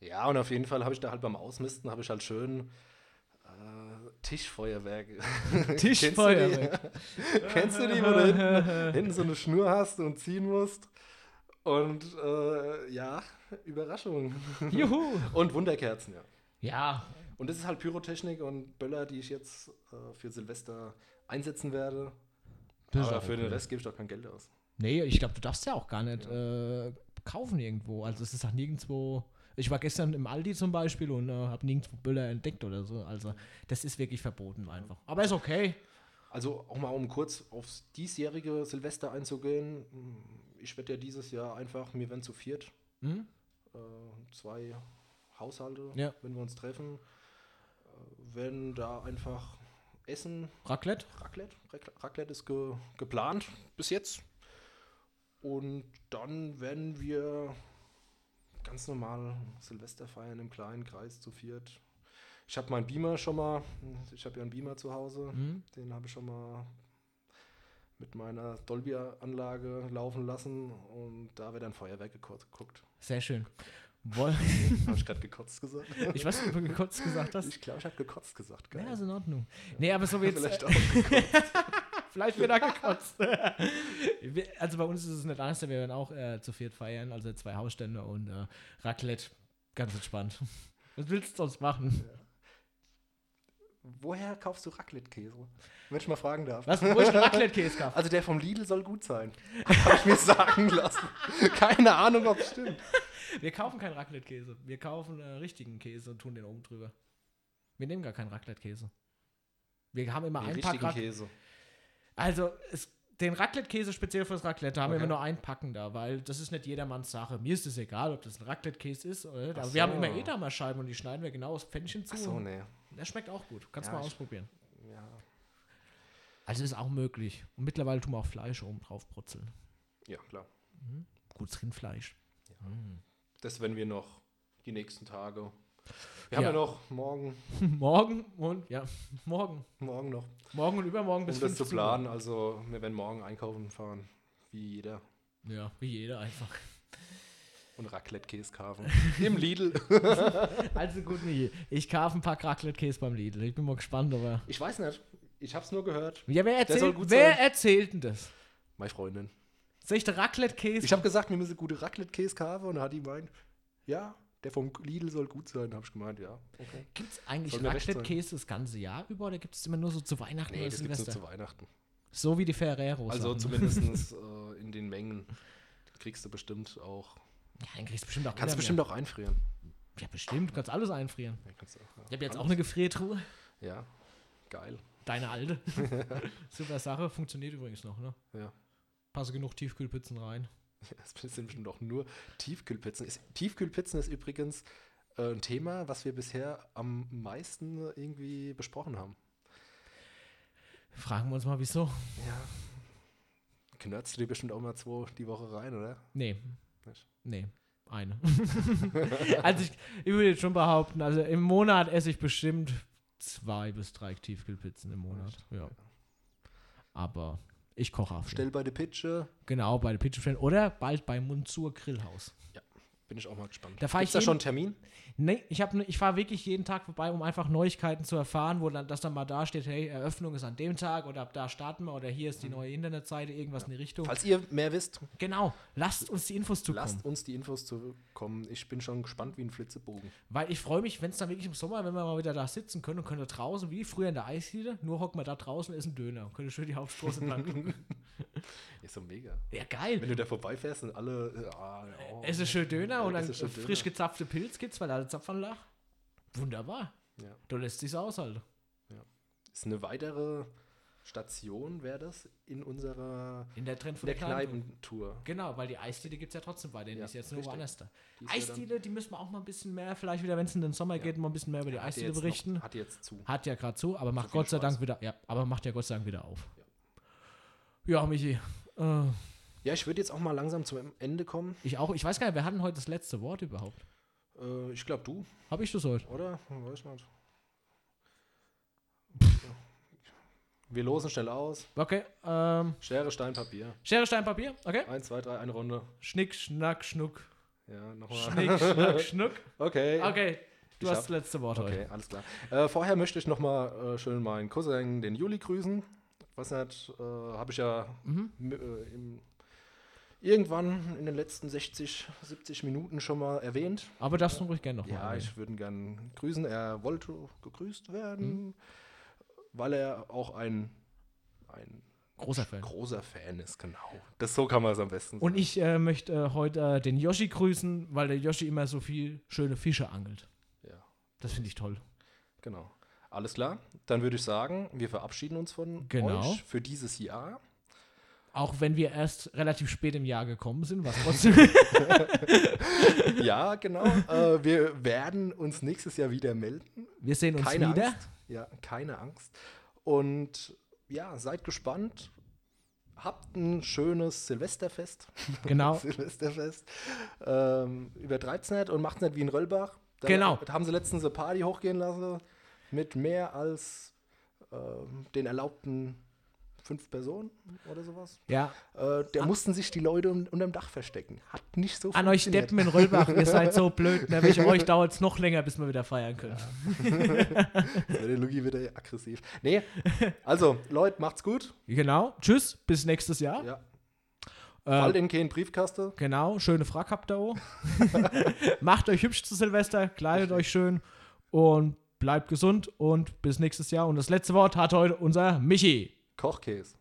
Speaker 2: ja, und auf jeden Fall habe ich da halt beim Ausmisten, habe ich halt schön äh, Tischfeuerwerke.
Speaker 1: Tischfeuerwerk.
Speaker 2: Kennst du die, kennst du die wo du hinten, hinten so eine Schnur hast und ziehen musst? Und äh, ja, Überraschung.
Speaker 1: Juhu.
Speaker 2: Und Wunderkerzen, ja.
Speaker 1: Ja.
Speaker 2: Und das ist halt Pyrotechnik und Böller, die ich jetzt äh, für Silvester einsetzen werde.
Speaker 1: Das ist
Speaker 2: Aber
Speaker 1: auch
Speaker 2: für den
Speaker 1: okay.
Speaker 2: Rest gebe ich doch kein Geld aus.
Speaker 1: ne? Nee, ich glaube, du darfst ja auch gar nicht äh, kaufen irgendwo. Also es ist auch nirgendwo. Ich war gestern im Aldi zum Beispiel und äh, habe nirgendwo Böller entdeckt oder so. Also das ist wirklich verboten einfach. Aber ist okay.
Speaker 2: Also auch mal um kurz aufs diesjährige Silvester einzugehen. mm, Ich werde ja dieses Jahr einfach, wir werden zu viert,
Speaker 1: Mhm.
Speaker 2: äh, zwei Haushalte,
Speaker 1: Ja.
Speaker 2: wenn wir uns treffen, äh, werden da einfach essen,
Speaker 1: Raclette?
Speaker 2: Raclette. Rac- Raclette ist ge geplant bis jetzt. Und dann werden wir ganz normal Silvester feiern im kleinen Kreis zu viert. Ich habe meinen Beamer schon mal, ich habe ja einen Beamer zu Hause,
Speaker 1: Mhm.
Speaker 2: den habe ich schon mal mit meiner Dolby-Anlage laufen lassen und da wird ein Feuerwerk gekotzt- geguckt.
Speaker 1: Sehr schön. Woll-
Speaker 2: Habe ich gerade gekotzt gesagt?
Speaker 1: ich weiß nicht, ob du kurz gesagt hast.
Speaker 2: Ich glaube, ich habe gekotzt gesagt. Geil.
Speaker 1: Ja, ist in Ordnung. Nee, aber so halt. wie jetzt.
Speaker 2: Vielleicht
Speaker 1: Vielleicht,
Speaker 2: auch.
Speaker 1: vielleicht wird er gekotzt. Wir- also bei uns ist es nicht anders, wir werden auch äh, zu viert feiern. Also zwei Hausstände und äh, Raclette. Ganz entspannt. Was willst du sonst machen?
Speaker 2: Woher kaufst du Raclette-Käse? Wenn ich mal fragen darf.
Speaker 1: Was, wo ich einen Raclette-Käse kaufe?
Speaker 2: Also der vom Lidl soll gut sein. Habe ich mir sagen lassen. Keine Ahnung, ob es stimmt.
Speaker 1: Wir kaufen keinen Raclette-Käse. Wir kaufen äh, richtigen Käse und tun den oben drüber. Wir nehmen gar keinen Raclette-Käse. Wir haben immer einen Pack. Rac-
Speaker 2: Käse.
Speaker 1: Also es, den Raclette-Käse speziell fürs Raclette da haben wir
Speaker 2: Okay.
Speaker 1: immer nur einen Packen da, weil das ist nicht jedermanns Sache. Mir ist es egal, ob das ein Raclette-Käse ist oder nicht.
Speaker 2: Ach
Speaker 1: Aber wir haben
Speaker 2: so.
Speaker 1: immer Edamer-Scheiben und die schneiden wir genau aus Pfännchen zu.
Speaker 2: Achso,
Speaker 1: und
Speaker 2: nee.
Speaker 1: Das schmeckt auch gut. Kannst
Speaker 2: Ja,
Speaker 1: mal
Speaker 2: ich-
Speaker 1: ausprobieren.
Speaker 2: Ja.
Speaker 1: Also ist auch möglich. Und mittlerweile tun wir auch Fleisch oben drauf brutzeln.
Speaker 2: ja, klar.
Speaker 1: Gutes Rindfleisch.
Speaker 2: Das, wenn wir noch die nächsten Tage. Wir haben
Speaker 1: Ja.
Speaker 2: ja noch morgen,
Speaker 1: morgen und ja, morgen.
Speaker 2: morgen noch,
Speaker 1: Morgen und übermorgen bis
Speaker 2: um das
Speaker 1: 15
Speaker 2: zu
Speaker 1: Uhr.
Speaker 2: planen. Also wir werden morgen einkaufen fahren, wie jeder.
Speaker 1: Ja, wie jeder einfach.
Speaker 2: Und Raclette-Käse kaufen. Im Lidl.
Speaker 1: Also gut, nie. Ich kaufe ein paar Raclette-Käse beim Lidl. Ich bin mal gespannt, aber.
Speaker 2: Ich weiß nicht. Ich habe es nur gehört.
Speaker 1: Ja, wer
Speaker 2: Der soll
Speaker 1: erzählt,
Speaker 2: gut
Speaker 1: wer
Speaker 2: sein.
Speaker 1: erzählt denn das?
Speaker 2: Meine Freundin.
Speaker 1: Soll ich den Raclette-Käse?
Speaker 2: Ich habe gesagt, wir müssen gute Raclette-Käse kaufen. Und dann hat die gemeint, ja, der vom Lidl soll gut sein. Habe ich gemeint, ja. Okay.
Speaker 1: Gibt es eigentlich
Speaker 2: Soll mir recht
Speaker 1: Raclette-Käse das ganze Jahr über oder gibt es immer nur so zu Weihnachten
Speaker 2: Nee,
Speaker 1: oder
Speaker 2: das gibt es nur
Speaker 1: Silvester?
Speaker 2: zu Weihnachten.
Speaker 1: so wie die Ferreros.
Speaker 2: Also zumindest äh, in den Mengen kriegst du bestimmt auch.
Speaker 1: Ja, dann kriegst du bestimmt auch.
Speaker 2: Kannst
Speaker 1: Bilder
Speaker 2: bestimmt auch einfrieren.
Speaker 1: mehr. Ja, bestimmt. Kannst alles einfrieren.
Speaker 2: Ja, kannst du auch,
Speaker 1: Ich habe jetzt auch eine Gefriertruhe.
Speaker 2: ja, geil.
Speaker 1: Deine alte. Super Sache. Funktioniert übrigens noch, ne?
Speaker 2: Ja.
Speaker 1: Passe genug Tiefkühlpizzen rein.
Speaker 2: Das sind bestimmt auch nur Tiefkühlpizzen. Ist, Tiefkühlpizzen ist übrigens äh, ein Thema, was wir bisher am meisten irgendwie besprochen haben.
Speaker 1: Fragen wir uns mal, wieso?
Speaker 2: Ja. Knörzt du dir bestimmt auch mal zwei die Woche rein, oder?
Speaker 1: Nee.
Speaker 2: nicht.
Speaker 1: Nee, eine. also ich, ich würde jetzt schon behaupten, also im Monat esse ich bestimmt zwei bis drei Tiefkühlpizzen im Monat. Ja. Aber ich koche auch.
Speaker 2: Stell bei der Pitsche.
Speaker 1: Genau, bei der Pizza Friend oder bald bei Munzur Grillhaus.
Speaker 2: Bin ich auch mal gespannt.
Speaker 1: Da fahr
Speaker 2: Gibt's
Speaker 1: ich
Speaker 2: da
Speaker 1: jeden-
Speaker 2: schon einen Termin?
Speaker 1: Nee, ich, hab ne- ich fahre wirklich jeden Tag vorbei, um einfach Neuigkeiten zu erfahren, wo dann, dass dann mal da steht, hey, Eröffnung ist an dem Tag oder ab da starten wir oder hier ist die neue Internetseite, irgendwas in die Richtung.
Speaker 2: Mhm. Falls ihr mehr wisst,
Speaker 1: Genau, lasst uns die Infos zukommen.
Speaker 2: lasst uns die Infos zukommen. Ich bin schon gespannt wie ein Flitzebogen.
Speaker 1: Weil ich freue mich, wenn es dann wirklich im Sommer, wenn wir mal wieder da sitzen können und können da draußen, wie früher in der Eisdiele, nur hocken wir da draußen und essen Döner und können schön die Hauptstraße lang gucken.
Speaker 2: Ist so mega.
Speaker 1: Ja,
Speaker 2: Wenn
Speaker 1: geil.
Speaker 2: du da vorbeifährst und alle. äh, ah, ja,
Speaker 1: Essen schön Döner und
Speaker 2: Ja,
Speaker 1: dann
Speaker 2: essen schön
Speaker 1: frisch
Speaker 2: Döner.
Speaker 1: gezapfte Pilzkids, weil da der Zapfen lag. Wunderbar.
Speaker 2: Ja.
Speaker 1: Da lässt sich's aushalten.
Speaker 2: Ist eine weitere Station, wäre das, in unserer
Speaker 1: In der Trend
Speaker 2: in
Speaker 1: von
Speaker 2: der
Speaker 1: der, Kneipen.
Speaker 2: Kneipentour.
Speaker 1: Genau, weil die Eisdiele gibt es ja trotzdem weiterhin.
Speaker 2: Ja,
Speaker 1: die ist jetzt nur
Speaker 2: richtig.
Speaker 1: woanders da.
Speaker 2: Die ist ja dann-
Speaker 1: Eisdiele, die müssen wir auch mal ein bisschen mehr, vielleicht wieder, wenn es in den Sommer geht, mal ein bisschen mehr über die
Speaker 2: Hat die
Speaker 1: Eisdiele
Speaker 2: jetzt noch-
Speaker 1: berichten.
Speaker 2: Hat die jetzt zu.
Speaker 1: Hat ja gerade so, aber macht
Speaker 2: viel
Speaker 1: Gott sei
Speaker 2: Spaß.
Speaker 1: Dank wieder, ja, aber macht ja Gott sei Dank wieder auf. Ja, Michi. Äh,
Speaker 2: Ja, ich würde jetzt auch mal langsam zum Ende kommen.
Speaker 1: ich auch. Ich weiß gar nicht, wir hatten heute das letzte Wort überhaupt.
Speaker 2: Äh, ich glaube, du,
Speaker 1: Habe ich das heute?
Speaker 2: oder? Hm, Weiß nicht. Wir losen schnell aus.
Speaker 1: Okay. Ähm,
Speaker 2: Schere, Stein, Papier.
Speaker 1: Schere, Stein, Papier. Okay.
Speaker 2: Eins, zwei, drei, eine Runde.
Speaker 1: Schnick, Schnack, Schnuck.
Speaker 2: Ja, nochmal.
Speaker 1: Schnick, Schnack, Schnuck.
Speaker 2: Okay.
Speaker 1: Okay. Du
Speaker 2: Ich
Speaker 1: hast
Speaker 2: hab-
Speaker 1: das letzte Wort
Speaker 2: Okay,
Speaker 1: heute.
Speaker 2: alles klar. Äh, vorher möchte ich nochmal äh, schön meinen Cousin, den Juli, grüßen. Was nicht, äh, habe ich ja
Speaker 1: Mhm.
Speaker 2: m- äh, im, irgendwann in den letzten 60, 70 Minuten schon mal erwähnt.
Speaker 1: Aber darfst du ruhig gerne nochmal.
Speaker 2: Ja, ich würde ihn gern grüßen. Er wollte gegrüßt werden,
Speaker 1: Mhm.
Speaker 2: weil er auch ein, ein
Speaker 1: Großer Fan.
Speaker 2: großer Fan ist, genau. Das so kann man es am besten
Speaker 1: Und ich äh, möchte äh, heute äh, den Yoshi grüßen, weil der Yoshi immer so viel schöne Fische angelt.
Speaker 2: Ja,
Speaker 1: Das finde ich toll.
Speaker 2: genau. Alles klar. Dann würde ich sagen, wir verabschieden uns von
Speaker 1: Genau.
Speaker 2: euch für dieses Jahr.
Speaker 1: Auch wenn wir erst relativ spät im Jahr gekommen sind, was trotzdem.
Speaker 2: Ja, genau. äh, wir werden uns nächstes Jahr wieder melden.
Speaker 1: wir sehen uns
Speaker 2: Keine
Speaker 1: wieder.
Speaker 2: Angst. Ja, keine Angst. Und ja, seid gespannt. Habt ein schönes Silvesterfest.
Speaker 1: Genau.
Speaker 2: Silvesterfest. Ähm, übertreibt's nicht und macht's nicht wie in Röllbach. Da
Speaker 1: Genau.
Speaker 2: Haben sie letztens eine Party hochgehen lassen mit mehr als ähm, den erlaubten fünf Personen oder sowas.
Speaker 1: Ja.
Speaker 2: Äh, da mussten sich die Leute un unterm Dach verstecken. Hat nicht so
Speaker 1: Ah. An euch Deppen in Röllbach, ihr seid so blöd. Ne? Wegen euch dauert es noch länger, bis wir wieder feiern können.
Speaker 2: Ja, Der Lugi wird ja aggressiv. Nee, also, Leute, macht's gut.
Speaker 1: Genau. Tschüss, bis nächstes Jahr.
Speaker 2: Ja.
Speaker 1: Äh,
Speaker 2: Fall in keinen Briefkasten.
Speaker 1: Genau, schöne Frack habt ihr auch. Macht euch hübsch zu Silvester, kleidet euch schön und bleibt gesund und bis nächstes Jahr. Und das letzte Wort hat heute unser Michi.
Speaker 2: Kochkäse.